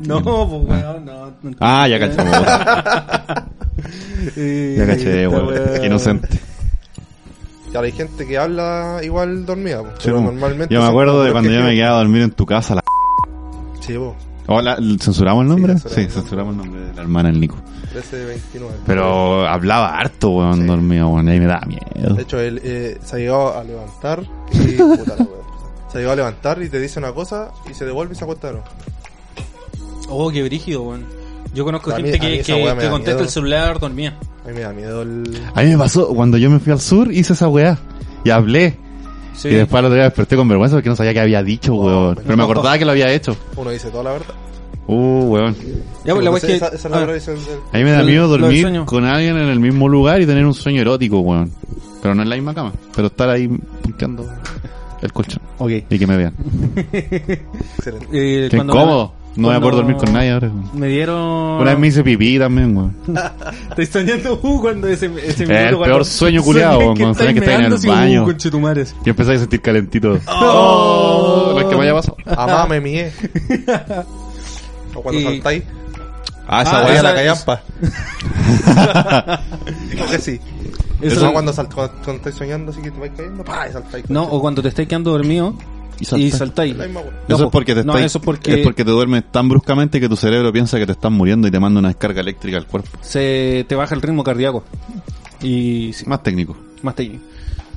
C: No, pues weón, no. no.
B: Ah, ya cachamos.
C: Eh,
B: Ya caché,
C: esta
B: weón.
C: wea-
B: Qué [laughs] inocente.
A: Claro, hay gente que habla igual dormida, pues,
B: Sí,
A: pero
B: po.
A: normalmente.
B: yo me
A: son
B: acuerdo
A: como
B: de
A: los
B: cuando
A: que
B: yo me quedaba a dormir en tu casa. La...
A: Sí, po,
B: Hola, ¿Censuramos el nombre?
A: Sí,
B: Sí,
A: censuramos.
B: censuramos el nombre de la hermana del Nico.
A: 1329.
B: Pero hablaba harto, weón,
A: Sí.
B: dormido, weón. Ahí me daba miedo.
A: De hecho, él eh, se ha llegado a levantar y. puta la wea. Se ha llegado a levantar y te dice una cosa y se devuelve y se acuesta de nuevo.
C: Oh, qué brígido, weón. Yo conozco
A: A mí-
C: gente
A: a mí
C: que,
A: esa
C: que-
A: weá me
C: que
A: da
C: contesta
A: miedo.
C: el celular dormía.
A: A mí me da miedo el.
B: A mí me pasó, cuando yo me fui al sur, hice esa weá. Y hablé.
C: Sí.
B: Y después al otro día desperté con vergüenza porque no sabía que había dicho,
A: Oh,
B: weón.
A: pero-
B: Pero me acordaba que lo había hecho.
A: Uno dice toda la verdad.
B: Uh, weón.
C: Ya, pues, la weá es
A: Entonces,
C: que...
A: esa, esa es la
C: ah,
A: tradición del-
B: A mí me da
C: Lo-
B: miedo
C: lo del
B: dormir
C: sueño.
B: con alguien en el mismo lugar y tener un sueño erótico, weón. Pero no en la misma cama. Pero estar ahí punteando el colchón.
E: Ok.
B: Y que me vean.
A: Excelente.
C: eh,
B: Qué
C: cuando-
B: incómodo. No voy a poder
C: cuando
B: dormir con nadie ahora, weón.
C: Me dieron...
B: Una vez me hice pipí también, weón.
C: Estoy soñando uh, cuando ese, ese
B: el
C: cuando
B: peor sueño,
C: soñé
B: culiao,
C: que
B: cuando soñé que estaba en el
C: meando así, uh,
B: baño.
C: conchetumares.
B: Y empecé a sentir calentito. No es que me
A: [laughs]
B: haya pasado.
A: Amá, me
C: [laughs]
A: mié. O cuando
C: Y-
A: saltáis.
B: Ah,
C: esa
A: Ah,
C: weá.
A: a la
C: esa-
A: callampa.
C: [laughs]
A: Digo que sí.
C: Eso-
A: Eso es cuando, sal, cuando, cuando estáis soñando, así que te vais cayendo, pa, y saltáis.
C: No, o cuando te estáis quedando dormido
B: Y
C: y
B: saltar.
C: saltáis.
A: La misma weá.
C: No,
B: Eso es
C: po-
B: porque te
C: no,
B: estáis-
C: eso es porque-
B: es porque te duermes tan bruscamente que tu cerebro piensa que te estás muriendo y te manda una descarga eléctrica al cuerpo.
C: Se te baja el ritmo cardíaco. Y sí,
B: Más técnico.
C: más te...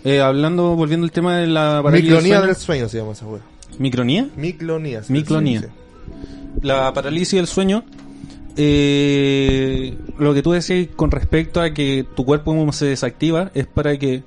C: Eh, hablando, volviendo al tema de la parálisis
A: Micronía
C: del
A: del
C: sueño.
A: sueño se llama esa weá.
C: ¿Micronía?
A: Micronía. sí,
C: Micronía.
A: sí, sí.
C: La parálisis del sueño, eh, lo que tú decís con respecto a que tu cuerpo como se desactiva es para que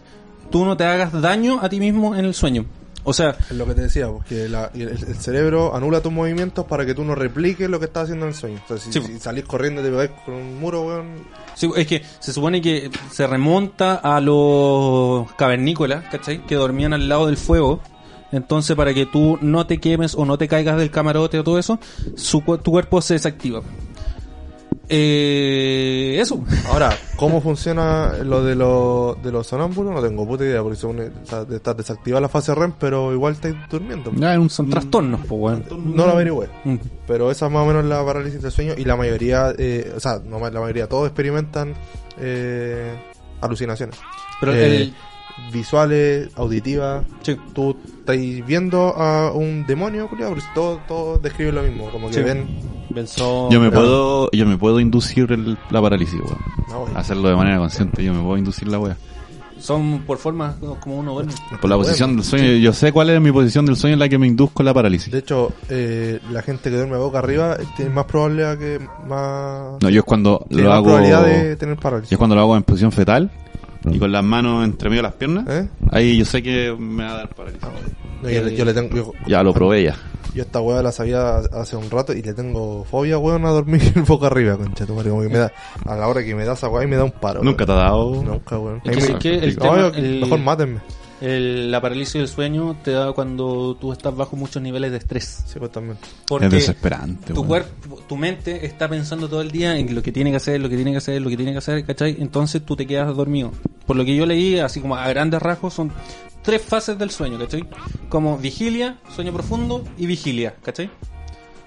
C: tú no te hagas daño a ti mismo en el sueño. O sea,
A: Es lo que te decía, porque la- el, el cerebro anula tus movimientos para que tú no repliques lo que estás haciendo en el sueño. O sea, si,
C: Sí,
A: si salís corriendo y te pegáis con un muro, weón.
C: Sí, es que se supone que se remonta a los cavernícolas, ¿cachai? Que dormían al lado del fuego. Entonces, para que tú no te quemes o no te caigas del camarote o todo eso, su, cu- tu cuerpo se desactiva. Eh, eso.
A: Ahora, ¿cómo funciona lo de, los de los sonámbulos? No tengo puta idea, porque según, o sea, está desactivada la fase REM, pero igual estáis durmiendo.
B: Ya, es un
C: Son trastornos, pues, weón.
A: No lo averigüé.
C: Mm.
A: Pero esa es más o menos la parálisis del sueño y la mayoría, eh, o sea, no, ma- la mayoría, todos experimentan eh, alucinaciones.
C: Pero
A: Eh,
C: el-
A: Visuales, auditivas.
C: sí.
A: Tú estás viendo a un demonio, culiao, porque todos todos describen lo mismo. Como que
C: Sí.
A: ven... Oh,
C: Benzo-
B: Yo me puedo, yo me puedo inducir el- la parálisis, weón.
A: No, y-
B: Hacerlo de manera consciente, yo me puedo inducir la weá.
C: Son por formas como uno duerme.
B: Por la
A: Bueno,
B: posición del sueño, yo sé cuál es mi posición del sueño en la que me induzco la parálisis.
A: De hecho, eh, la gente que duerme boca arriba eh, tiene más probabilidad que más...
B: No, yo es cuando
A: tiene
B: lo
A: más
B: hago,
A: probabilidad de
B: yo
A: tener parálisis.
B: es cuando lo hago en posición fetal y con las manos entre medio de las piernas.
A: ¿Eh? Ah,
B: Ahí yo sé que me va a dar parálisis.
A: No,
C: Eh,
A: yo, le- yo le tengo... Yo,
B: Ya lo probé ya.
A: yo esta weá la sabía hace un rato y le tengo fobia, weón, a dormir [laughs] boca arriba, concha. tu madre, Como que me da... A la hora que me da esa weá y me da un paro.
B: Nunca te ha dado.
A: weón. Nunca, weón.
C: Es que
A: Ahí
C: sí,
A: me-
C: que el
A: No,
C: tema-
A: yo-
C: el-
A: Mejor mátenme.
C: El- la parálisis del sueño te da cuando tú estás bajo muchos niveles de estrés.
A: Sí, pues también.
C: Porque
B: es desesperante.
C: tu
B: weón.
C: cuerpo, tu mente está pensando todo el día en lo que tiene que hacer, lo que tiene que hacer, lo que tiene que hacer, ¿cachai? Entonces tú te quedas dormido. Por lo que yo leí, así como a grandes rasgos, son tres fases del sueño, ¿cachai? Como vigilia, sueño profundo y vigilia, ¿cachai?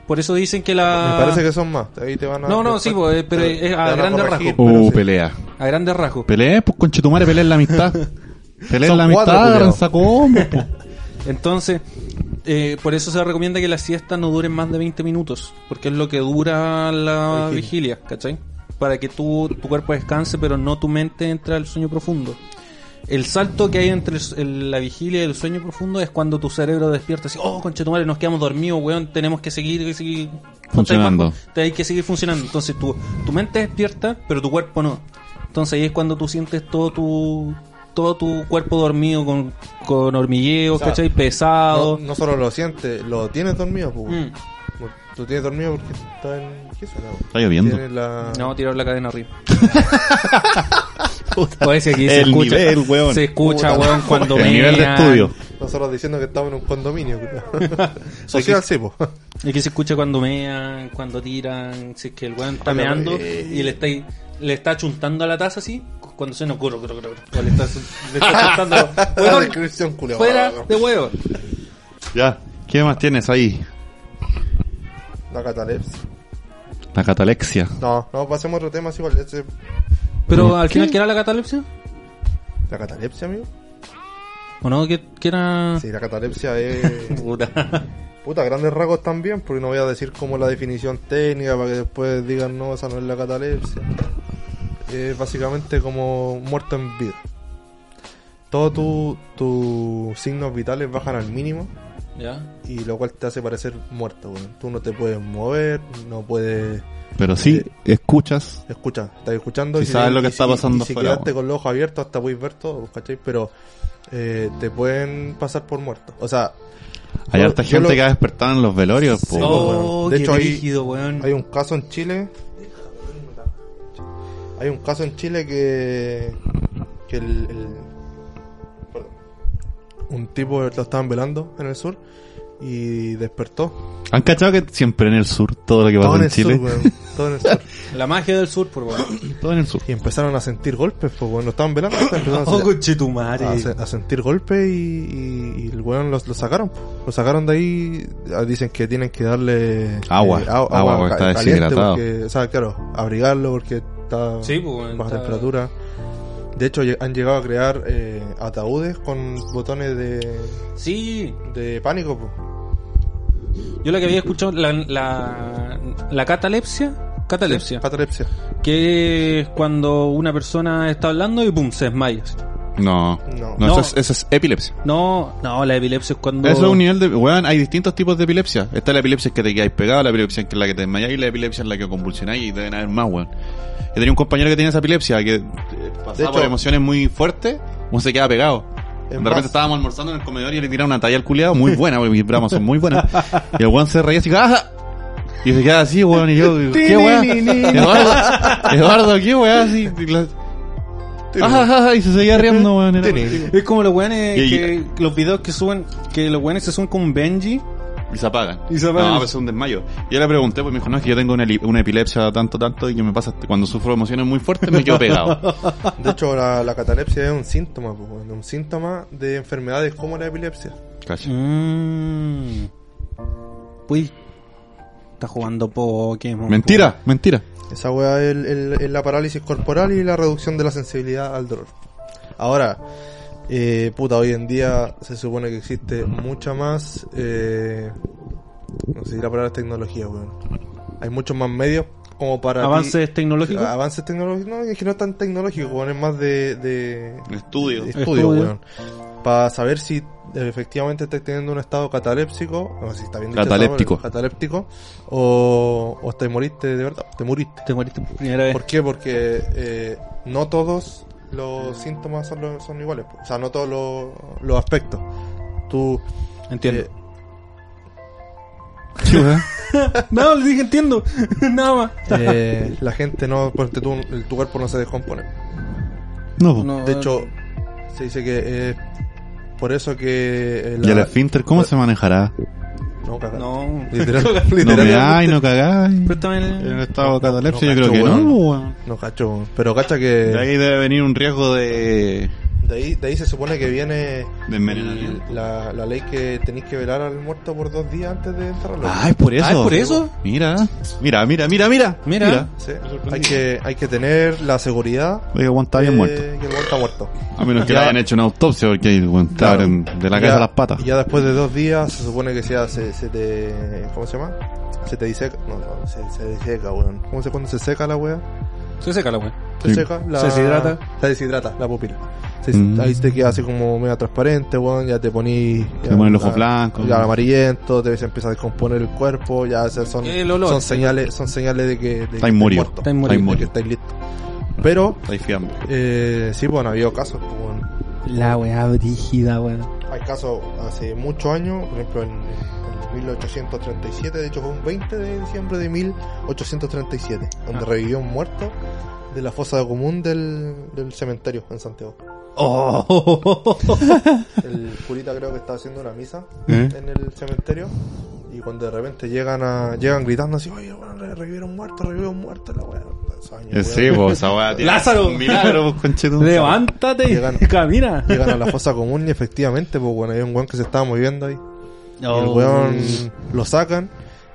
C: Por eso dicen que la...
A: Me parece que son más. Ahí te van a...
C: Ah. No, no, sí, pues, eh, pero es a grandes rasgos.
B: Uh,
A: Pero sí.
B: pelea.
C: A grandes rasgos.
B: Pelea, pues conchetumare, pelea en
A: [laughs]
B: la amistad. Pelea en
A: Son cuatro,
B: la amistad,
A: culiao.
B: agarran saco combo,
A: [laughs]
B: pues. po.
C: Entonces, eh, por eso se recomienda que las siestas no duren más de 20 minutos, porque es lo que dura la vigilia, ¿cachai? Para que tú, tu cuerpo descanse, pero no tu mente entra al sueño profundo. El salto que hay entre el- el- la vigilia y el sueño profundo es cuando tu cerebro despierta así, oh, conchetumare, nos quedamos dormidos, weón, tenemos que seguir, y seguir
B: Funcionando.
C: Te hay que seguir funcionando. Entonces tu, tu mente despierta, pero tu cuerpo no. Entonces ahí es cuando tú sientes todo tu todo tu cuerpo dormido con, con hormigueos,
A: O sea,
C: ¿cachai?
A: No,
C: Pesado.
A: no solo lo sientes, lo tienes dormido, pues. weón.
C: Mm.
A: Tú tienes dormido porque está en... ¿Qué suena? weón?
B: Está lloviendo.
A: Tienes la...
C: No, tirar la cadena [laughs] arriba. Pues si aquí se
B: El
C: escucha.
B: nivel, weón.
C: Se escucha,
A: Puta,
C: weón, cuando
B: El
C: mean.
B: nivel de estudio.
A: Nosotros diciendo que estamos en un condominio.
C: [laughs]
A: culiao. Social, sí, pues. po.
C: Y que se escucha cuando mean, cuando tiran, si es que el weón está
A: Oye,
C: meando
A: eh.
C: y le está le está chuntando a la taza así, cuando se nos
B: [laughs]
C: ocurre, le está, le está chuntando.
A: [laughs] La
C: Weón,
A: descripción, culiao. ah,
C: fuera de huevo.
B: Ya. ¿Qué más tienes ahí?
A: La catalepsia.
B: La catalexia.
A: No, no, pasemos a otro tema, es igual. ese-
C: Pero al final, ¿qué era la catalepsia?
A: ¿La catalepsia, amigo?
C: ¿O no? ¿Qué, qué era?
A: Sí, la catalepsia
C: [laughs]
A: es...
C: Puta.
A: Puta, grandes rasgos también, porque no voy a decir como la definición técnica para que después digan, no, esa no es la catalepsia. Es básicamente como muerto en vida. Todos tu- tus signos vitales bajan al mínimo
F: [laughs] ¿Ya?
A: y lo cual te hace parecer muerto, weón. Tú no te puedes mover, no puedes
B: Pero sí,
A: Eh,
B: escuchas.
A: escuchar, estás escuchando
B: Si sabes lo que
A: y
B: está pasando
A: y si
B: afuera,
A: quedaste
B: weón.
A: con los ojos abiertos hasta puedes ver todo, ¿cachai? Pero eh, te pueden pasar por muerto. O sea,
B: Hay
A: Yo-
B: harta
A: yo
B: gente
A: lo-
B: que ha despertado en los velorios, pues. po.
A: Sí,
F: Oh,
A: weón. De
F: qué
A: hecho, ahí-
F: rígido, weón.
A: hay un caso en Chile. Hay un caso en Chile que. que el. el- perdón. un tipo lo estaban velando en el sur y despertó.
B: ¿Han cachado que siempre en el sur todo lo que
A: Todo en
B: pasa en
A: el
B: Chile?
A: sur, weón. Todo en el
B: [laughs]
A: sur.
F: La magia del sur, por favor.
B: todo en el sur.
A: Y empezaron a sentir golpes, pues, weón. Lo estaban velando.
B: [laughs]
A: Empezaron
F: Oh,
A: a sentir- a, se- a sentir golpes y, y- y el weón los- lo sacaron. po. Lo sacaron de ahí. Ah, Dicen que tienen que darle
B: Agua.
A: eh,
B: Agua, porque
A: ca-
B: está
A: caliente,
B: deshidratado.
A: porque- o sea, claro, abrigarlo porque está
F: Sí, pues, weón,
A: baja
F: está-
A: temperatura. De hecho, lle- han llegado a crear eh, ataúdes con botones de,
F: Sí,
A: de pánico. po.
F: yo la que había escuchado, la, la, la catalepsia, catalepsia,
A: Catalepsia.
F: que es cuando una persona está hablando y pum, se desmaya.
B: No.
A: No.
B: No,
F: No.
B: Eso, es, eso es epilepsia.
F: No, no, la epilepsia es cuando...
B: Eso es un nivel de. Weón, hay distintos tipos de epilepsia. Está la epilepsia en que te quedáis pegado, la epilepsia en que- en la que te desmayáis, la epilepsia en la que convulsionáis y deben haber más, weón. Yo tenía un compañero que tenía esa epilepsia, que eh, pasaba
A: De hecho-
B: por emociones muy fuertes, uno se queda pegado. De
A: En
B: repente
A: más-
B: estábamos almorzando en el comedor y le tiraron una talla al culeado muy buena, porque mis bramas son muy
A: [laughs]
B: buenas. Y el weón se reía así, ¡ah! Y se queda así, weón, y
A: [laughs]
B: yo, ¿qué weón? Eduardo, Eduardo, ¿qué weón? Así, y la- Ah, ah, ah, y se seguía riendo, weón. era-
A: Tiene-
F: Es como los weones,
B: Y-
F: que, los videos que suben, que los weones se suben con Benji.
B: Y se apagan.
F: Y se apagan.
B: No, pues es un desmayo. Yo le pregunté, pues me dijo, no, es que yo tengo una, li- una epilepsia tanto, tanto, y que me pasa cuando sufro emociones muy fuertes, me quedo [laughs] pegado.
A: De hecho, la, la catalepsia es un síntoma, po, weón, un síntoma de enfermedades como la epilepsia.
B: Cacha.
F: Mmm. Uy. Está jugando Pokémon.
B: Mentira, mentira.
A: Esa weá es el- el- es la parálisis corporal y la reducción de la sensibilidad al dolor. Ahora, eh, puta, hoy en día se supone que existe mucha más. Eh, no sé si la palabra es tecnología, weón. Hay muchos más medios como para. ti-
F: ¿Avances tecnológicos?
A: Avances tecnológicos. No, es que no es tan tecnológico, weón. Es más de. de estudio,
B: Estudio.
F: Estudio.
A: weón. Para saber si eh, efectivamente estás teniendo un estado cataléptico. O si está bien dicho esa palabra,
B: Cataléptico.
A: cataléptico. O, o te moriste de verdad. Te moriste.
F: Te moriste por primera
C: [laughs]
F: vez.
A: ¿Por qué? Porque eh, no todos los síntomas son, lo- son iguales. po. O sea, no todos los, los aspectos. Tú...
F: Entiendo.
A: eh,
F: no, le dije
C: [laughs]
F: entiendo. Nada más.
A: eh, la gente no... Porque tu, el- tu cuerpo no se descompone.
B: No, po.
F: No,
A: De hecho, se dice que... eh, por eso que... eh,
B: ¿Y el
A: la-
B: esfínter cómo se manejará?
A: No, cagar.
F: No. [laughs]
A: Literal,
B: No
A: literalmente.
B: me hay, no cagáis.
F: Préstame
B: En el
F: el.
B: estado de catalepsia
A: No,
B: yo creo
A: cacho,
B: que
A: weón.
B: no, weón.
A: No, cacho. Pero cacha
B: De
A: que...
B: ahí debe venir un riesgo de...
A: De ahí, de ahí se supone que viene...
B: de envenenamiento.
A: La, la ley que tenéis que velar al muerto por dos días antes de enterrarlo.
B: Ah, es por eso.
F: Ah, ¿es por eso?
B: Mira, mira, mira, mira, mira.
F: Mira.
A: Sí. Hay que, hay que tener la seguridad
B: Oye, weón, está bien
A: Eh,
B: muerto.
A: Que el weón está muerto.
B: A menos que
A: ya-
B: le hayan hecho una autopsia porque ahí, weón, te
A: Claro.
B: abren de la
A: Y
B: cabeza
A: ya-
B: a las patas.
A: Y ya después de dos días se supone que sea, se, se te. ¿Cómo se llama? Se te diseca. No, no, se, se diseca, weón. ¿Cómo se cuando se seca la wea?
F: Se seca la weá.
A: Se
B: Sí.
A: seca. La,
F: Se deshidrata.
A: Se deshidrata la pupila. Se-
B: Mm.
A: Ahí te queda así como medio transparente, weón. Ya te poní.
B: Te
A: ya-
B: pone el ojo
A: ya-
B: blanco.
A: Ya amarillento, te se empieza a descomponer el cuerpo. Ya esas son,
F: El olor.
A: son señales son señales de que. de que
B: Estáis murió.
A: muerto,
F: Estáis
B: Estáis
F: murió.
A: de que
B: murió.
A: estáis listo. Pero,
B: Estáis fiambre.
A: eh, sí, bueno, ha habido casos, weón.
F: La weá
B: [laughs]
C: [laughs]
F: brígida, weón.
A: Hay casos hace muchos años, por ejemplo en, en 1837, de hecho fue un 20 de diciembre de 1837,
B: Ah.
A: donde revivió un muerto de la fosa común del, del cementerio en Santiago. El curita creo que estaba haciendo una misa
B: ¿Eh?
A: en el cementerio y cuando de repente llegan a, llegan gritando así, oye, bueno, re- revivieron muerto, revivieron muerto, la weá. esos años,
B: Eh,
A: weón. [laughs]
B: Sí, pues, esa weá tiene
F: Lázaro.
B: Un milagro, pues, conchetum.
F: Levántate y
C: [laughs]
A: Llegan.
F: camina.
A: Llegan a la fosa común y efectivamente, pues bueno, había un weón que se estaba moviendo ahí. Y
C: Oh.
A: el weón lo sacan,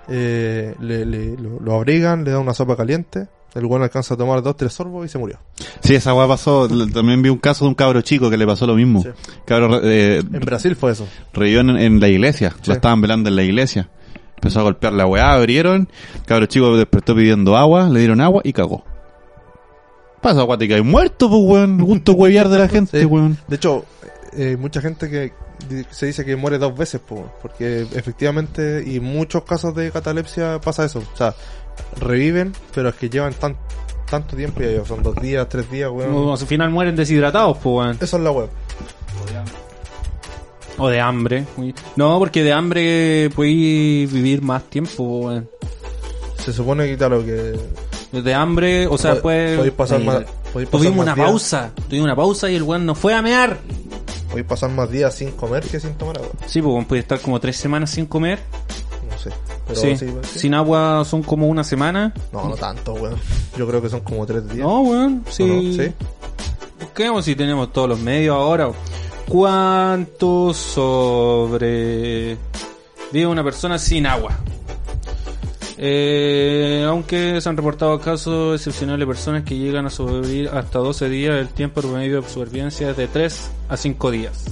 A: eh, le, le- lo, lo abrigan, le dan una sopa caliente. El weón alcanza a tomar dos, tres sorbos y se murió.
B: Sí, esa weá pasó. l- También vi un caso de un cabro chico que le pasó lo mismo.
A: Sí.
B: Cabro eh,
A: En Brasil fue eso.
B: revivió en, en la iglesia.
A: Sí.
B: Lo estaban velando en la iglesia. Empezó a golpear la weá, abrieron. Cabro chico despertó pidiendo agua, le dieron agua y cagó. Pasa acuática, y muerto, pues, weón. Gusto hueviar de la gente,
A: Sí.
B: weón.
A: De hecho, eh, mucha gente que di- se dice que muere dos veces, po, porque efectivamente, y en muchos casos de catalepsia pasa eso. O sea, reviven, pero es que llevan tan, tanto tiempo ya, son dos días, tres días, weón.
C: No, Al final mueren deshidratados, pues, weón.
A: Eso es la web.
C: O de hambre. Uy. No, porque de hambre puedes vivir más tiempo, weón.
A: Se supone que claro que
C: De hambre, o sea,
A: Pod-
C: pues...
A: podéis pasar
C: eh,
A: más- podéis pasar
C: Tuvimos
A: más
C: una
A: días.
C: pausa. Tuvimos una pausa y el weón no fue a mear.
A: podéis pasar más días sin comer que sin tomar agua.
C: Sí, pues, weón, puede estar como tres semanas sin comer.
A: No sé. Pero
C: Sí.
A: sí, sí.
C: Sin agua son como una semana.
A: No, no tanto,
C: [laughs]
A: weón. Yo creo que son como tres días.
C: No, weón. Sí.
A: ¿O no? ¿Sí?
C: Busquemos si tenemos todos los medios ahora. ¿Cuánto sobre vive una persona sin agua? Eh, aunque se han reportado casos excepcionales de personas que llegan a sobrevivir hasta 12 días, el tiempo promedio de supervivencia es de 3 a 5 días.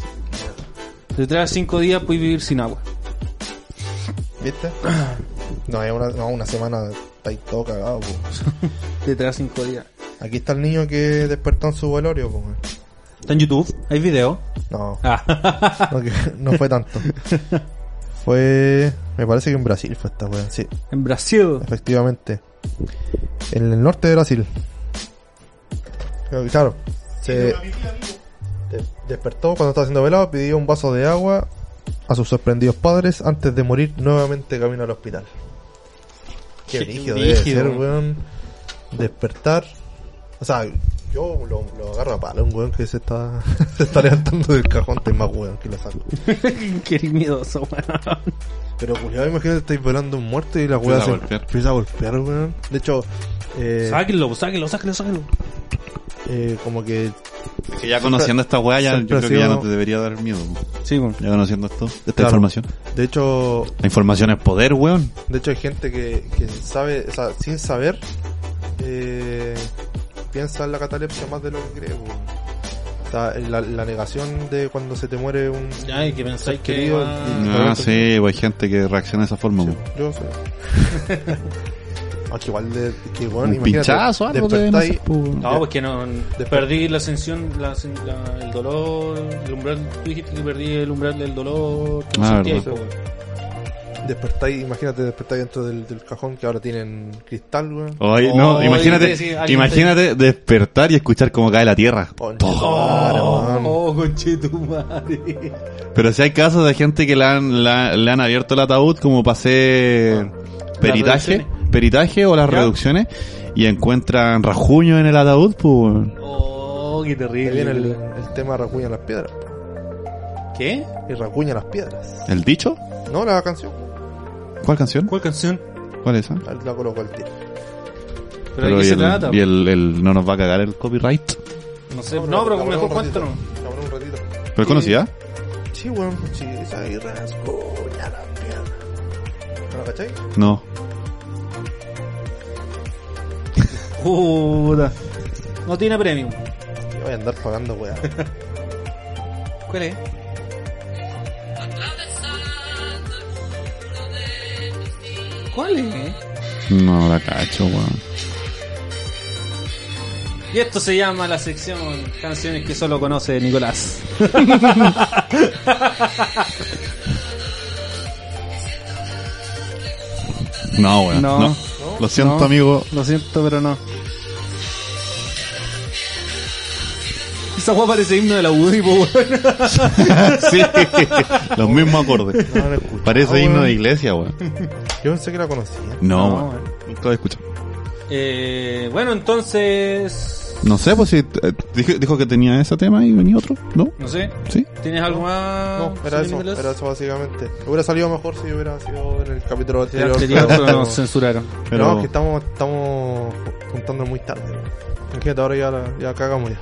C: De 3 a 5 días puedes vivir sin agua.
A: ¿Viste? No, es una, no, una semana está ahí todo cagado, po.
C: De 3 a 5 días.
A: Aquí está el niño que despertó en su velorio, po, weón.
C: ¿Está en YouTube? ¿Hay video?
A: No,
C: Ah.
A: no, que- no fue
C: [laughs]
A: tanto. Fue. Me parece que en Brasil fue esta weón, sí,
C: en Brasil.
A: efectivamente. En el norte de Brasil. Pero, Claro, se. de- despertó cuando estaba siendo velado, pidió un vaso de agua a sus sorprendidos padres antes de morir nuevamente camino al hospital. Qué
C: Qué
A: brígido debe
C: brígido,
A: ser,
C: weón.
A: weón. Despertar. O sea, yo lo, lo agarro a palo, un weón que se está, [laughs] se está levantando del cajón, estoy más weón que lo saco.
C: [laughs] Qué miedoso, weón.
A: Pero culiado, imagínate, estáis velando un muerto y la
B: Empieza
A: weá
B: a
A: se
B: golpear.
A: empieza a golpear, weón. De hecho, eh,
C: Sáquenlo, sáquenlo, sáquenlo, sáquenlo.
A: eh, como que
B: Es que ya conociendo esta weá, ya, yo
A: siempre ha
B: creo que ya
A: sido-
B: no te debería dar miedo. weón.
C: Sí, weón.
B: Ya conociendo esto, esta
A: Claro.
B: información.
A: de hecho
B: La información es poder, weón.
A: De hecho hay gente que, que sabe, o sea, sin saber, eh, piensa en la catalepsia más de lo que cree. po. O sea, en la, la negación de cuando se te muere un...
C: Ay, que pensáis que
A: Querido,
C: va-
A: Mm.
B: Ah, sí, pues hay gente que reacciona de esa forma, weón.
A: Yo sé.
B: [laughs]
A: Ah, que igual de... Que bueno,
B: Un
A: imagínate,
B: pinchazo, algo de no
A: despertáis-
B: sé, pues, weón.
C: No, pues que no. Perdí la ascensión, la, sen- la- el dolor, el umbral. Tú dijiste que perdí el umbral del dolor. que no
B: Ah,
C: sentía,
B: verdad.
C: po, pues, weón.
A: despertáis, imagínate, despertáis dentro del, del cajón que ahora tienen cristal, weón.
B: Ay, no,
C: Oh,
B: imagínate,
C: sí, sí, alguien
B: imagínate despertar y escuchar cómo cae la tierra.
A: Concha
B: Oh.
A: tu madre, weón.
C: Oh, conchetumare.
B: Pero si hay casos de gente que le han, la- le han abierto el ataúd como para hacer peritaje, peritaje o las
C: Ah. ¿Ya?
B: reducciones y encuentran rajuño en el ataúd, pues.
C: Oh, qué
A: Ahí
C: terrible.
A: viene el, el tema racuña las piedras.
C: ¿Qué?
A: Y racuña las piedras.
B: ¿El dicho?
A: No, la canción.
B: ¿Cuál canción?
C: ¿Cuál canción?
B: ¿Cuál es esa?
A: Ahí La coloco al tiro.
C: ¿Pero, de qué
B: y
C: se
B: el-
C: trata?
B: y el- el- no nos va a cagar el copyright.
C: No sé. No, pero
A: la
C: mejor
A: ponemos un ratito.
C: cuéntanos.
A: La ponemos un ratito.
B: ¿Pero es conocida?
A: Sí, weón. pues Sí, esa guerra es coña la pierna. ¿No la cachai?
B: No.
C: Puta. No tiene premium.
A: Yo voy a andar pagando, weón.
C: ¿Cuál es? ¿Cuál es?
B: No la cacho, weón.
C: Y esto se llama la sección canciones que solo conoce Nicolás.
B: No, weón.
C: No.
B: No. Lo siento,
C: No.
B: amigo.
C: Lo siento, pero no. Esa guapa parece himno de la UDI, po, weón.
B: sí. [laughs] Los mismos acordes.
A: No la escucho.
B: Parece himno de iglesia, weón.
A: Yo pensé que la conocía.
B: Ah, [laughs] No,
C: No,
B: weón.
C: weón.
B: Nunca lo he escuchado.
C: Eh, bueno, entonces...
B: No sé, pues si eh, dijo, dijo que tenía ese tema y venía otro, ¿no?
C: No sé,
B: Sí.
C: ¿tienes algo más?
A: No, era
C: señor
A: eso,
C: Ah, Nicolás?
A: era eso básicamente. Hubiera salido mejor si hubiera sido en el capítulo
C: Era
A: anterior.
C: [laughs] anterior,
A: pero-
C: pero nos censuraron.
B: Pero
A: No, es que estamos, estamos juntando muy tarde. Imagínate, ahora ya, la- ya cagamos ya.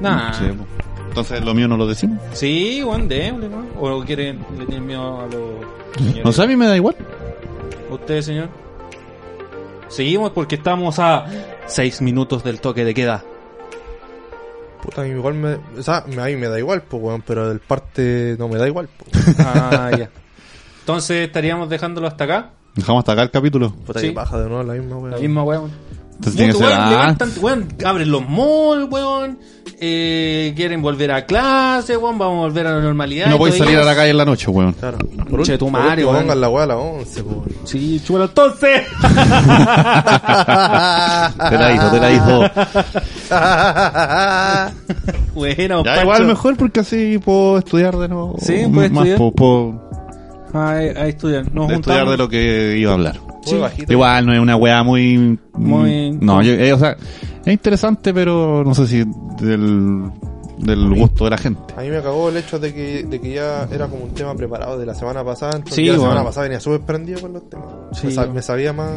C: Nah.
B: Sí, po. pues. Entonces lo mío no lo decimos.
C: Sí, weón, démosle, weón. ¿O quieren, le tienen miedo a los... señores?
B: No sé, a mí me da igual.
C: ¿Usted, señor? Seguimos porque estamos a 6 minutos del toque de queda.
A: Puta, a mí igual me, o sea, me- a mí me da igual, pues, weón, pero del parte no me da igual, pues.
C: Ah, ya. [laughs] Entonces estaríamos dejándolo hasta acá.
B: Dejamos hasta acá el capítulo.
A: Puta,
C: Sí.
A: que baja de nuevo la misma, weón.
C: La misma weón.
B: Entonces Pues tiene que
C: Mucho,
B: ser ah,
C: weón,
B: antes.
C: levantan- weón, abren los malls, weón. eh, quieren volver a clase, weón. Vamos a volver a la normalidad.
B: No
C: y
B: podéis
C: todo
B: salir a
C: ello.
B: la calle en la noche, weón.
A: Claro.
C: Conche tu
A: Por
C: madre,
A: último,
C: weón.
A: pongan la pues. weá a las 11, po.
C: Sí,
B: [laughs]
C: chúpalo entonces.
B: Te la hizo, te
A: [laughs]
B: la hizo.
C: bueno,
B: Ya,
C: Pancho.
B: igual mejor porque así puedo estudiar de nuevo.
C: Sí, puedes
B: Más
C: estudiar.
B: Puedo, puedo
C: Ah, Ahí, ahí estudian. Nos juntamos.
B: estudiar de lo que iba a hablar.
A: Muy bajito.
B: Igual no es una weá muy...
C: Muy-
B: No, yo, eh, o sea, es interesante, pero no sé si del, del gusto de la gente.
A: A mí me cagó el hecho de que, de que ya era como un tema preparado de la semana pasada. Entonces
C: Sí,
A: ya la
C: bueno.
A: semana pasada venía súper prendido con los temas.
C: Sí.
A: Me, sa- me sabía más.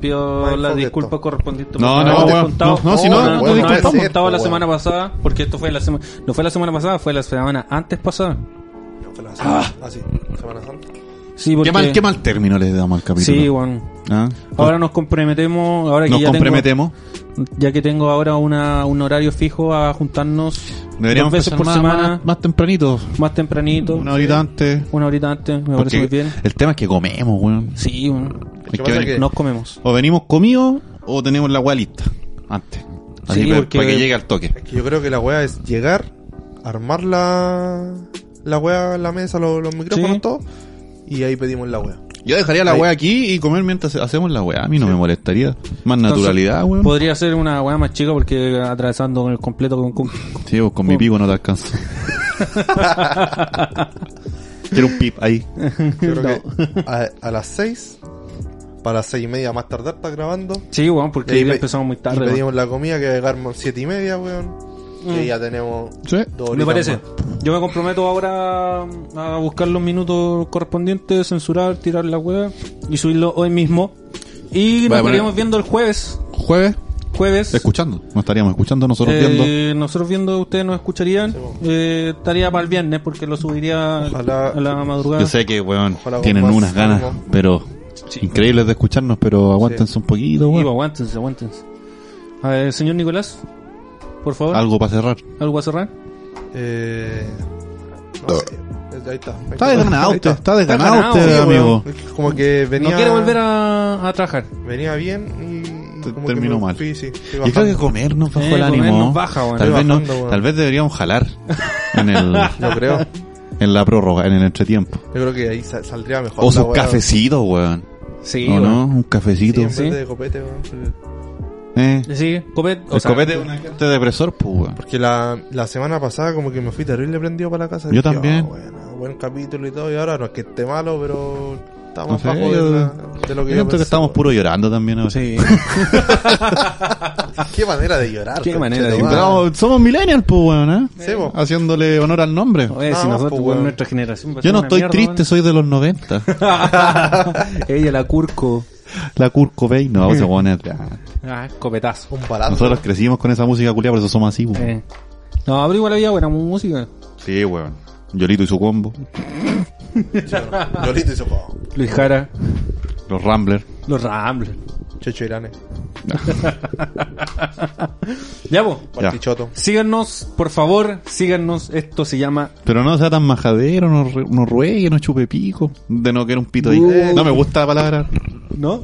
C: Pido
A: Más
C: las
A: enfoque
C: disculpas
A: esto.
C: correspondientes.
B: No, no,
C: haberles
B: weón.
C: contado.
B: No, no, si
A: no,
C: no,
A: weón,
C: no,
A: no
C: no,
A: puede
C: no,
A: ser,
C: contado la
A: weón.
C: semana pasada, porque esto fue la semana, no fue la semana pasada, fue la semana antes pasada.
A: No, fue la semana- ah, sí, Semana Santa.
C: Sí, porque
B: ¿Qué mal, ¿Qué mal término le damos al capítulo?
C: Sí, bueno.
B: ¿Ah?
C: Ahora nos comprometemos, ahora que
B: Nos
C: ya
B: comprometemos.
C: tengo, ya que tengo ahora una, un horario fijo a juntarnos
B: Deberíamos
C: dos veces
B: empezar
C: por
B: más,
C: semana,
B: más- más tempranito.
C: más tempranito,
B: Una horita antes.
C: una horita antes, me parece
B: Porque
C: muy bien.
B: el tema es que comemos, weón.
C: Sí, bueno,
B: Hay
A: que
B: que
A: pasa
B: venir-
A: que-
C: nos comemos.
B: O venimos comidos o tenemos la weá lista antes. Así
C: Sí,
B: para,
C: porque-
B: que llegue al toque.
A: Que yo creo que la weá es llegar, armar la, la weá, la mesa, los, los micrófonos,
C: Sí.
A: todo. Y ahí pedimos la
C: [laughs]
A: weá.
B: Yo dejaría la
A: Ahí.
B: weá aquí y comer mientras hacemos la weá. A mí no me molestaría. Más naturalidad,
C: Entonces,
B: weón.
C: Podría ser una weá más chica porque atravesando con el completo con, con-
B: Sí, vos con mi pico no te alcanzo. Quiero un pip ahí.
A: Yo creo que a, a las 6, para las 6 y media más tardar, está grabando.
C: Sí, bueno, porque
A: Y
C: hoy día
A: pe-
C: empezamos muy tarde.
A: y
C: weón.
A: pedimos la comida que llegamos 7 y media, weón. Y ya tenemos
B: Sí.
A: dos
C: Me
A: horitas
C: parece.
A: más.
C: Yo me comprometo ahora a buscar los minutos correspondientes, censurar, tirar la web y subirlo hoy mismo. Y
B: Voy a
C: nos
B: poner-
C: estaríamos viendo el jueves.
B: Jueves,
C: Jueves.
B: escuchando. Nos estaríamos escuchando nosotros
C: Eh,
B: viendo.
C: nosotros viendo, ustedes nos escucharían. Eh, estaría para el viernes porque lo subiría
A: Ojalá-
C: a la madrugada.
B: Yo sé que, weón,
A: Ojalá
B: tienen
A: con
B: unas
A: más
B: ganas,
A: ánimo.
B: pero... Increíbles de escucharnos, pero aguántense un poquito,
C: Y pues,
B: weón.
C: aguántense, aguántense. A ver, señor Nicolás, por favor, algo,
B: Algo para cerrar.
C: a cerrar.
A: Eh, no sé. Ahí está. Ahí
B: Está desganado
A: Ahí
B: usted, está
C: desganado
B: desganado
C: usted,
B: usted,
A: Sí, weón.
B: amigo.
A: Es que Como que venía.
C: No quiere volver a, a trabajar.
A: Venía bien y.
B: Te-
A: como
B: terminó
A: que me-
B: mal.
A: Sí, sí. estoy
B: Yo creo que
A: bajando.
B: comer nos bajó
C: Eh,
B: el
C: comer
B: ánimo.
C: nos baja, weón.
B: tal,
A: Estoy
B: vez no-
A: bajando, weón.
B: tal vez deberíamos jalar en, el,
A: No
B: [laughs]
A: creo.
B: en la prórroga, en el entretiempo.
A: Yo creo que ahí sal- saldría mejor.
B: O
A: la
B: sus
A: weá.
B: cafecitos, weón.
C: Sí,
B: ¿O
C: bueno.
B: no? Un
A: Sí, en
B: cafecito.
A: vez
C: Sí.
A: de copete, weón.
B: Eh.
C: Sí, copete. o
B: El
C: sea,
B: copete es un agente depresor, pues, weón.
A: Porque la, la semana pasada como que me fui terrible prendido para la casa. Dije,
B: Yo también.
A: "Ah, bueno, buen capítulo y todo. Y ahora no es que esté malo, pero está más
B: No sé,
A: bajo
B: yo-
A: de, la- de lo que yo
B: Yo siento que estamos puro llorando también. ahora. [laughs]
C: Sí.
A: Qué manera de llorar.
C: Qué
A: conche
C: manera de
A: tu
B: Sí,
A: madre.
B: pero somos millennials, pues, weón, ¿eh?
A: Sí, po.
B: Haciéndole honor al nombre.
C: Oye,
A: Nada
C: si
A: más,
C: nosotros,
A: pues,
C: weón,
A: weón.
C: nuestra generación. va
B: Yo
C: a ser
B: no
C: una
B: estoy
C: mierda,
B: triste, soy de los
C: [laughs]
B: 90.
C: weón. [laughs] Ella la curco.
B: La Kurt Cobain, no, ese weón es-
C: Ah, copetazo.
A: Un balazo.
B: Nosotros crecimos con esa música culia, por eso somos así, weón.
C: Eh. No, pero igual había buena música.
B: Sí, weón. Yolito y su combo.
A: Lolito y Sopo.
C: Luis Jara,
B: Los Ramblers.
C: los Ramblers.
A: Checho Irane.
C: Ya, pues. vos.
A: Partichoto.
C: Síganos, por favor, síganos. Esto se llama.
B: Pero no sea tan majadero, no, re- no ruegue, no chupe pico. De no querer un pito ahí.
C: Uh.
B: No me gusta la palabra.
C: ¿No?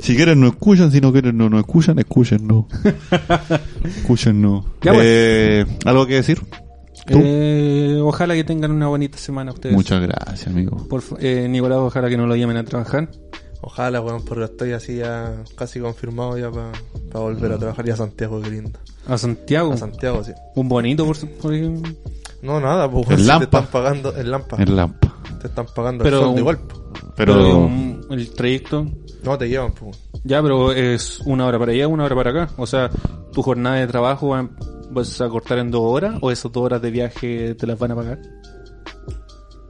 B: Si quieren no escuchan, si no quieren no, no escuchan, escuchen [laughs] no. escuchen no.
C: Ya, pues.
B: Eh, ¿Algo que decir? Tú.
C: Eh, ojalá que tengan una bonita semana ustedes.
B: Muchas gracias, amigo.
C: Por, fa- eh, Nicolás, ojalá que no lo llamen a trabajar.
A: Ojalá, weón, porque estoy así ya casi confirmado ya para
B: Mm.
A: volver a trabajar ya a Santiago, qué lindo.
C: A Santiago.
B: Uh.
A: A Santiago, sí.
C: Un bonito, por, su- por ejemplo.
A: No, nada, pues
B: El
A: si
B: Lampa.
A: te están pagando el Lampa.
B: El lampa.
A: Te están pagando
C: Pero
A: el sueldo
C: un-
A: igual. po.
C: Pero
B: Pero
C: un- el trayecto.
A: No te llevan, pues.
C: Ya, pero es una hora para allá, una hora para acá. O sea, tu jornada de trabajo va- vas a cortar en dos horas o esas dos horas de viaje te las van a pagar.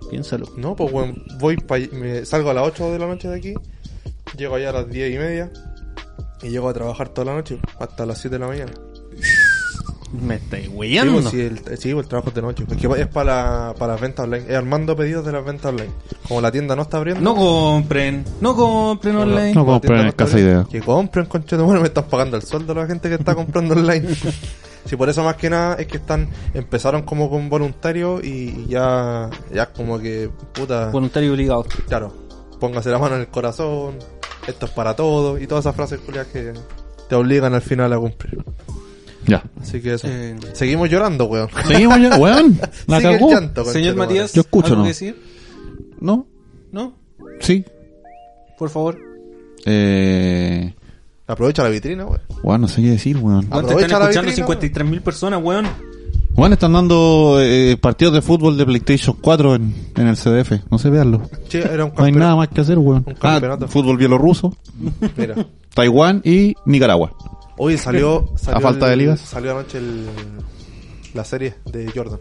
C: Piénsalo.
A: No, pues weón, voy pa- me salgo a las 8 de la noche de aquí, llego allá a las 10 y media y llego a trabajar toda la noche hasta las 7 de la mañana.
C: Me estáis
A: Sí,
C: hueando.
A: pues, sí, el, sí, pues, el trabajo es de noche. Es que es para, la- para las ventas online, es armando pedidos de las ventas online. Como la tienda no está abriendo,
C: No compren, no compren
A: Como la-
C: online.
B: No
A: como la
B: compren,
A: tienda está
B: escasa
A: abriendo,
B: idea.
A: Que compren, conchetumare, me están pagando el sueldo a la gente que está comprando online. Sí, por eso más que nada es que están empezaron como con voluntarios y ya ya como que puta
C: Voluntario obligado.
A: Claro, póngase la mano en el corazón, esto es para todo y todas esas frases culias que te obligan al final a cumplir.
B: Ya.
A: Así que eso.
C: Eh,
A: Seguimos llorando, weón.
B: Seguimos ya, [laughs] weón. La
A: Sigue el
B: cagó.
A: llanto,
C: Señor
A: conchetumare.
C: Matías,
B: Yo escucho,
C: ¿algo
B: ¿no?
C: que decir?
B: No,
C: ¿No?
B: sí.
C: Por favor.
B: Eh.
A: Aprovecha la vitrina, weón.
B: Weón, no sé qué decir, weón.
C: Weón, te
A: Aprovecha
C: están
A: la
C: escuchando
A: vitrina,
C: 53.000 personas, weón.
B: Weón, están dando eh, partidos de fútbol de PlayStation 4 en, en el CDF. No sé, veanlo.
A: Che, era un
B: No hay
A: campeón.
B: nada más que hacer, weón.
A: Un
B: Ah,
A: campeonato.
B: fútbol bielorruso,
A: Mira.
B: Taiwán y Nicaragua.
A: Hoy salió,
B: [laughs]
A: salió
B: falta
A: el-
B: de ligas.
A: Salió anoche el, la serie de Jordan.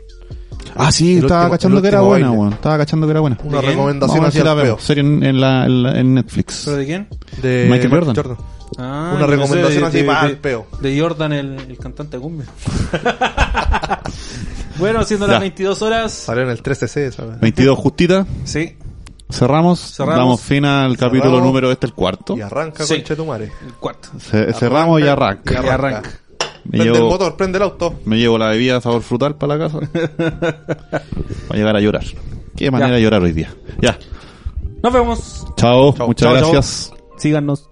B: Ah, sí,
A: El
B: estaba
A: último-
B: cachando
A: el
B: que era
A: último
B: buena,
A: baile.
B: weón. Estaba cachando que era buena.
A: Una
C: ¿De quién?
A: recomendación
B: Vamos a ver si
A: hacia
B: la
A: el
B: veo.
A: peo.
B: Serie en, en la, en, la- en Netflix.
C: ¿Pero de quién?
A: De
B: Michael Jordan.
C: Ah,
A: Una
C: no sé,
A: recomendación así para el
C: de,
A: peo.
C: de Jordan, el, el cantante de cumbia. [laughs] bueno, siendo
B: Ya.
C: las 22 horas.
A: Salió en el 13C, ¿sabes?
B: 22 justita.
C: Sí,
B: Cerramos.
C: Cerramos.
B: Damos fin al capítulo
A: Cerramos.
B: número este, el cuarto.
A: Y arranca
C: Sí.
A: con Chetumare.
C: el cuarto.
B: Ce- cerramos y arranca.
A: Y arranca.
B: Me,
A: Prende el
B: llevo,
A: motor, prende el auto.
B: me llevo la bebida sabor frutal para la casa. para llegar a llorar. Qué manera
C: Ya.
B: de llorar hoy día. Ya.
C: Nos vemos.
B: Chao. Muchas
C: Chao, chao.
B: gracias.
C: Síganos.